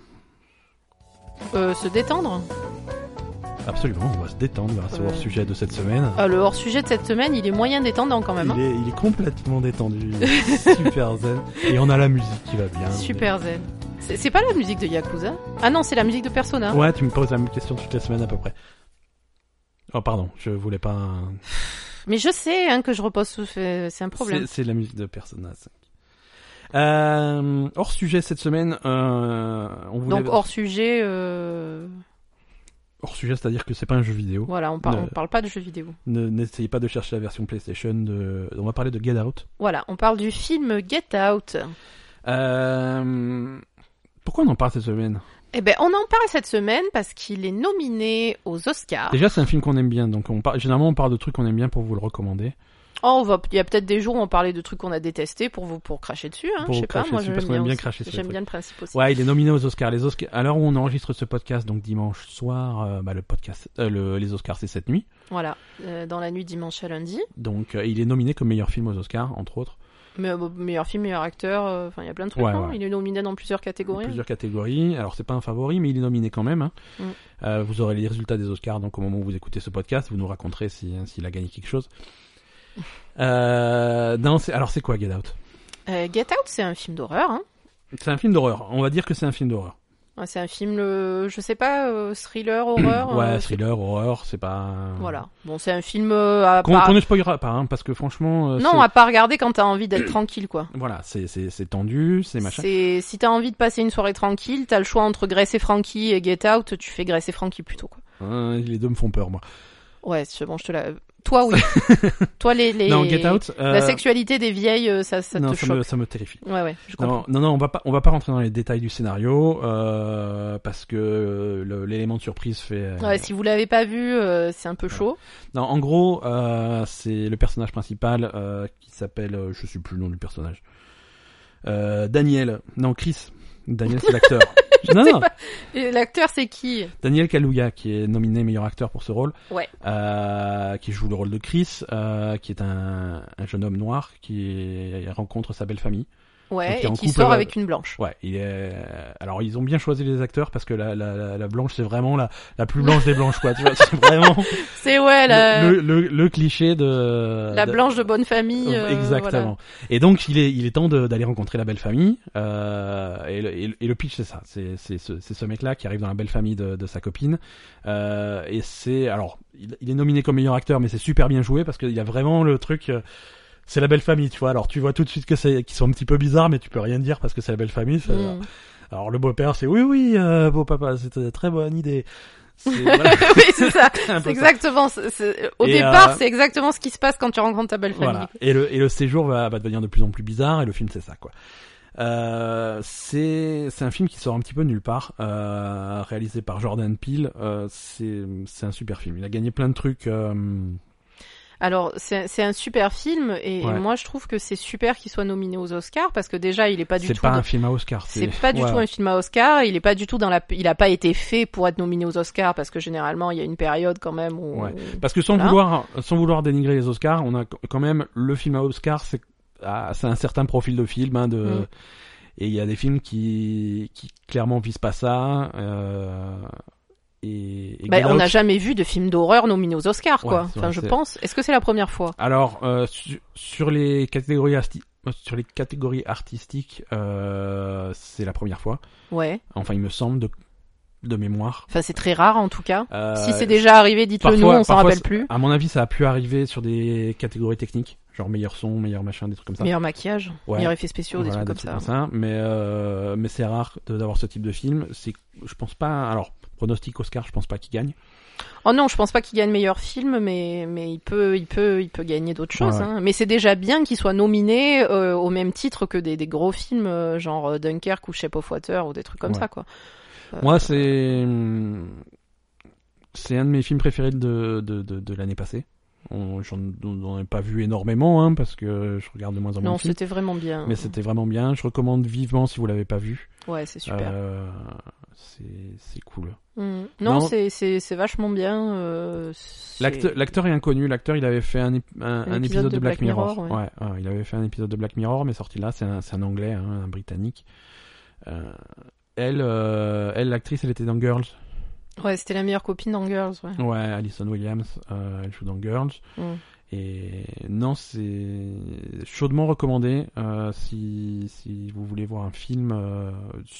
Euh, se détendre. Absolument, on va se détendre grâce au Ouais. hors sujet de cette semaine. Ah, le hors sujet de cette semaine, il est moyen détendant quand même. hein. Il est, il est complètement détendu, super zen. Et on a la musique qui va bien. hein. Super zen. C'est c'est pas la musique de Yakuza Ah non, c'est la musique de Persona. Ouais, tu me poses la même question toutes les semaines à peu près. Oh, pardon, je voulais pas. un- Mais je sais hein, que je repose sous. C'est c'est un problème. C'est- C'est de la musique de Persona 5. Euh, hors sujet cette semaine, euh, on voulait. Donc hors sujet, euh, Hors sujet, c'est-à-dire que c'est pas un jeu vidéo. voilà, on, parle Ne- on parle pas de jeux vidéo. Ne- N'essayez pas de chercher la version PlayStation. De... On va parler de Get Out. Voilà, on parle du film Get Out. Euh, Pourquoi on en parle cette semaine Eh ben, on en parle cette semaine parce qu'il est nominé aux Oscars. Déjà, c'est un film qu'on aime bien, donc on par- généralement on parle de trucs qu'on aime bien pour vous le recommander. Oh, on va- il y a peut-être des jours où on parlait de trucs qu'on a détestés pour vous pour cracher dessus. Hein, Pour je sais pas, cracher moi dessus, j'aime parce qu'on bien, aime bien aussi. cracher sur les J'aime trucs. bien le principe aussi. Ouais, il est nominé aux Oscars. Les Oscars. À l'heure où on enregistre ce podcast, donc dimanche soir, euh, bah, le podcast, euh, le- les Oscars, c'est cette nuit. Voilà, euh, dans la nuit dimanche à lundi. Donc, euh, il est nominé comme meilleur film aux Oscars, entre autres, Mais, euh, meilleur film, meilleur acteur, euh, enfin il y a plein de trucs. Ouais, hein. ouais. Il est nominé dans plusieurs catégories. plusieurs catégories. Alors, c'est pas un favori, mais il est nominé quand même. hein. Mm. Euh, vous aurez les résultats des Oscars. Donc, au moment où vous écoutez ce podcast, vous nous raconterez si- hein, s'il a gagné quelque chose. Euh, non, c'est- alors c'est quoi Get Out Euh, Get Out, c'est un film d'horreur. Hein. C'est un film d'horreur. On va dire que c'est un film d'horreur. Ouais, C'est un film, euh, je sais pas, euh, thriller, horreur. ouais, euh, thriller, horreur, c'est pas. c'est- Voilà. Bon, c'est un film euh, à Qu'on pas- qu'on ne spoilera pas, hein, parce que franchement. euh, Non, c'est- à pas regarder quand t'as envie d'être tranquille, quoi. Voilà, c'est- c'est c'est tendu, c'est machin. C'est si t'as envie de passer une soirée tranquille, t'as le choix entre Grace et Frankie et Get Out, tu fais Grace et Frankie plutôt quoi. Hein, les deux me font peur, moi. Ouais, c'est bon, je te la. Toi oui. Toi les, les... Non, Get Out. euh, La sexualité des vieilles, euh, ça, ça non, te ça choque. me, ça me terrifie. Ouais ouais, je comprends. Non, non, non, on va pas, on va pas rentrer dans les détails du scénario euh, parce que euh, le- l'élément de surprise fait. euh, Ouais, si vous l'avez pas vu, euh, c'est un peu chaud. Non, en gros, euh, c'est le personnage principal euh, qui s'appelle, euh, je sais plus le nom du personnage. Euh, Daniel, non Chris. Daniel, c'est l'acteur. non, non, Et L'acteur c'est qui Daniel Kaluuya qui est nominé meilleur acteur pour ce rôle, Ouais. euh, qui joue le rôle de Chris, euh, qui est un, un jeune homme noir qui rencontre sa belle famille. Donc, il Ouais, est en et qui couple, sort euh, avec une blanche. Ouais, il est... euh, alors ils ont bien choisi les acteurs parce que la, la, la, la blanche c'est vraiment la, la plus blanche des blanches quoi, tu vois, c'est vraiment C'est ouais la le, le, le cliché de la de- blanche de bonne famille. euh, Exactement. Et donc il est il est temps de- d'aller rencontrer la belle famille. Euh, et, le, et le- et le pitch c'est ça, c'est c'est ce, c'est ce mec là qui arrive dans la belle famille de, de sa copine. Euh, et c'est alors il, il est nominé comme meilleur acteur, mais c'est super bien joué parce qu'il y a vraiment le truc. euh, c'est la belle famille, tu vois. Alors tu vois tout de suite que c'est qu'ils sont un petit peu bizarres, mais tu peux rien dire parce que c'est la belle famille. ça- Mm. Alors le beau-père, c'est oui, oui, euh, beau papa, c'était une très bonne idée. C'est voilà, oui, c'est ça. un peu C'est ça. exactement. c'est- c'est- Au Et, départ, euh, c'est exactement ce qui se passe quand tu rencontres ta belle famille. Voilà. Et le, et le séjour va, va devenir de plus en plus bizarre, et le film, c'est ça, quoi. Euh, c'est c'est un film qui sort un petit peu nulle part, euh, réalisé par Jordan Peele. Euh, c'est c'est un super film. Il a gagné plein de trucs. euh, Alors, c'est c'est un super film et Ouais. moi je trouve que c'est super qu'il soit nominé aux Oscars parce que déjà il est pas du c'est tout. pas dans- un film à Oscar. C'est pas du ouais. tout un film à Oscar, il est pas du tout dans la il a pas été fait pour être nominé aux Oscars parce que généralement il y a une période quand même où Ouais. Parce que sans Voilà. vouloir sans vouloir dénigrer les Oscars, on a qu- quand même le film à Oscar, c'est ah, c'est un certain profil de film hein, de Mm. et il y a des films qui qui clairement visent pas ça. Euh, et, et Ben, Get on Out, n'a jamais vu de film d'horreur nominé aux Oscars quoi. Ouais, c'est enfin vrai, je c'est- pense. Est-ce que c'est la première fois Alors euh, su- sur les catégories arti- sur les catégories artistiques, euh, c'est la première fois. Ouais. Enfin, il me semble de de mémoire. Enfin c'est très rare en tout cas. Euh, si c'est déjà arrivé, dites-le nous, parfois- on s'en parfois, rappelle c'est- plus. À mon avis, ça a pu arriver sur des catégories techniques, genre meilleur son, meilleur machin, des trucs comme ça. Meilleur maquillage, Ouais. meilleur effet spéciaux, Voilà, des trucs comme ça. hein. Mais euh, mais c'est rare de- d'avoir ce type de film. C'est je pense pas. Alors pronostic Oscar, je pense pas qu'il gagne. Oh non, je pense pas qu'il gagne meilleur film, mais mais il peut il peut il peut gagner d'autres choses. Ouais, ouais. hein. Mais c'est déjà bien qu'il soit nominé euh, au même titre que des, des gros films euh, genre euh, Dunkerque ou Shape of Water ou des trucs comme Ouais. ça quoi. Euh, Moi, c'est c'est un de mes films préférés de de de, de l'année passée. On j'en on- on en ai pas vu énormément hein, parce que je regarde de moins en moins non, de films. c'était vraiment bien. Mais c'était vraiment bien. Je recommande vivement si vous l'avez pas vu. Ouais, c'est super. Euh, c'est c'est cool. Mm. Non, non. c'est c'est c'est vachement bien. euh, c'est- L'acteur l'acteur est inconnu. L'acteur, il avait fait un, ép- un, un épisode, de Black, Mirror. ouais. ouais. ouais, il avait fait un épisode de Black Mirror, mais sorti là, c'est un, c'est un anglais, hein, un britannique. Euh, elle, euh, elle, l'actrice, elle était dans Girls. Ouais, c'était la meilleure copine dans Girls. Ouais. Ouais, Alison Williams, euh, elle joue dans Girls. Mm. Et non, c'est chaudement recommandé euh, si, si vous voulez voir un film. euh,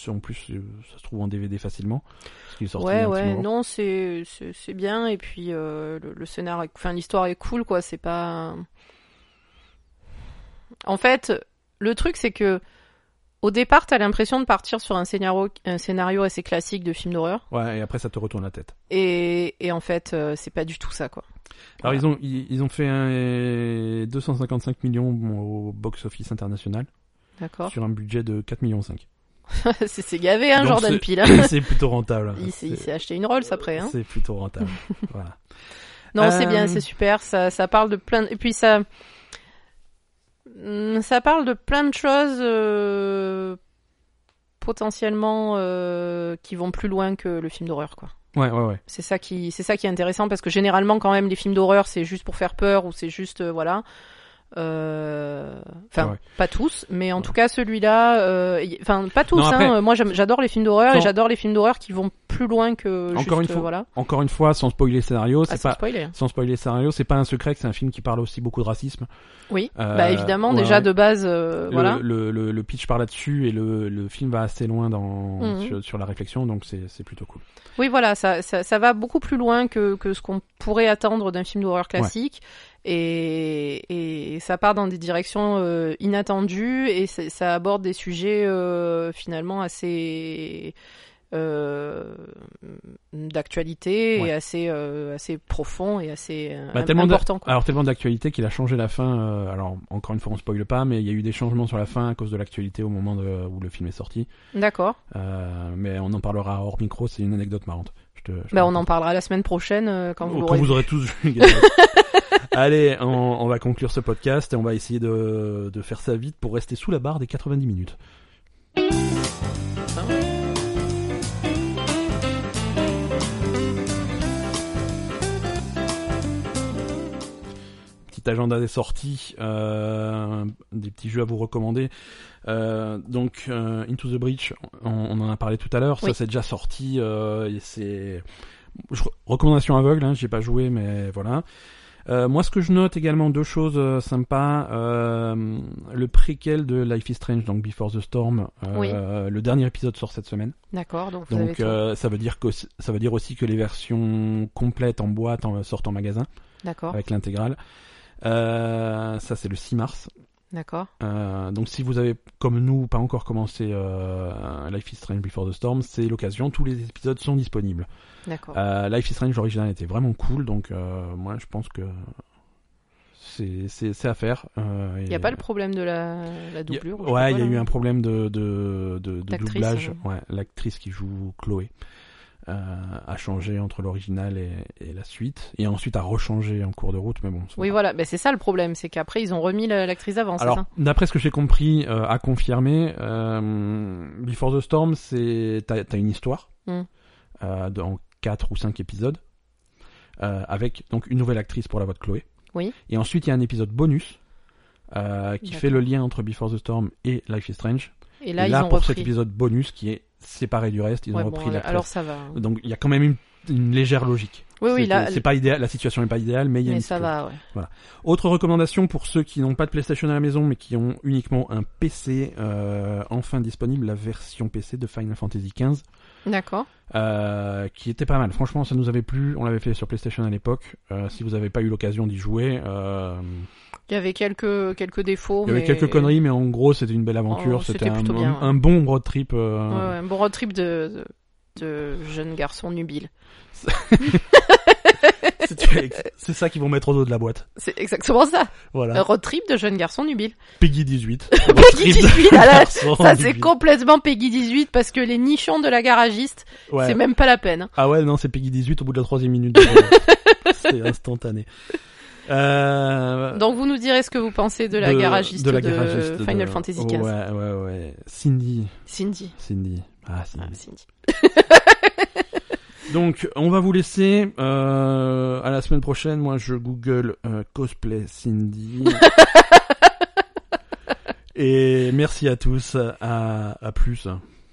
en plus, euh, ça se trouve en DVD facilement. Parce qu'il est sorti il y Ouais, a un petit ouais, moment. non, c'est c'est c'est bien et puis euh, le, le scénar, est- enfin l'histoire est cool quoi. C'est pas. En fait, le truc c'est que au départ, t'as l'impression de partir sur un scénario, un scénario assez classique de film d'horreur Ouais, et après, ça te retourne la tête. et et en fait, euh, c'est pas du tout ça quoi. Alors, ils ont, ils, ils ont fait un 255 millions au box-office international D'accord. sur un budget de 4,5 millions. c'est c'est gavé hein, Donc, Jordan c'est- Peele. hein. c'est plutôt rentable. Il s'est il C'est- s'est acheté une Rolls après. Hein. C'est plutôt rentable. voilà. Non, c'est bien, Euh, c'est super. Ça, ça parle de plein. Et puis ça, Hmm, ça parle de plein de choses euh, potentiellement euh, qui vont plus loin que le film d'horreur, quoi. Ouais, ouais, ouais. C'est ça qui, c'est ça qui est intéressant parce que généralement, quand même, les films d'horreur, c'est juste pour faire peur ou c'est juste, euh, voilà. Euh, Enfin, Ouais. pas tous, mais en Ouais. tout cas celui-là, euh, y- enfin pas tous. Non, après- hein, moi, j'aime- j'adore les films d'horreur et Quand- j'adore les films d'horreur qui vont plus loin que juste, Encore une euh, fois, voilà. Encore une fois, sans spoiler le scénario, Ah, c'est sans pas, spoiler. sans spoiler le scénario, c'est pas un secret que c'est un film qui parle aussi beaucoup de racisme. Oui, Euh, bah évidemment, ouais, déjà ouais. de base, euh, Le- voilà. le, le, le pitch part là-dessus et le, le film va assez loin dans, Mhm. sur, sur la réflexion, donc c'est c'est plutôt cool. Oui, voilà, ça, ça, ça va beaucoup plus loin que, que ce qu'on pourrait attendre d'un film d'horreur classique. Et, et ça part dans des directions euh, inattendues et c'est- ça aborde des sujets euh, finalement assez euh, d'actualité Ouais. et assez, euh, assez profonds et assez euh, Bah, im- tellement de- importants. quoi. Alors tellement d'actualité qu'il a changé la fin. euh, alors encore une fois, on spoile pas, mais il y a eu des changements sur la fin à cause de l'actualité au moment de- où le film est sorti. D'accord. Euh, mais on en parlera hors micro. C'est une anecdote marrante. Je te, je te Bah, on raconte. en parlera la semaine prochaine euh, quand Quand vous l'aurez vu. vous aurez tous vu. Gaël. Allez, on, on va conclure ce podcast et on va essayer de, de faire ça vite pour rester sous la barre des 90 minutes. Petit agenda des sorties, euh, des petits jeux à vous recommander. Euh, donc, euh, Into the Breach, on, on en a parlé tout à l'heure. Oui. Ça, c'est déjà sorti euh, et c'est je- recommandation aveugle, hein, j'y ai pas joué, mais voilà. Euh, moi, ce que je note également, deux choses euh, sympas. Euh, le préquel de Life is Strange, donc Before the Storm, euh, Oui. le dernier épisode sort cette semaine. D'accord, donc vous avez Donc tout. euh, ça veut dire que ça veut dire aussi que les versions complètes en boîte en, sortent en magasin D'accord. avec l'intégrale. Euh, ça, c'est le 6 mars. D'accord. Euh, donc si vous avez, comme nous, pas encore commencé euh, Life is Strange Before the Storm, c'est l'occasion. Tous les épisodes sont disponibles. D'accord. Euh, Life is Strange l'original était vraiment cool, donc euh, moi je pense que c'est- c'est c'est à faire. Euh, Il et- n'y a pas le problème de la, la y a- doublure ouais, il y a eu un problème de, de, de- de D'actrice, doublage. hein. Ouais, L'actrice qui joue Chloé euh, a changé entre l'original et, et la suite, et ensuite a rechangé en cours de route, mais bon. c'est Oui, pas- voilà, ben, c'est ça le problème, c'est qu'après ils ont remis la- l'actrice d'avant, c'est Alors, ça d'après ce que j'ai compris, euh, à confirmer, euh, Before the Storm, c'est t'as t'as une histoire Mm. euh, dans quatre ou cinq épisodes euh, avec donc une nouvelle actrice pour la voix de Chloé. Oui. Et ensuite, il y a un épisode bonus euh, qui D'accord. fait le lien entre Before the Storm et Life is Strange. Et là, et là, ils ont pour cet repris. épisode bonus qui est séparé du reste, ils Ouais, ont bon, repris l'actrice. alors ça va. hein. Donc, il y a quand même une, une légère logique. Oui, oui, C'est là, que c'est pas idéal, la situation est pas idéale, mais il y a mais une ça petite va, ouais. autre recommandation pour ceux qui n'ont pas de PlayStation à la maison mais qui ont uniquement un PC, euh, enfin disponible la version PC de Final Fantasy XV, D'accord. euh, qui était pas mal. Franchement, ça nous avait plu, on l'avait fait sur PlayStation à l'époque. Euh, si vous n'avez pas eu l'occasion d'y jouer, euh, Il y avait quelques, quelques défauts. il y avait Oh, mais- quelques conneries, mais en gros, c'était une belle aventure. Oh, c'était c'était un, plutôt bien, un- ouais. un bon road trip. euh, Ouais, ouais, un bon road trip de, de, de jeune garçon nubile. c'est- C'est ça qu'ils vont mettre au dos de la boîte. C'est exactement ça. Un Voilà. road trip de jeune garçon nubile. Peggy 18. Peggy 18, à la- Oh, Ça, c'est con. complètement Peggy 18 parce que les nichons de la garagiste, c'est même pas la peine. hein. Ah ouais, non, c'est Peggy 18 au bout de la troisième minute. de jeu. c'est instantané. Euh, Donc, vous nous direz ce que vous pensez de la garagiste de, la garagiste de- Final Fantasy XV. Ouais, ouais, ouais. Cindy. Cindy. Cindy. Ah, Ah, Cindy. Cindy. Donc, on va vous laisser. Euh, à la semaine prochaine, moi, je google euh, cosplay Cindy. Et merci à tous. À, à plus.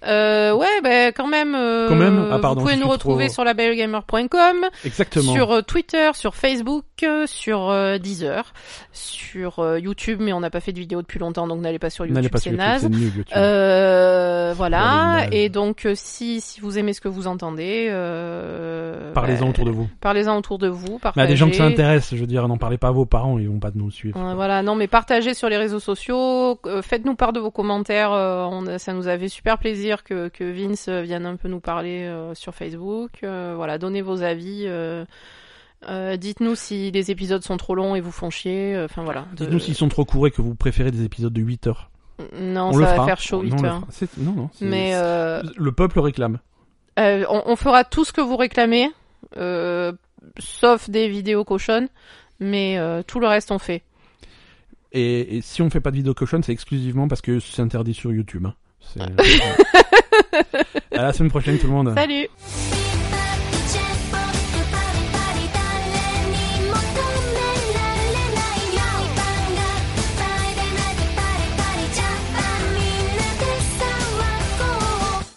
Euh, ouais, ben quand même. euh, Quand même Ah, pardon, vous pouvez je nous suis retrouver trop- sur labelgamer.com, Exactement. sur euh, Twitter, sur Facebook, euh, sur euh, Deezer, sur euh, YouTube, mais on n'a pas fait de vidéo depuis longtemps, donc n'allez pas sur N'allez YouTube, pas c'est sur YouTube, naze. c'est nul, YouTube. Euh, voilà. Formidable. Et donc, euh, si, si vous aimez ce que vous entendez, euh, Parlez-en bah, autour de vous. parlez-en autour de vous. Partagez. Mais à des gens que ça intéresse, je veux dire, n'en parlez pas à vos parents, ils vont pas nous suivre. Euh, voilà, non, mais partagez sur les réseaux sociaux. euh, Faites-nous part de vos commentaires. euh, on, ça nous avait super plaisir que, que Vince euh, vienne un peu nous parler euh, sur Facebook. euh, voilà, donnez vos avis. euh, euh, Dites-nous si les épisodes sont trop longs et vous font chier. euh, Enfin voilà. De- Dites-nous s'ils sont trop courts et que vous préférez des épisodes de 8 heures. Non, on ça le va fera. faire Non, chaud on 8 le heures. fera. C'est- Non, non. c'est- Mais euh, Le peuple réclame. Euh, on, on fera tout ce que vous réclamez, euh, sauf des vidéos cochonnes, mais euh, tout le reste on fait. Et, et si on fait pas de vidéo cochonne, c'est exclusivement parce que c'est interdit sur YouTube. hein. C'est- à la semaine prochaine, tout le monde. Salut